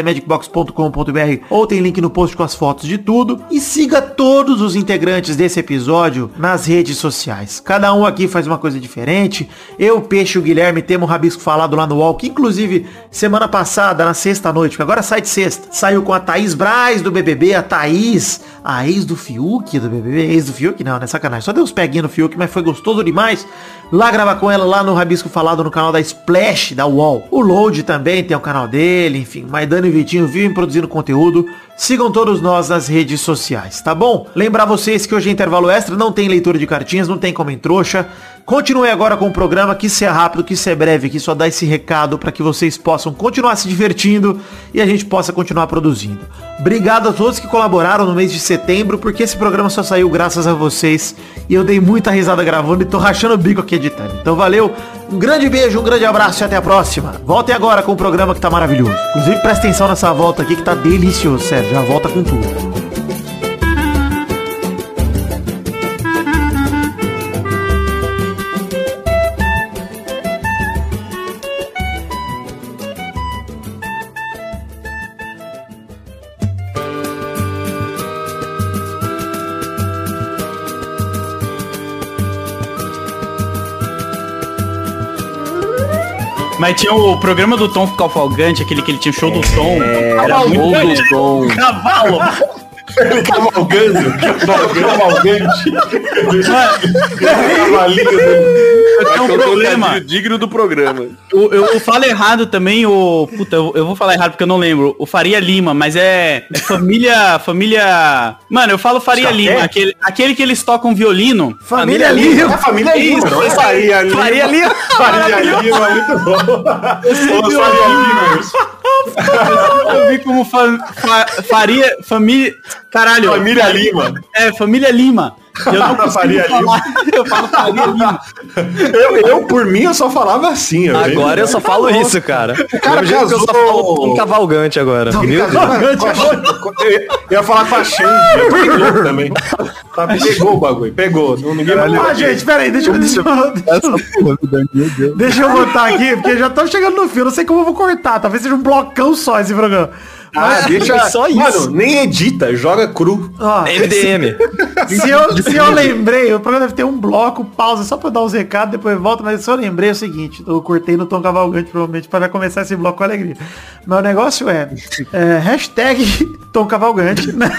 [SPEAKER 7] themagicbox.com.br ou tem link no post com as fotos de tudo. E siga todos os integrantes desse episódio nas redes sociais. Cada um aqui faz uma coisa diferente. Eu, Peixe, o Guilherme, temos o Rabisco Falado lá no Walk. Inclusive, semana passada, na sexta-noite, que agora sai de sexta, saiu com a Thaís Braz do BBB, a Thaís, a ex do Fiuk do BBB, ex do Fiuk não, né? Sacanagem. Só deu uns peguinhos no Fiuk, mas foi gostoso demais. Lá gravar com ela, lá no Rabisco Falado, no canal da Splash, da UOL. O Load também tem o canal dele, enfim. Maidano e Vitinho vivem produzindo conteúdo. Sigam todos nós nas redes sociais, tá bom? Lembrar vocês que hoje é intervalo extra, não tem leitura de cartinhas, não tem como em trouxa. Continue agora com o programa, que isso é rápido, que isso é breve, que só dá esse recado para que vocês possam continuar se divertindo e a gente possa continuar produzindo. Obrigado a todos que colaboraram no mês de setembro, porque esse programa só saiu graças a vocês e eu dei muita risada gravando e tô rachando o bico aqui editando. Então valeu, um grande beijo, um grande abraço e até a próxima. Voltem agora com o programa que tá maravilhoso. Inclusive presta atenção nessa volta aqui que tá delicioso, sério, já volta com tudo.
[SPEAKER 6] Mas tinha o programa do Tom Calfalgante, aquele que ele tinha o show do Tom.
[SPEAKER 4] Era bom do Tom.
[SPEAKER 6] Cavalo!
[SPEAKER 2] Ele cavalgando. Cavalgante. Cavalinho dele.
[SPEAKER 6] Eu tenho um problema.
[SPEAKER 4] Trocadilho digno do programa.
[SPEAKER 6] Eu, eu falo errado também, o. Puta, eu, eu vou falar errado porque eu não lembro. O Faria Lima, mas é. é família. Família. Mano, eu falo Faria Lima, aquele, aquele que eles tocam violino.
[SPEAKER 7] Família Lima.
[SPEAKER 2] É a família Lima, não é Faria Lima.
[SPEAKER 6] Faria Lima.
[SPEAKER 2] Faria Lima, é muito bom. Ô, Faria Limers.
[SPEAKER 6] Eu vi como fa- fa- Faria. Família. Caralho.
[SPEAKER 2] Família Lima.
[SPEAKER 6] É, Família Lima. Eu não consigo
[SPEAKER 2] Faria
[SPEAKER 6] falar. Eu falo Faria Lima.
[SPEAKER 2] Eu, eu, por mim, eu só falava assim. Eu
[SPEAKER 1] Agora eu só falo isso, cara.
[SPEAKER 2] cara
[SPEAKER 1] Do mesmo jeito que eu só
[SPEAKER 2] casou.
[SPEAKER 1] falo um cavalgante agora. Meu Deus.
[SPEAKER 2] Eu ia falar com a Xande, eu tô louco também. Tá, pegou o bagulho, pegou. Não, ninguém
[SPEAKER 7] Ah,
[SPEAKER 2] vai levar.
[SPEAKER 7] gente, peraí, deixa eu, deixa, eu,
[SPEAKER 5] Essa porra, meu Deus.
[SPEAKER 7] deixa eu botar aqui, porque já estamos chegando no fim, eu não sei como eu vou cortar, talvez seja um blocão só esse programa.
[SPEAKER 2] Ah, deixa
[SPEAKER 1] só é
[SPEAKER 2] Mano, nem edita, joga cru.
[SPEAKER 7] Ó,
[SPEAKER 1] MDM.
[SPEAKER 7] se, eu, se eu lembrei, o programa deve ter um bloco, pausa, só pra eu dar os recados, depois volta, mas se eu lembrei é o seguinte, eu cortei no tom cavalgante, provavelmente, para começar esse bloco com alegria. Mas o negócio é, é, hashtag tom cavalgante, né?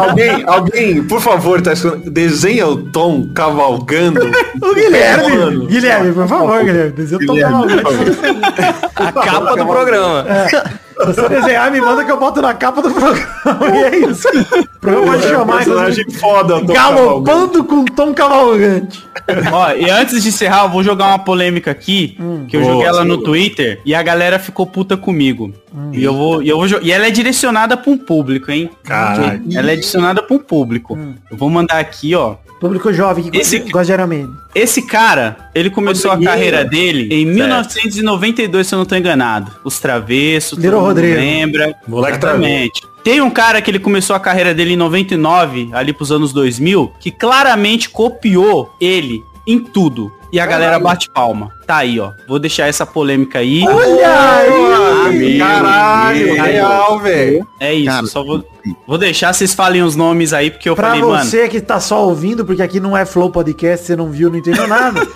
[SPEAKER 2] alguém, alguém, por favor, tá escutando, desenha o Tom cavalgando.
[SPEAKER 7] O Guilherme,
[SPEAKER 2] Mano.
[SPEAKER 7] Guilherme, por favor, Guilherme, desenha o tom cavalgante.
[SPEAKER 1] A capa do programa.
[SPEAKER 7] Se você desenhar, me manda que eu boto na capa do programa. E é isso. O programa pode
[SPEAKER 2] É um
[SPEAKER 7] chamar
[SPEAKER 2] personagem foda, Tom Cavalgante.
[SPEAKER 7] Galopando com tom cavalgante.
[SPEAKER 6] Ó, e antes de encerrar, eu vou jogar uma polêmica aqui, que eu joguei ela no Twitter e a galera ficou puta comigo. E eu vou, e eu vou jo- e ela é direcionada pra um público, hein?
[SPEAKER 2] Caralho.
[SPEAKER 6] Ela é direcionada pra um público. Eu vou mandar aqui, ó.
[SPEAKER 7] Público jovem que
[SPEAKER 6] Esse-
[SPEAKER 7] gosta de Iron Man.
[SPEAKER 6] Esse cara, ele começou a carreira dele em 1992, se eu não tô enganado. Os Travessos,
[SPEAKER 7] Little
[SPEAKER 6] todo mundo
[SPEAKER 7] Rodrigo.
[SPEAKER 6] lembra.
[SPEAKER 2] Moleque
[SPEAKER 6] Exatamente. Tem um cara que ele começou a carreira dele em 99, ali pros anos 2000, que claramente copiou ele em tudo. E a galera bate palma. Tá aí, ó. Vou deixar essa polêmica aí.
[SPEAKER 7] Olha aí!
[SPEAKER 2] Caralho,
[SPEAKER 4] Meu
[SPEAKER 2] real, velho.
[SPEAKER 6] É isso,
[SPEAKER 5] Cara,
[SPEAKER 6] só vou, vou deixar vocês falem os nomes aí, porque eu
[SPEAKER 7] Pra
[SPEAKER 6] falei, mano.
[SPEAKER 7] você que tá só ouvindo, porque aqui não é Flow Podcast, você não viu, não entendeu nada.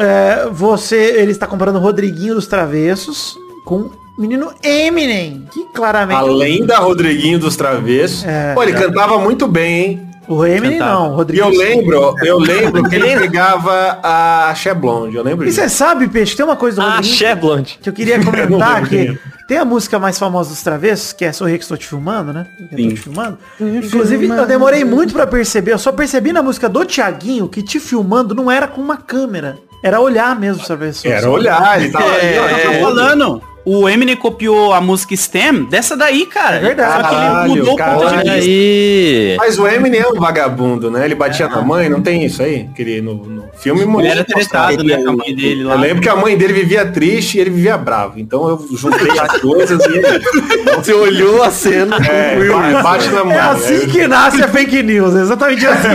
[SPEAKER 7] é, você, ele está comparando o Rodriguinho dos Travessos com o menino Eminem, que claramente...
[SPEAKER 2] Além da Rodriguinho dos Travessos.
[SPEAKER 7] É.
[SPEAKER 2] Pô, ele cantava muito bem, hein?
[SPEAKER 7] O Eminem
[SPEAKER 6] Cantava.
[SPEAKER 7] não, o
[SPEAKER 2] E
[SPEAKER 7] Rodriguinho...
[SPEAKER 2] eu lembro, eu lembro que ele pegava a Cheblonde, eu lembro
[SPEAKER 7] E
[SPEAKER 2] disso.
[SPEAKER 7] você sabe, Peixe, tem uma coisa do
[SPEAKER 1] Ah,
[SPEAKER 7] Rodriguinho
[SPEAKER 1] Cheblond.
[SPEAKER 7] que eu queria comentar, que tem a música mais famosa dos Travessos, que é Sorri que estou te filmando, né? Eu tô te filmando. Inclusive, eu demorei muito pra perceber, eu só percebi na música do Tiaguinho que te filmando não era com uma câmera, era olhar mesmo os Travessos.
[SPEAKER 2] Era olhar, ele tava
[SPEAKER 6] É,
[SPEAKER 2] ali, ó,
[SPEAKER 6] é o que eu tô falando. O Eminem copiou a música STEM dessa daí, cara.
[SPEAKER 7] É verdade.
[SPEAKER 6] Só que
[SPEAKER 2] Caralho,
[SPEAKER 6] ele mudou o ponto de
[SPEAKER 2] caralho.
[SPEAKER 6] vista.
[SPEAKER 1] Olha aí.
[SPEAKER 2] Mas o Eminem é um vagabundo, né? Ele batia na mãe, não tem isso aí? Que ele no, no filme
[SPEAKER 6] Ele
[SPEAKER 2] mostrou.
[SPEAKER 6] era tretado, né, com a mãe dele lá.
[SPEAKER 2] Eu lembro que a mãe dele vivia triste e ele vivia bravo. Então eu juntei as coisas e. Você olhou a cena. É, ba- bate na mãe.
[SPEAKER 7] É assim que nasce a fake news, é exatamente assim.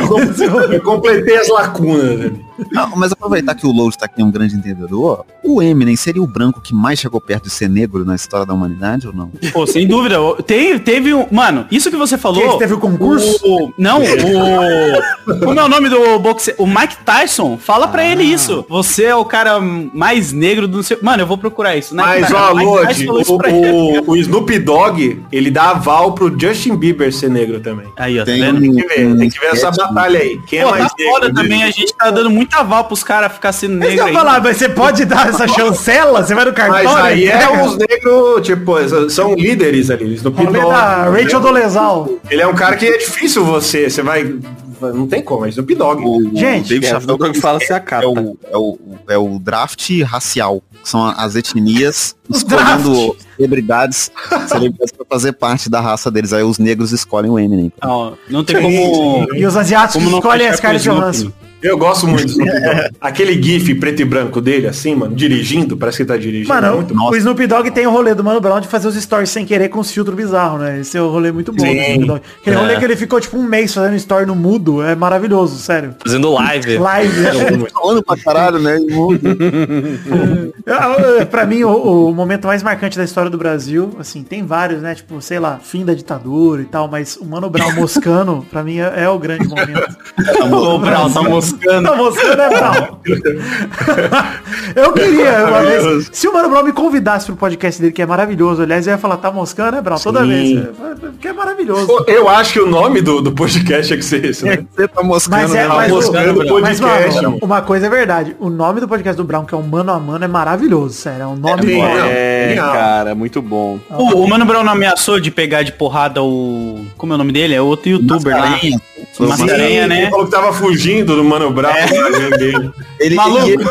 [SPEAKER 2] Eu completei as lacunas. né?
[SPEAKER 5] Não, mas aproveitar que o Load tá aqui é um grande entendedor, o Eminem seria o branco que mais chegou perto de ser negro na história da humanidade ou não?
[SPEAKER 6] Pô, sem dúvida. Teve, teve um. Mano, isso que você falou.
[SPEAKER 7] Que teve o concurso?
[SPEAKER 6] o- não, o. Como é o nome do boxe? O Mike Tyson. Fala pra
[SPEAKER 2] Ah.
[SPEAKER 6] ele isso. Você é o cara mais negro do seu. Mano, eu vou procurar isso. né?
[SPEAKER 2] Mas,
[SPEAKER 6] Cara,
[SPEAKER 2] ó,
[SPEAKER 6] o Mike
[SPEAKER 2] Lodi,
[SPEAKER 6] Tyson falou
[SPEAKER 2] o,
[SPEAKER 6] isso pra ele.
[SPEAKER 2] o- o Snoop Dogg, ele dá aval pro Justin Bieber ser negro também.
[SPEAKER 6] Aí, ó, tá
[SPEAKER 5] Tem
[SPEAKER 6] vendo?
[SPEAKER 5] um-
[SPEAKER 2] Tem que ver, tem que ver essa
[SPEAKER 5] sketch,
[SPEAKER 2] batalha aí. Quem é
[SPEAKER 6] Pô,
[SPEAKER 2] mais
[SPEAKER 6] tá foda
[SPEAKER 2] negro?
[SPEAKER 6] também, a gente tá dando muita aval pros caras ficar sendo
[SPEAKER 7] Eles
[SPEAKER 6] negro
[SPEAKER 7] vão
[SPEAKER 6] aí.
[SPEAKER 7] falar, mas você pode dar essa chancela? Você vai no cartório?
[SPEAKER 2] Mas aí é
[SPEAKER 7] entrega?
[SPEAKER 2] os negros, tipo, são líderes ali. Snoop
[SPEAKER 6] é
[SPEAKER 7] Rolê
[SPEAKER 2] Dogg,
[SPEAKER 7] é da
[SPEAKER 2] entendeu?
[SPEAKER 7] Rachel Dolezal.
[SPEAKER 2] Ele é um cara que é difícil você, você vai... Não tem como, é Snoop Dogg.
[SPEAKER 5] Hum.
[SPEAKER 7] Gente,
[SPEAKER 4] David Chapéu fala se a capa.
[SPEAKER 5] É o, é, o, é o draft racial. que São as etnias
[SPEAKER 7] O
[SPEAKER 5] escolhendo celebridades, celebridades pra fazer parte da raça deles. Aí os negros escolhem o Eminem.
[SPEAKER 6] Ó, então, não
[SPEAKER 2] É
[SPEAKER 6] tem como.
[SPEAKER 7] E os asiáticos
[SPEAKER 6] Como não
[SPEAKER 7] escolhem a
[SPEAKER 6] fechar
[SPEAKER 7] Scarlett
[SPEAKER 6] com o
[SPEAKER 7] Johansson.
[SPEAKER 2] Eu gosto muito do Snoop Dogg. Aquele gif preto e branco dele, assim, mano, dirigindo, parece que ele tá dirigindo. é
[SPEAKER 7] Mano,
[SPEAKER 2] muito
[SPEAKER 7] o
[SPEAKER 2] bom.
[SPEAKER 7] Snoop Dogg tem o rolê do Mano Brown de fazer os stories sem querer com os filtros bizarros, né? Esse é o rolê muito bom do
[SPEAKER 2] Sim. É.
[SPEAKER 7] Snoop Dogg. Aquele rolê que ele ficou tipo um mês fazendo story no mudo é maravilhoso, sério.
[SPEAKER 1] Fazendo
[SPEAKER 2] É.
[SPEAKER 1] live.
[SPEAKER 7] Live.
[SPEAKER 2] um-
[SPEAKER 7] né?
[SPEAKER 5] Falando pra caralho, né?
[SPEAKER 7] Eu- eu- pra mim, o, o momento mais marcante da história do Brasil, assim, tem vários, né? Tipo, sei lá, fim da ditadura e tal, mas o Mano Brown moscano, pra mim, é, é o grande momento.
[SPEAKER 6] Ô, Brau, tá moscando.
[SPEAKER 7] Não, moscando é Brown. eu queria, uma vez, se o Mano Brown me convidasse pro podcast dele, que é maravilhoso, aliás, eu ia falar, tá moscando, é Brown, toda
[SPEAKER 2] Sim. Tá
[SPEAKER 7] vez. Porque é maravilhoso.
[SPEAKER 2] Pô, Eu acho que o nome do, do podcast é que ser esse, né?
[SPEAKER 5] Você tá moscando,
[SPEAKER 7] Mas é,
[SPEAKER 5] né?
[SPEAKER 7] mas, o-
[SPEAKER 2] moscando o
[SPEAKER 7] mas,
[SPEAKER 2] podcast,
[SPEAKER 7] mano,
[SPEAKER 2] mano.
[SPEAKER 7] uma coisa é verdade. O nome do podcast do Brown, que é o Mano a Mano, é maravilhoso, sério. É um nome
[SPEAKER 2] Sim,
[SPEAKER 7] bom.
[SPEAKER 4] É,
[SPEAKER 2] Não.
[SPEAKER 4] cara, muito bom.
[SPEAKER 6] O, o Mano Brown não ameaçou de pegar de porrada o. Como é o nome dele? É outro youtuber lá.
[SPEAKER 5] Mascarenhas. Foi o
[SPEAKER 2] Sim,
[SPEAKER 5] Mascarenhas.
[SPEAKER 6] Mascarenha, né? É.
[SPEAKER 2] Ele falou que tava fugindo do Mano Brown. né, dele.
[SPEAKER 5] Ele,
[SPEAKER 6] Maluco.
[SPEAKER 5] e ele-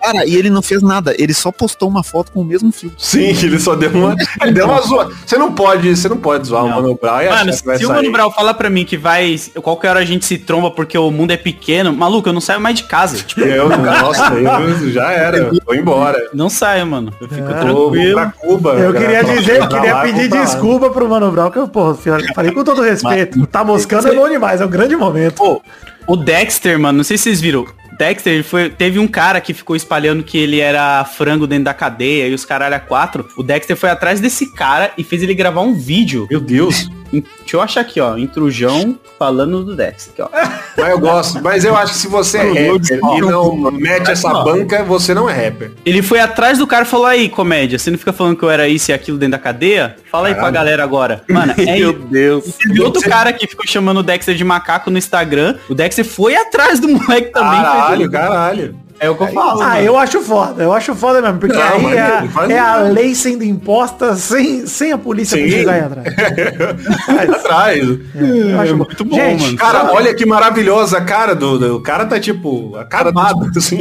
[SPEAKER 5] cara, e ele não fez nada. Ele só postou uma foto com o mesmo filtro.
[SPEAKER 2] Sim, que ele só deu uma. Ele deu uma zoa. Você não pode, você não pode zoar
[SPEAKER 6] Não.
[SPEAKER 2] o Mano Brown e
[SPEAKER 6] Mano,
[SPEAKER 2] achar que vai
[SPEAKER 6] se o
[SPEAKER 2] sair.
[SPEAKER 6] Mano Brown falar pra mim que vai. Qualquer hora a gente se tromba porque o mundo é pequeno, maluco, eu não saio mais de casa. Tipo,
[SPEAKER 2] Eu, nossa, eu já era. Vou embora.
[SPEAKER 6] não saio, mano. Eu fico
[SPEAKER 2] Vou, vou
[SPEAKER 6] tranquilo.
[SPEAKER 2] pra Cuba.
[SPEAKER 7] Eu queria
[SPEAKER 2] Pra-
[SPEAKER 7] dizer, eu
[SPEAKER 2] pra
[SPEAKER 7] queria
[SPEAKER 2] tá lá,
[SPEAKER 7] pedir
[SPEAKER 2] vou pra lá.
[SPEAKER 7] desculpa pro Mano Brown, que eu, porra, falei com todo respeito. Tá moscando é bom demais, é um grande momento.
[SPEAKER 6] Pô, o Dexter, mano, não sei se vocês viram. Dexter, ele foi, teve um cara que ficou espalhando que ele era frango dentro da cadeia e os caralho a quatro. O Dexter foi atrás desse cara e fez ele gravar um vídeo
[SPEAKER 2] Meu Deus.
[SPEAKER 6] In- Deixa eu achar aqui, ó. Intrujão falando do Dex. Aqui, ó.
[SPEAKER 2] Mas eu gosto. Mas eu acho que se você é rapper e não mete essa banca, você não é rapper.
[SPEAKER 6] Ele foi atrás do cara e falou aí, comédia, você não fica falando que eu era isso e aquilo dentro da cadeia? Fala aí pra galera agora. Mano, é
[SPEAKER 4] Meu
[SPEAKER 6] isso.
[SPEAKER 4] Deus.
[SPEAKER 6] E teve outro cara que ficou chamando o Dexter de macaco no Instagram. O Dexter foi atrás do moleque também.
[SPEAKER 2] Caralho, caralho.
[SPEAKER 6] É o que eu falo.
[SPEAKER 7] Ah, eu acho foda, eu acho foda mesmo, porque
[SPEAKER 2] Não,
[SPEAKER 7] aí
[SPEAKER 2] mas
[SPEAKER 7] é,
[SPEAKER 2] ele faz
[SPEAKER 7] é a
[SPEAKER 2] isso.
[SPEAKER 7] lei sendo imposta sem, sem a polícia
[SPEAKER 2] Sim. É,
[SPEAKER 7] conseguir ganhar atrás.
[SPEAKER 2] Atrás.
[SPEAKER 7] É, Eu
[SPEAKER 2] é
[SPEAKER 7] acho muito bom, Gente,
[SPEAKER 6] mano.
[SPEAKER 2] Cara, olha que maravilhosa a cara do, do- O cara tá tipo, acabado, assim.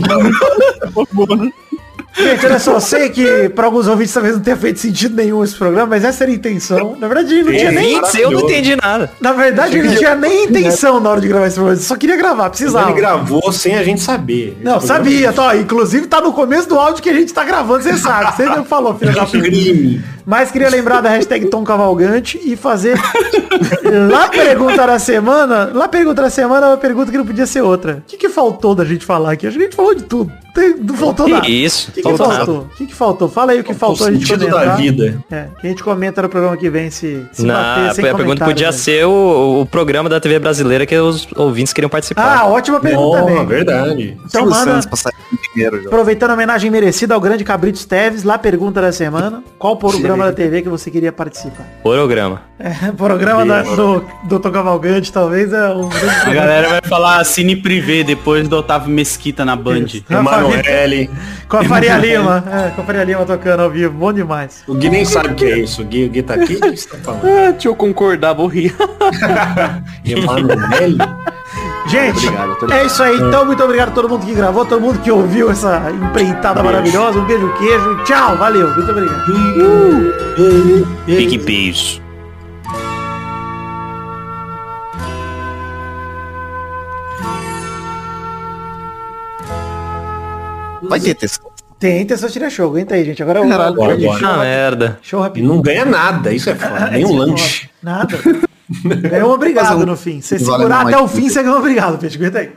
[SPEAKER 7] Gente, olha só, eu sei que pra alguns ouvintes talvez não tenha feito sentido nenhum esse programa, mas essa era a intenção. Na verdade, não tinha nem.
[SPEAKER 1] Putz, eu não entendi nada.
[SPEAKER 7] Na verdade, ele não tinha nem intenção na hora de gravar esse programa. Só queria gravar, precisava.
[SPEAKER 2] Ele gravou sem a gente saber.
[SPEAKER 7] Não, sabia, tá, inclusive tá no começo do áudio que a gente tá gravando, você sabe, você mesmo falou, filho da puta.
[SPEAKER 2] Crime.
[SPEAKER 7] Mas queria lembrar da hashtag Tom Cavalgante e fazer lá pergunta da semana, lá pergunta da semana, é uma pergunta que não podia ser outra. O que, que faltou da gente falar aqui? Acho que a gente falou de tudo. Tem- não faltou nada.
[SPEAKER 1] Que
[SPEAKER 7] O
[SPEAKER 1] isso?
[SPEAKER 7] que, que
[SPEAKER 1] Faltou nada.
[SPEAKER 7] faltou? O que, que faltou? Fala aí o que
[SPEAKER 2] O
[SPEAKER 7] faltou a gente
[SPEAKER 2] sentido
[SPEAKER 7] comentar.
[SPEAKER 2] da vida.
[SPEAKER 7] É, que a gente comenta no programa que vem se, se
[SPEAKER 1] Não, a
[SPEAKER 7] sem
[SPEAKER 1] pergunta
[SPEAKER 7] comentário,
[SPEAKER 1] podia
[SPEAKER 7] né?
[SPEAKER 1] ser o, o programa da TV brasileira que os ouvintes queriam participar.
[SPEAKER 7] Ah, ótima pergunta
[SPEAKER 2] Bom,
[SPEAKER 7] também.
[SPEAKER 2] verdade.
[SPEAKER 7] Então
[SPEAKER 5] Silvio
[SPEAKER 7] manda,
[SPEAKER 5] Santos pra sair com dinheiro, já.
[SPEAKER 7] aproveitando a homenagem merecida ao grande Cabrito Esteves, lá pergunta da semana, qual programa da TV que você queria participar?
[SPEAKER 1] Programa.
[SPEAKER 7] O programa da- do Dr. Cavalgante, talvez, é um grande
[SPEAKER 6] A galera vai falar Cine Privé depois do Otávio Mesquita na Band.
[SPEAKER 7] Rafa
[SPEAKER 2] Emanuele.
[SPEAKER 7] Com a Faria Lima. É, com a Faria Lima tocando ao vivo. Bom demais.
[SPEAKER 2] O Gui nem sabe o que é isso. O Gui, o Gui tá aqui? O que você tá falando?
[SPEAKER 4] Ah, deixa eu concordar, vou rir.
[SPEAKER 2] Emanuele?
[SPEAKER 7] Gente, é isso aí. Então, muito obrigado a todo mundo que gravou, todo mundo que ouviu essa empreitada maravilhosa. Um beijo, queijo e tchau. Valeu. Muito obrigado.
[SPEAKER 1] Big beijo.
[SPEAKER 5] Vai ter texto.
[SPEAKER 7] Tem intenção de tirar show. Aguenta aí, gente. Agora é o
[SPEAKER 2] Agora, agora.
[SPEAKER 1] Ah, merda.
[SPEAKER 7] show
[SPEAKER 2] E
[SPEAKER 7] rapidinho.
[SPEAKER 2] não ganha nada, isso é foda. Nem um lanche.
[SPEAKER 7] Nada. Ganhou um obrigado no fim. Você
[SPEAKER 5] Vale
[SPEAKER 7] segurar
[SPEAKER 5] mais
[SPEAKER 7] até o
[SPEAKER 5] que
[SPEAKER 7] fim, você ganhou um obrigado, Peixe. Aguenta aí.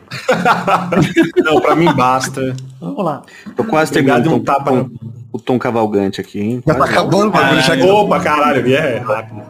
[SPEAKER 2] Não, pra mim basta.
[SPEAKER 7] Vamos lá.
[SPEAKER 4] Tô quase
[SPEAKER 2] Obrigado,
[SPEAKER 4] terminando
[SPEAKER 2] um tapa no-
[SPEAKER 4] o tom cavalgante aqui, hein?
[SPEAKER 5] Já tá acabando o bagulho, já que
[SPEAKER 2] Opa, caralho, Gui, é rápido.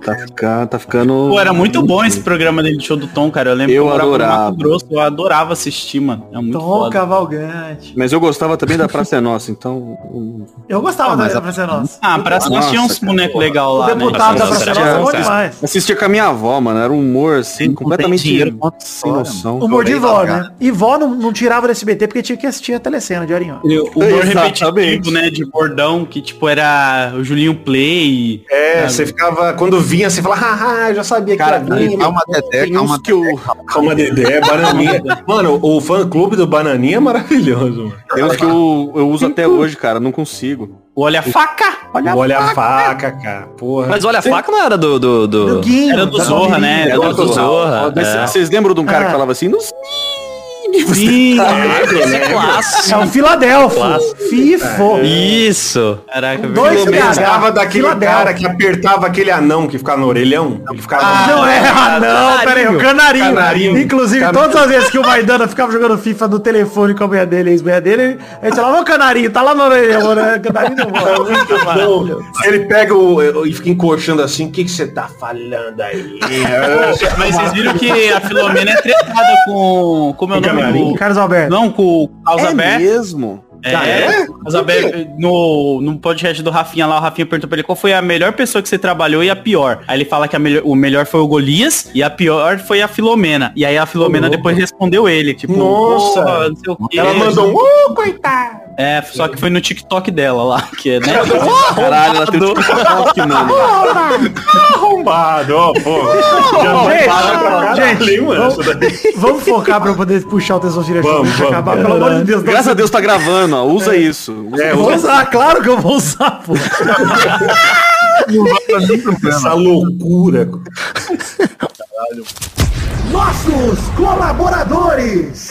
[SPEAKER 4] Tá, fica- tá ficando.
[SPEAKER 6] Pô, era um muito bom esse programa dele de show do Tom, cara. Eu lembro
[SPEAKER 4] Eu
[SPEAKER 6] que morava no
[SPEAKER 4] adorava.
[SPEAKER 6] Mato Grosso, eu adorava assistir, mano. É muito
[SPEAKER 7] Tom
[SPEAKER 6] foda.
[SPEAKER 7] Cavalgante.
[SPEAKER 4] Mas eu gostava também da Praça é Nossa, então. hum,
[SPEAKER 7] Eu gostava
[SPEAKER 5] Ah, mas
[SPEAKER 7] da
[SPEAKER 5] a-
[SPEAKER 7] Praça Nossa.
[SPEAKER 6] Ah, parece que nós
[SPEAKER 4] Nossa,
[SPEAKER 6] tinha uns
[SPEAKER 4] cara,
[SPEAKER 6] bonecos legal
[SPEAKER 7] O
[SPEAKER 6] lá, né?
[SPEAKER 7] deputado da
[SPEAKER 1] Nossa,
[SPEAKER 7] Praça
[SPEAKER 1] era
[SPEAKER 7] Nossa é bom
[SPEAKER 1] bom,
[SPEAKER 7] demais.
[SPEAKER 4] Assistia com a minha avó, mano. Era um humor assim, completamente
[SPEAKER 1] dinheiro.
[SPEAKER 4] sem noção.
[SPEAKER 7] Humor de
[SPEAKER 5] Jovem
[SPEAKER 7] vó,
[SPEAKER 5] Largar.
[SPEAKER 7] né? E vó não, não tirava do SBT porque tinha que assistir a telecena de hora em hora.
[SPEAKER 6] Eu- O humor
[SPEAKER 4] Exatamente.
[SPEAKER 6] repetitivo, né, de bordão, que tipo era o Julinho Play.
[SPEAKER 2] É, você ficava, quando vinha, você falava, haha, eu já sabia que
[SPEAKER 4] Cara,
[SPEAKER 2] era vinho.
[SPEAKER 5] Calma, Dedé,
[SPEAKER 4] Tem
[SPEAKER 5] calma,
[SPEAKER 4] uns que eu,
[SPEAKER 2] Calma, Dedé, é Bananinha. Mano, o fã clube do Bananinha é maravilhoso, mano.
[SPEAKER 4] tem uns É que eu, eu uso até hoje, cara. Não consigo.
[SPEAKER 6] O Olha a Faca! Olha a
[SPEAKER 2] Olha a faca, cara. Porra.
[SPEAKER 1] Mas olha, a faca não era do. do, do...
[SPEAKER 7] Guinho,
[SPEAKER 6] Era do
[SPEAKER 7] da
[SPEAKER 6] Zorra,
[SPEAKER 7] Palmeirinha.
[SPEAKER 6] né? Era do
[SPEAKER 1] Era do
[SPEAKER 6] Zorra.
[SPEAKER 1] Zorra.
[SPEAKER 4] Mas
[SPEAKER 1] é.
[SPEAKER 4] Vocês lembram de um cara que falava assim? Não
[SPEAKER 2] É,
[SPEAKER 6] Sim,
[SPEAKER 2] né?
[SPEAKER 1] Esse clássico.
[SPEAKER 7] É o Filadelfo. Fifo.
[SPEAKER 1] Isso. Caraca,
[SPEAKER 7] Dois
[SPEAKER 2] Eu lembrava
[SPEAKER 7] PH,
[SPEAKER 2] daquele
[SPEAKER 7] Filadelfia.
[SPEAKER 2] cara que apertava aquele anão que ficava no orelhão. Ele ficava.
[SPEAKER 7] Não é, ah, não,
[SPEAKER 1] Canarinho.
[SPEAKER 7] peraí, o canarinho.
[SPEAKER 2] Canarinho.
[SPEAKER 7] Inclusive,
[SPEAKER 2] Canarinho.
[SPEAKER 7] todas as vezes que o Maidana ficava jogando FIFA no telefone com a mulher dele, a ex-mulher dele, a gente falava, ô canarinho, tá lá no orelhão, né? Canarinho não mora.
[SPEAKER 2] Não, Então, se ele pega o, e fica encoxando assim, o que que você tá falando aí?
[SPEAKER 6] Mas vocês viram que a Filomena é tretada com. Como é o nome
[SPEAKER 2] Canarinho?
[SPEAKER 6] do.
[SPEAKER 7] Carlos Alberto.
[SPEAKER 6] Não, com o
[SPEAKER 4] é
[SPEAKER 6] Alzabé.
[SPEAKER 4] mesmo?
[SPEAKER 6] É,
[SPEAKER 2] Ah, é?
[SPEAKER 6] Alzabé no, no podcast do Rafinha lá, o Rafinha perguntou pra ele qual foi a melhor pessoa que você trabalhou e a pior. Aí ele fala que a melhor, o melhor foi o Golias e a pior foi a Filomena. E aí a Filomena depois respondeu ele, tipo,
[SPEAKER 2] Nossa.
[SPEAKER 6] "Porra, não sei o quê.
[SPEAKER 2] Ela mandou um. "Uh, coitado!
[SPEAKER 6] É, só que foi no TikTok dela lá, que é, né?
[SPEAKER 4] Caralho, ela tem um TikTok, mano.
[SPEAKER 2] Arrombado, ó, pô. Já
[SPEAKER 7] Gente,
[SPEAKER 2] para pra caralho,
[SPEAKER 7] gente,
[SPEAKER 2] mano,
[SPEAKER 7] vamos-
[SPEAKER 2] essa daí.
[SPEAKER 7] Vamos focar pra eu poder puxar o Tesão Diretor
[SPEAKER 2] Vamos,
[SPEAKER 7] e
[SPEAKER 2] vamos.
[SPEAKER 7] acabar, pelo amor de Deus. não-
[SPEAKER 4] Graças a Deus tá gravando, ó. Usa isso. Usa
[SPEAKER 2] É,
[SPEAKER 7] Eu Vou usar, claro que eu vou usar, pô.
[SPEAKER 2] essa loucura.
[SPEAKER 7] Nossos colaboradores!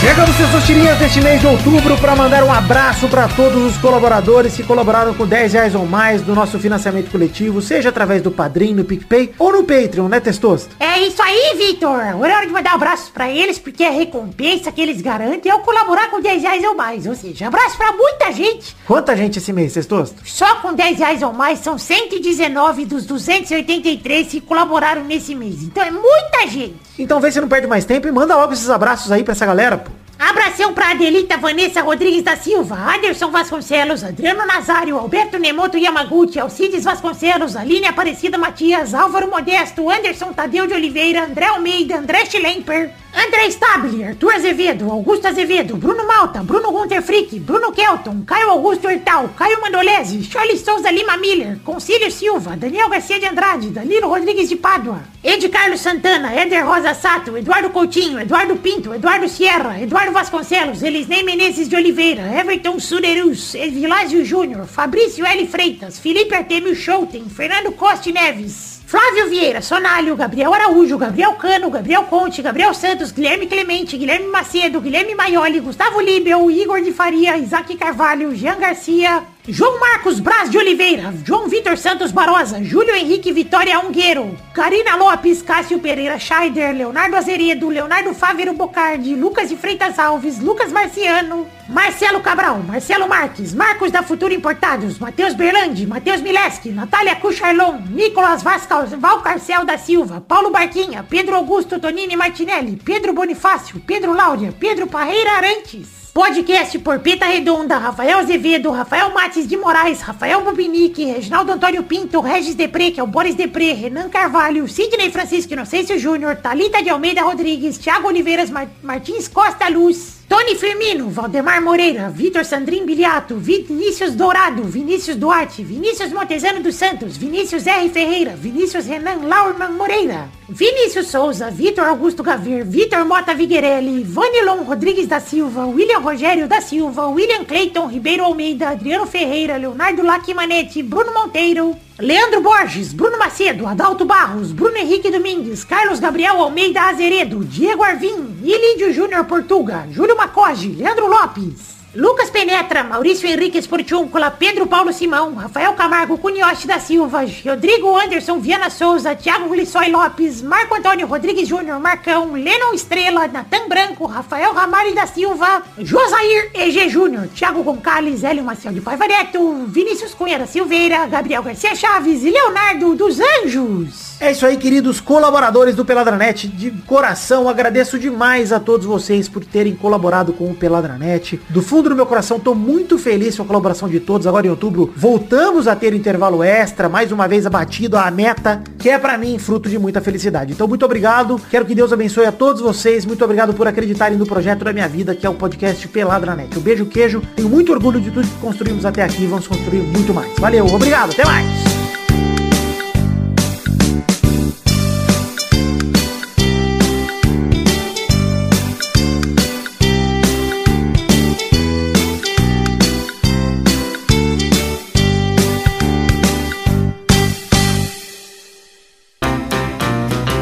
[SPEAKER 7] Chegamos, seus tirinhas, deste mês de outubro para mandar um abraço para todos os colaboradores que colaboraram com 10 reais ou mais do nosso financiamento coletivo, seja através do Padrim, no PicPay ou no Patreon, né, Testosto?
[SPEAKER 8] É isso aí, Vitor. Agora é hora de mandar abraços pra eles, porque a recompensa que eles garantem é eu colaborar com 10 reais ou mais. Ou seja, abraço pra muita gente.
[SPEAKER 7] Quanta gente esse mês, Testosto?
[SPEAKER 8] Só com 10 reais ou mais são 119 dos 283 que colaboraram nesse mês. Então é muita gente.
[SPEAKER 7] Então vê se não perde mais tempo e manda logo esses abraços aí pra essa galera, pô.
[SPEAKER 8] Abração pra Adelita Vanessa Rodrigues da Silva, Anderson Vasconcelos, Adriano Nazário, Alberto Nemoto Yamaguchi, Alcides Vasconcelos, Aline Aparecida Matias, Álvaro Modesto, Anderson Tadeu de Oliveira, André Almeida, André Schlemper, André Stabile, Arthur Azevedo, Augusto Azevedo, Bruno Malta, Bruno Gunter Frick, Bruno Kelton, Caio Augusto Hertal, Caio Mandolese, Charles Souza Lima Miller, Concílio Silva, Daniel Garcia de Andrade, Danilo Rodrigues de Pádua, Ed Carlos Santana, Eder Rosa Sato, Eduardo Coutinho, Eduardo Pinto, Eduardo Sierra, Eduardo Vasconcelos, Elisnei Menezes de Oliveira, Everton Surerus, Evilásio Júnior, Fabrício L. Freitas, Felipe Artemio Schouten, Fernando Costa Neves. Flávio Vieira, Sonalho, Gabriel Araújo, Gabriel Cano, Gabriel Conte, Gabriel Santos, Guilherme Clemente, Guilherme Macedo, Guilherme Maioli, Gustavo Libel, Igor de Faria, Isaac Carvalho, Jean Garcia, João Marcos Braz de Oliveira, João Vitor Santos Barosa, Júlio Henrique Vitória Ungueiro, Karina Lopes, Cássio Pereira Scheider, Leonardo Azeredo, Leonardo Fávero Bocardi, Lucas de Freitas Alves, Lucas Marciano, Marcelo Cabral, Marcelo Marques, Marcos da Futura Importados, Matheus Berlandi, Matheus Mileski, Natália Cucharlon, Nicolas Vascal, Valcarcel da Silva, Paulo Barquinha, Pedro Augusto Tonini Martinelli, Pedro Bonifácio, Pedro Láudia, Pedro Parreira Arantes. Podcast por Peta Redonda, Rafael Azevedo, Rafael Mates de Moraes, Rafael Bubinique, Reginaldo Antônio Pinto, Regis Depre, que é o Boris Depre, Renan Carvalho, Sidney Francisco Inocêncio Júnior, Talita de Almeida Rodrigues, Thiago Oliveiras Mar- Martins Costa Luz, Tony Firmino, Valdemar Moreira, Vitor Sandrin Biliato, Vinícius Dourado, Vinícius Duarte, Vinícius Montezano dos Santos, Vinícius R. Ferreira, Vinícius Renan Laurman Moreira, Vinícius Souza, Vitor Augusto Gaver, Vitor Mota Viguerelli, Vanilon Rodrigues da Silva, William Rogério da Silva, William Cleiton Ribeiro Almeida, Adriano Ferreira, Leonardo Lacimanetti, Bruno Monteiro, Leandro Borges, Bruno Macedo, Adalto Barros, Bruno Henrique Domingues, Carlos Gabriel Almeida Azeredo, Diego Arvim, Ilídio Júnior Portuga, Júlio Macoge, Leandro Lopes. Lucas Penetra, Maurício Henrique Portiúncula, Pedro Paulo Simão, Rafael Camargo Cunioche da Silva, Rodrigo Anderson Viana Souza, Thiago Glissói Lopes, Marco Antônio Rodrigues Júnior, Marcão, Lennon Estrela, Natan Branco, Rafael Ramalho da Silva, Josair EG Júnior, Thiago Gonçalves, Hélio Marcel de Paiva Neto, Vinícius Cunha da Silveira, Gabriel Garcia Chaves e Leonardo dos Anjos.
[SPEAKER 7] É isso aí, queridos colaboradores do Peladranet. De coração, agradeço demais a todos vocês por terem colaborado com o Peladranet. Do fundo do meu coração, tô muito feliz com a colaboração de todos. Agora em outubro, voltamos a ter intervalo extra, mais uma vez abatido a meta, que é pra mim fruto de muita felicidade. Então, muito obrigado. Quero que Deus abençoe a todos vocês. Muito obrigado por acreditarem no projeto da minha vida, que é o podcast Peladranet. Um beijo, queijo. Tenho muito orgulho de tudo que construímos até aqui. Vamos construir muito mais. Valeu, obrigado, até mais.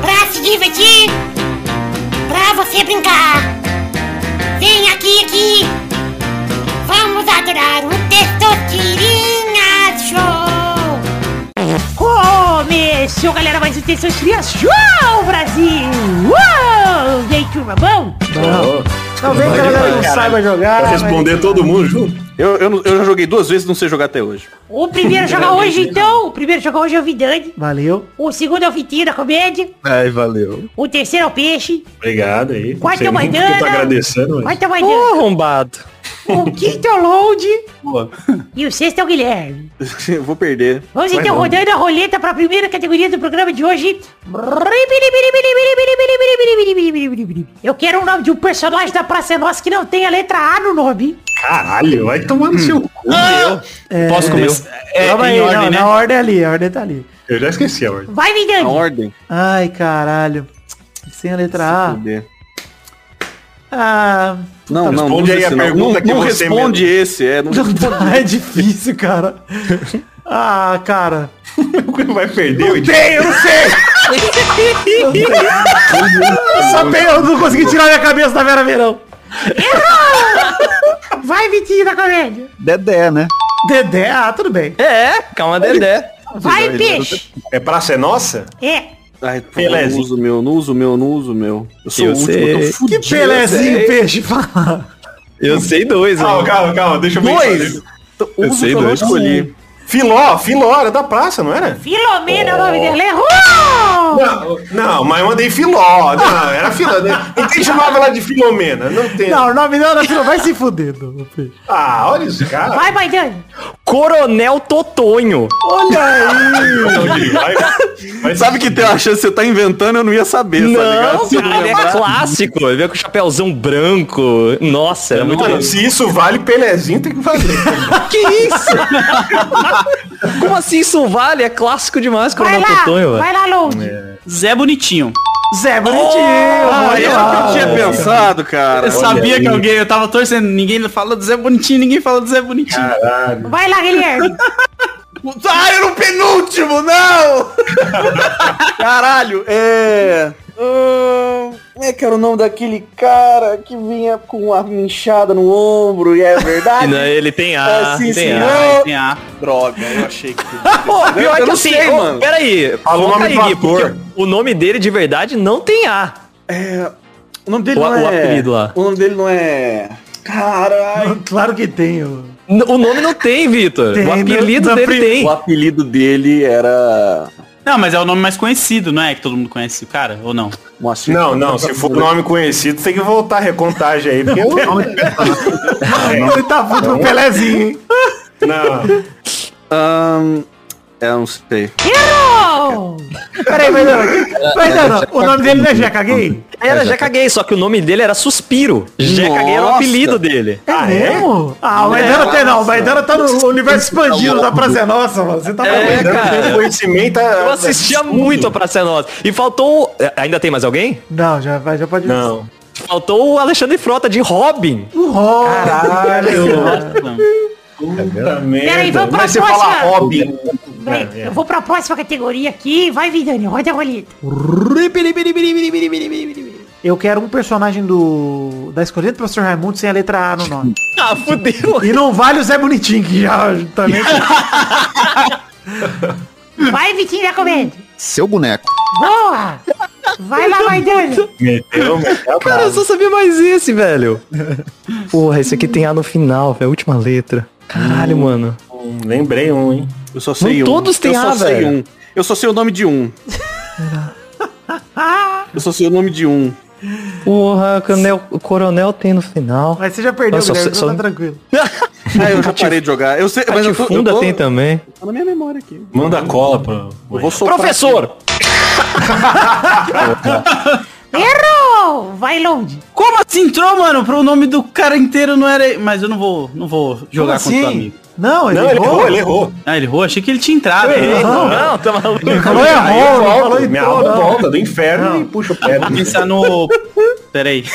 [SPEAKER 8] Pra se divertir, pra você brincar. Vem aqui, aqui. Vamos adorar o Testosterinhas Show. Começou, galera, mais um Testosterinhas Show, Brasil. Uou! E aí, turma, bom?
[SPEAKER 7] Talvez a galera não saiba jogar.
[SPEAKER 2] Pra
[SPEAKER 7] mas-
[SPEAKER 2] responder todo mundo junto.
[SPEAKER 4] Eu, eu, não- eu já joguei duas vezes e não sei jogar até hoje.
[SPEAKER 8] O primeiro a jogar hoje, então. O primeiro a jogar hoje é o Vidani.
[SPEAKER 7] Valeu.
[SPEAKER 8] O segundo é o Vitinho da Comédia.
[SPEAKER 5] Ai, valeu.
[SPEAKER 8] O terceiro é o Peixe.
[SPEAKER 2] Obrigado aí. Não
[SPEAKER 8] Quarta
[SPEAKER 2] sei nem por que eu tô
[SPEAKER 8] banana.
[SPEAKER 2] agradecendo, mas...
[SPEAKER 8] Vai tomar
[SPEAKER 1] Ô,
[SPEAKER 8] dano.
[SPEAKER 1] arrombado.
[SPEAKER 8] O quinto é o Load.
[SPEAKER 4] Boa.
[SPEAKER 8] E o sexto é o Guilherme.
[SPEAKER 4] Eu vou perder.
[SPEAKER 8] Vamos então
[SPEAKER 2] um-
[SPEAKER 8] rodando a roleta para a primeira categoria do programa de hoje. Eu quero o nome de um personagem da Praça é Nossa que não tem a letra A no nome.
[SPEAKER 2] Caralho, vai tomar
[SPEAKER 4] Hum.
[SPEAKER 2] no seu cu.
[SPEAKER 1] Posso começar? É,
[SPEAKER 7] Calma aí,
[SPEAKER 1] em ordem,
[SPEAKER 7] não,
[SPEAKER 1] né?
[SPEAKER 7] na ordem ali, a ordem tá ali.
[SPEAKER 2] Eu já esqueci a ordem.
[SPEAKER 8] Vai,
[SPEAKER 4] A
[SPEAKER 8] Vigani.
[SPEAKER 4] ordem?
[SPEAKER 7] Ai, caralho. Sem a letra A.
[SPEAKER 4] Perder.
[SPEAKER 7] Ah,
[SPEAKER 4] Não, não,
[SPEAKER 2] Responde
[SPEAKER 4] não
[SPEAKER 2] aí
[SPEAKER 4] usa
[SPEAKER 2] a
[SPEAKER 4] esse não.
[SPEAKER 2] pergunta
[SPEAKER 4] Não-
[SPEAKER 2] que
[SPEAKER 4] não
[SPEAKER 2] você
[SPEAKER 4] responde esse, é. Não...
[SPEAKER 7] é difícil, cara. Ah, cara.
[SPEAKER 2] Vai perder o idiota.
[SPEAKER 7] Tem, eu não sei. Eu só tenho, eu não consegui tirar minha cabeça da Vera Verão.
[SPEAKER 8] Errou! Vai, Vitinho da comédia.
[SPEAKER 5] Dedé, né?
[SPEAKER 7] Dedé, ah, tudo bem.
[SPEAKER 1] É, calma, Dedé.
[SPEAKER 8] Vai, peixe.
[SPEAKER 2] É pra ser nossa?
[SPEAKER 8] É.
[SPEAKER 4] Ai, pô,
[SPEAKER 2] Beleza.
[SPEAKER 4] não uso o meu, não uso o meu, não uso o meu. Eu sou
[SPEAKER 1] Eu
[SPEAKER 4] o último, eu
[SPEAKER 1] sei.
[SPEAKER 4] tô fudido.
[SPEAKER 7] Que belezinho, peixe, fala.
[SPEAKER 1] Eu sei dois, ó.
[SPEAKER 2] Calma, calma, calma. Deixa eu ver.
[SPEAKER 4] Dois!
[SPEAKER 1] Eu sei dois.
[SPEAKER 4] escolhi.
[SPEAKER 2] Filó, Filó, era da praça, não era?
[SPEAKER 8] Filomena é o nome dela. Errou!
[SPEAKER 2] Não, não, mas eu mandei Filó. Não, era Filó. né? E quem chamava ela de Filomena? Não tem.
[SPEAKER 7] Não, o nome dela não vai se fuder, do peixe.
[SPEAKER 2] Ah, olha isso, cara.
[SPEAKER 8] Vai, Maidani.
[SPEAKER 1] Coronel Totonho.
[SPEAKER 2] Vai, vai.
[SPEAKER 4] Sabe que tem uma chance de você tá inventando, eu não ia saber, tá ligado?
[SPEAKER 1] Não,
[SPEAKER 4] Se eu não
[SPEAKER 1] cara, ele é
[SPEAKER 4] lembrar.
[SPEAKER 1] clássico. Ele veio com o chapéuzão branco. Nossa, era muito
[SPEAKER 2] Mano,
[SPEAKER 1] bom.
[SPEAKER 2] se isso vale, Pelezinho tem que valer.
[SPEAKER 1] Que isso? Como assim isso vale? É clássico demais,
[SPEAKER 8] Vai
[SPEAKER 1] Coronel
[SPEAKER 8] lá.
[SPEAKER 1] Totonho, velho.
[SPEAKER 8] Vai lá, Load.
[SPEAKER 2] É.
[SPEAKER 6] Zé Bonitinho.
[SPEAKER 7] Zé Bonitinho, É
[SPEAKER 4] Ah,
[SPEAKER 7] olha
[SPEAKER 4] era o que eu
[SPEAKER 7] lá.
[SPEAKER 4] tinha pensado, cara.
[SPEAKER 6] Eu sabia que alguém, eu tava torcendo, ninguém fala do Zé Bonitinho, ninguém fala do Zé Bonitinho.
[SPEAKER 8] Vai lá, Guilherme.
[SPEAKER 4] Ah, era o penúltimo, não! Caralho, é... ahn, Como é que era o nome daquele cara que vinha com a inchada no ombro e é verdade?
[SPEAKER 1] Não, ele tem A,
[SPEAKER 4] Ah, sim,
[SPEAKER 1] tem
[SPEAKER 4] sim.
[SPEAKER 1] A.
[SPEAKER 6] Ah, tem a-
[SPEAKER 4] Droga, eu achei que...
[SPEAKER 1] Pô, pior
[SPEAKER 4] Eu
[SPEAKER 1] que
[SPEAKER 4] não
[SPEAKER 1] assim,
[SPEAKER 4] sei,
[SPEAKER 1] ô,
[SPEAKER 4] mano.
[SPEAKER 1] peraí,
[SPEAKER 2] Fala o
[SPEAKER 1] foca
[SPEAKER 2] nome
[SPEAKER 1] aí,
[SPEAKER 2] do
[SPEAKER 1] Gui,
[SPEAKER 2] ator.
[SPEAKER 1] porque o nome dele de verdade não tem A.
[SPEAKER 4] O nome dele
[SPEAKER 1] O-
[SPEAKER 4] não
[SPEAKER 1] o
[SPEAKER 4] é...
[SPEAKER 1] apelido lá.
[SPEAKER 4] O nome dele não é... Caralho.
[SPEAKER 7] Claro que tem, ô.
[SPEAKER 1] N- O nome não tem, Vitor.
[SPEAKER 7] Tem,
[SPEAKER 1] O apelido
[SPEAKER 7] na- na
[SPEAKER 1] dele
[SPEAKER 7] pri-
[SPEAKER 1] tem.
[SPEAKER 4] O apelido dele era...
[SPEAKER 6] Não, mas é o nome mais conhecido, não é? Que todo mundo conhece o cara, ou não?
[SPEAKER 4] Nossa,
[SPEAKER 2] Não, não, se for um nome conhecido, tem que voltar a recontagem aí. Porque eu...
[SPEAKER 7] Ele tá puto pro Pelezinho, hein?
[SPEAKER 2] Não.
[SPEAKER 4] Ahn, eu não sei.
[SPEAKER 8] Errou!
[SPEAKER 7] Peraí, mas não. Mas não, não, O nome dele não é Jeca Gay?
[SPEAKER 1] Era Jeca Gay, só é que o nome dele era Suspiro. Jeca Gay era o
[SPEAKER 4] Nossa.
[SPEAKER 1] apelido dele.
[SPEAKER 7] É mesmo? Ah, o Maidana tem não. O Maidana tá no universo expandido da Praça é Nossa, mano. Você tá
[SPEAKER 1] É,
[SPEAKER 7] maluco.
[SPEAKER 1] cara.
[SPEAKER 2] Tem conhecimento. é-
[SPEAKER 1] Eu assistia muito a Praça é Nossa. E faltou. o- é, Ainda tem mais alguém?
[SPEAKER 7] Não, já, vai, já pode...
[SPEAKER 2] Não.
[SPEAKER 1] Faltou o Alexandre Frota de Robin.
[SPEAKER 7] O Ron.
[SPEAKER 2] Caralho. Puta
[SPEAKER 8] Peraí,
[SPEAKER 2] merda.
[SPEAKER 8] vamos pra
[SPEAKER 2] Mas você
[SPEAKER 8] próxima.
[SPEAKER 2] fala Robin.
[SPEAKER 8] Vai, Eu vou pra próxima categoria aqui. Vai, Vidani. Roda a roleta.
[SPEAKER 7] Eu quero um personagem do da escolha do Professor Raimundo sem a letra A no nome.
[SPEAKER 1] Ah, fudeu.
[SPEAKER 7] E não vale o Zé Bonitinho, que já também...
[SPEAKER 2] Hum.
[SPEAKER 8] Vai, Vitinho da comédia.
[SPEAKER 5] Seu boneco.
[SPEAKER 8] Boa! Vai
[SPEAKER 2] Então,
[SPEAKER 8] lá, Maidani.
[SPEAKER 2] Meteu, meteu.
[SPEAKER 1] Cara, eu só sabia mais esse, velho. Porra, esse aqui tem A no final, velho. a Última letra. Caralho, mano.
[SPEAKER 2] Hum, Lembrei um, hein?
[SPEAKER 4] Eu só sei
[SPEAKER 1] Não
[SPEAKER 4] um.
[SPEAKER 1] todos têm
[SPEAKER 4] eu só
[SPEAKER 1] A,
[SPEAKER 4] sei
[SPEAKER 1] velho.
[SPEAKER 4] um. Eu só sei o nome de um. eu só sei o nome de um.
[SPEAKER 1] Porra, o coronel, o coronel tem no final.
[SPEAKER 7] Mas você já perdeu,
[SPEAKER 1] Nossa,
[SPEAKER 7] Guilherme,
[SPEAKER 1] só-
[SPEAKER 7] então
[SPEAKER 1] só-
[SPEAKER 7] tá tranquilo.
[SPEAKER 4] Ah, eu já parei de jogar. Eu sei,
[SPEAKER 1] Tá
[SPEAKER 4] mas eu tô, eu
[SPEAKER 1] Catifunda
[SPEAKER 4] tô-
[SPEAKER 1] tem também.
[SPEAKER 4] tá na minha memória aqui.
[SPEAKER 2] Manda cola pro.
[SPEAKER 4] Eu vou soprar
[SPEAKER 1] Professor!
[SPEAKER 8] Errou! Vai longe.
[SPEAKER 6] Como assim entrou, mano? Pro nome do cara inteiro não era. Mas eu não vou, não vou jogar
[SPEAKER 7] Como assim?
[SPEAKER 6] contra o amigo.
[SPEAKER 7] Não, ele
[SPEAKER 2] Não, ele errou,
[SPEAKER 7] errou.
[SPEAKER 2] ele errou.
[SPEAKER 6] Ah, ele errou, achei que ele tinha entrado. né?
[SPEAKER 1] Não, não, tá maluco.
[SPEAKER 7] Ele falou errou, não falou
[SPEAKER 2] Minha
[SPEAKER 7] então,
[SPEAKER 2] alma
[SPEAKER 7] não.
[SPEAKER 2] volta do inferno e puxa o pé.
[SPEAKER 6] Pensar no. Peraí.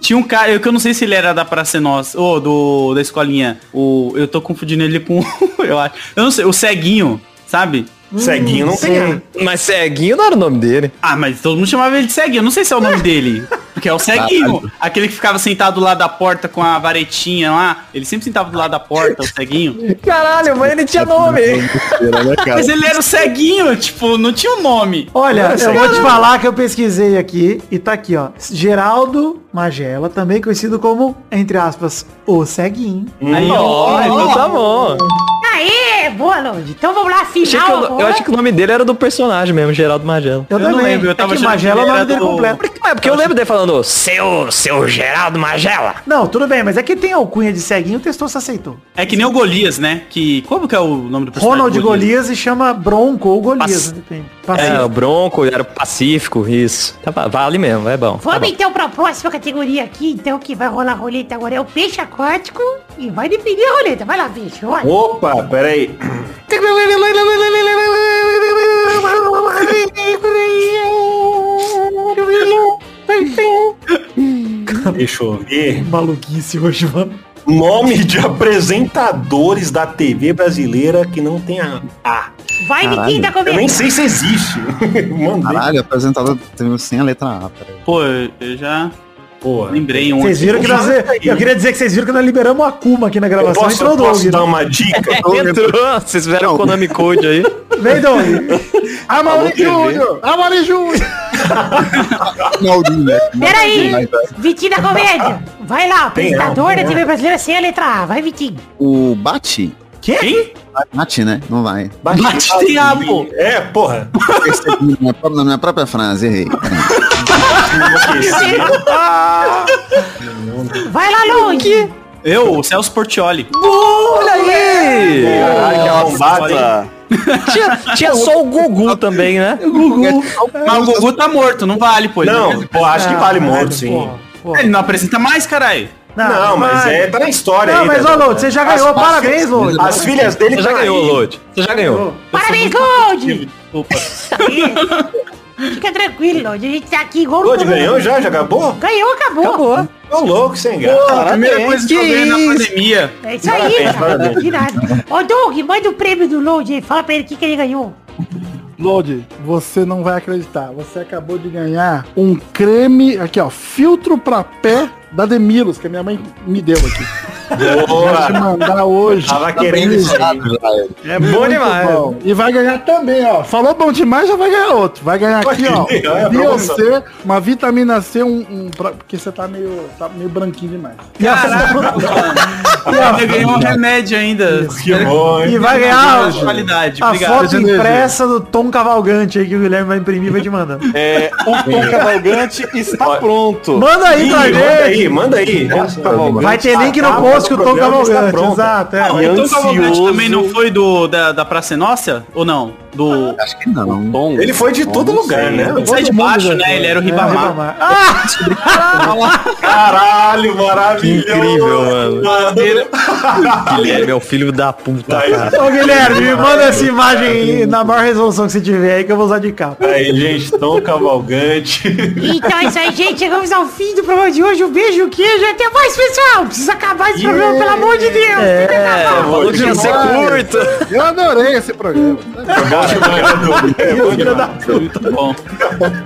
[SPEAKER 6] Tinha um cara, eu que eu não sei se ele era da Praça é Nossa, ou do, da escolinha. O, eu tô confundindo ele com. eu acho. Eu não sei, o ceguinho, sabe?
[SPEAKER 7] Hum,
[SPEAKER 2] Ceguinho não tem.
[SPEAKER 7] Sei.
[SPEAKER 1] Mas ceguinho não era o nome dele.
[SPEAKER 6] Ah, mas todo mundo chamava ele de ceguinho. Eu não sei se é o nome dele. Porque é o ceguinho. Aquele que ficava sentado lá da porta com a varetinha lá. Ele sempre sentava do lado da porta, o ceguinho.
[SPEAKER 1] Caralho, mas ele tinha nome.
[SPEAKER 9] né,
[SPEAKER 6] Mas ele era o ceguinho, tipo, não tinha o nome.
[SPEAKER 7] Olha, eu vou te falar que eu pesquisei aqui e tá aqui, ó. Geraldo Magela, também conhecido como, entre aspas, o ceguinho.
[SPEAKER 1] Hum.
[SPEAKER 6] Aí, ó,
[SPEAKER 1] Ó, então tá bom.
[SPEAKER 8] Aê! Boa, longe. Então vamos lá,
[SPEAKER 1] Achei que
[SPEAKER 8] final.
[SPEAKER 1] eu, eu acho que o nome dele era do personagem mesmo, Geraldo Magelo.
[SPEAKER 7] Eu,
[SPEAKER 6] Eu não
[SPEAKER 7] também.
[SPEAKER 6] lembro, eu
[SPEAKER 7] É
[SPEAKER 6] tava
[SPEAKER 7] que
[SPEAKER 6] achando
[SPEAKER 7] Magela é
[SPEAKER 6] que
[SPEAKER 7] o
[SPEAKER 6] ele
[SPEAKER 7] nome
[SPEAKER 6] era
[SPEAKER 7] dele
[SPEAKER 6] do-
[SPEAKER 7] completo.
[SPEAKER 1] Porque, é porque eu lembro dele falando, seu, seu Geraldo Magela.
[SPEAKER 7] Não, tudo bem, mas é que tem alcunha de ceguinho, o testou se aceitou.
[SPEAKER 6] É que nem o Golias, né? Que. Como que é o nome do personagem?
[SPEAKER 7] Ronald Golias e chama Bronco ou Golias. né,
[SPEAKER 1] Paci-
[SPEAKER 7] depende.
[SPEAKER 1] É, o
[SPEAKER 7] Pacífico.
[SPEAKER 1] Bronco era o Pacífico, isso. Tá, ba- vale mesmo, é bom. tá
[SPEAKER 8] Vamos
[SPEAKER 1] bom.
[SPEAKER 8] então pra próxima categoria aqui, então, que vai rolar a roleta agora. É o peixe aquático e vai definir a roleta. Vai lá, peixe. Olha.
[SPEAKER 2] Opa, peraí. Deixa eu ver.
[SPEAKER 7] Maluquice hoje, mano.
[SPEAKER 2] Nome de apresentadores da TV brasileira que não tem a A.
[SPEAKER 8] Vai, Vitinho da
[SPEAKER 2] Eu nem
[SPEAKER 8] comédia.
[SPEAKER 2] sei se existe. Mandei.
[SPEAKER 5] tá Caralho, apresentado teve sem a letra A, peraí.
[SPEAKER 6] Pô, eu já.
[SPEAKER 2] Porra.
[SPEAKER 6] Lembrei um
[SPEAKER 7] Vocês
[SPEAKER 6] aqui.
[SPEAKER 7] viram que nós. Eu queria dizer que vocês viram que nós liberamos a Akuma aqui na
[SPEAKER 2] Eu
[SPEAKER 7] gravação.
[SPEAKER 2] posso, né?
[SPEAKER 7] Entrou o
[SPEAKER 2] eu posso
[SPEAKER 7] Doug.
[SPEAKER 2] dar uma dica?
[SPEAKER 1] Entrou, vocês fizeram o Konami Code aí.
[SPEAKER 7] Vem, Doug.
[SPEAKER 2] Falou
[SPEAKER 4] Amaury
[SPEAKER 2] TV.
[SPEAKER 4] Júnior! Amaury Júnior!
[SPEAKER 5] Naldinho, né?
[SPEAKER 8] Peraí, Vitinho da Comédia. Vai lá,
[SPEAKER 2] Tem
[SPEAKER 8] apresentador da TV brasileira sem a letra A. Vai, Vitinho.
[SPEAKER 5] O Bate?
[SPEAKER 6] Quem?
[SPEAKER 5] Bate, né? Não vai.
[SPEAKER 6] Bate tem A, pô.
[SPEAKER 2] É, porora.
[SPEAKER 5] Percebi na minha pró- na minha própria frase, errei.
[SPEAKER 8] Vai lá, Long.
[SPEAKER 6] Eu, o Celso Portioli.
[SPEAKER 1] Olha aí!
[SPEAKER 4] Caralho, que arrombada!
[SPEAKER 1] Tinha, tinha só o Gugu também, né?
[SPEAKER 6] Mas o Gugu tá morto, não vale, pô. Ele
[SPEAKER 2] Não, pô, acho que
[SPEAKER 7] Ah,
[SPEAKER 2] vale muito, sim.
[SPEAKER 6] não- Ele não apresenta mais, caralho.
[SPEAKER 2] Não, mas
[SPEAKER 7] vai.
[SPEAKER 2] é, tá na história
[SPEAKER 7] Não,
[SPEAKER 2] aí.
[SPEAKER 7] mas
[SPEAKER 2] né?
[SPEAKER 7] ó, Lodi, você já
[SPEAKER 2] As-
[SPEAKER 7] ganhou.
[SPEAKER 2] as
[SPEAKER 7] Parabéns,
[SPEAKER 2] filhas-
[SPEAKER 7] Lodi.
[SPEAKER 2] As filhas dele
[SPEAKER 1] Você já
[SPEAKER 2] tão
[SPEAKER 1] ganhou,
[SPEAKER 2] aí.
[SPEAKER 1] Lode. Você já ganhou.
[SPEAKER 8] Parabéns, Lodi. Fica tranquilo, Lodi. A gente tá aqui igual...
[SPEAKER 2] Lode ganhou né? já? Já acabou?
[SPEAKER 8] Ganhou, acabou.
[SPEAKER 2] Ô, louco, sem graça.
[SPEAKER 6] A
[SPEAKER 1] É,
[SPEAKER 6] primeira coisa que eu ganhei na pandemia.
[SPEAKER 8] É isso aí,
[SPEAKER 2] Parabéns,
[SPEAKER 8] cara.
[SPEAKER 2] parabéns.
[SPEAKER 8] De nada. Ô, Doug, manda o prêmio do Lodi. aí. Fala pra ele o que, que ele ganhou.
[SPEAKER 9] Lodi, você não vai acreditar. Você acabou de ganhar um creme, aqui ó, filtro pra pé da Demilos, que a minha mãe me deu aqui. Vou te
[SPEAKER 2] Boa.
[SPEAKER 9] mandar hoje.
[SPEAKER 2] Tava querendo isso aí.
[SPEAKER 1] É bom demais.
[SPEAKER 9] Bom, e vai ganhar também, ó. Falou bom demais, já vai ganhar outro. Vai ganhar aqui, ó.
[SPEAKER 2] Olha, é a promoção.
[SPEAKER 9] Beyoncé, uma vitamina C, um. um pra- porque você tá meio, tá meio branquinho demais.
[SPEAKER 6] Caraca, mano. Eu ganhei um remédio ainda.
[SPEAKER 2] Que bom, hein?
[SPEAKER 7] E vai ganhar Tá
[SPEAKER 6] De Qualidade,
[SPEAKER 7] a
[SPEAKER 6] obrigado.
[SPEAKER 7] foto impressa do Tom Cavalgante aí que o Guilherme vai imprimir e vai te mandar.
[SPEAKER 4] É, o Tom Cavalgante está pronto.
[SPEAKER 7] Manda aí,
[SPEAKER 2] Ih, manda
[SPEAKER 7] Target.
[SPEAKER 2] aí, manda aí. Tá Nossa,
[SPEAKER 7] Vai ter link no
[SPEAKER 6] Tá
[SPEAKER 7] post que o Tom Cavalgante. Exato, é.
[SPEAKER 6] Não, então o Cavalcante
[SPEAKER 4] ansioso.
[SPEAKER 6] também não foi do, da, da Praça é Nossa? Ou não? Do...
[SPEAKER 5] Acho que não.
[SPEAKER 4] Tom.
[SPEAKER 2] Ele foi de todo lugar, né?
[SPEAKER 6] Sai de baixo, né? Ele era o
[SPEAKER 7] É,
[SPEAKER 6] Ribamar.
[SPEAKER 7] Ribamar. Ah,
[SPEAKER 2] Caralho, maravilhoso.
[SPEAKER 1] Incrível, mano.
[SPEAKER 6] Maneiro.
[SPEAKER 1] Guilherme é o filho da puta,
[SPEAKER 2] Aí,
[SPEAKER 1] cara.
[SPEAKER 7] ô Guilherme, me manda essa imagem aí na maior resolução que você tiver aí que eu vou usar de capa.
[SPEAKER 2] aí, gente, Tom Cavalgante.
[SPEAKER 8] Então é isso aí, gente. Chegamos ao fim do programa de hoje. Um beijo, queijo e até mais, pessoal. Precisa acabar esse programa, pelo amor de Deus.
[SPEAKER 7] É,
[SPEAKER 8] Tem que acabar.
[SPEAKER 1] Falou de ser é curto.
[SPEAKER 9] Eu adorei esse programa.
[SPEAKER 2] Bom demais, Dudu. É bom demais.
[SPEAKER 6] Bom,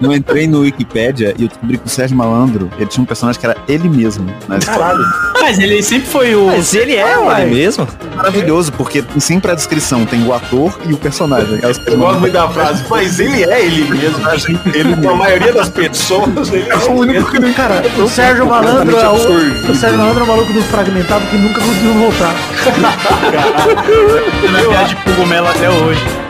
[SPEAKER 5] Eu entrei no Wikipédia e eu descobri que o Sérgio Malandro, ele tinha um personagem que era ele mesmo né? na história.
[SPEAKER 6] mas ele sempre foi o...
[SPEAKER 1] Mas ele é, ué. Ele mesmo?
[SPEAKER 5] Maravilhoso, porque sempre a descrição tem o ator e o personagem. Aí os
[SPEAKER 2] Eu gosto muito da frase, mas ele é ele mesmo. né, gente? Ele, com a maioria das pessoas, ele é o único que
[SPEAKER 7] Cara, o Sérgio Malandro é o, o Sérgio Malandro é o maluco do fragmentado que nunca conseguiu voltar.
[SPEAKER 6] na viagem pro Gomelo até hoje.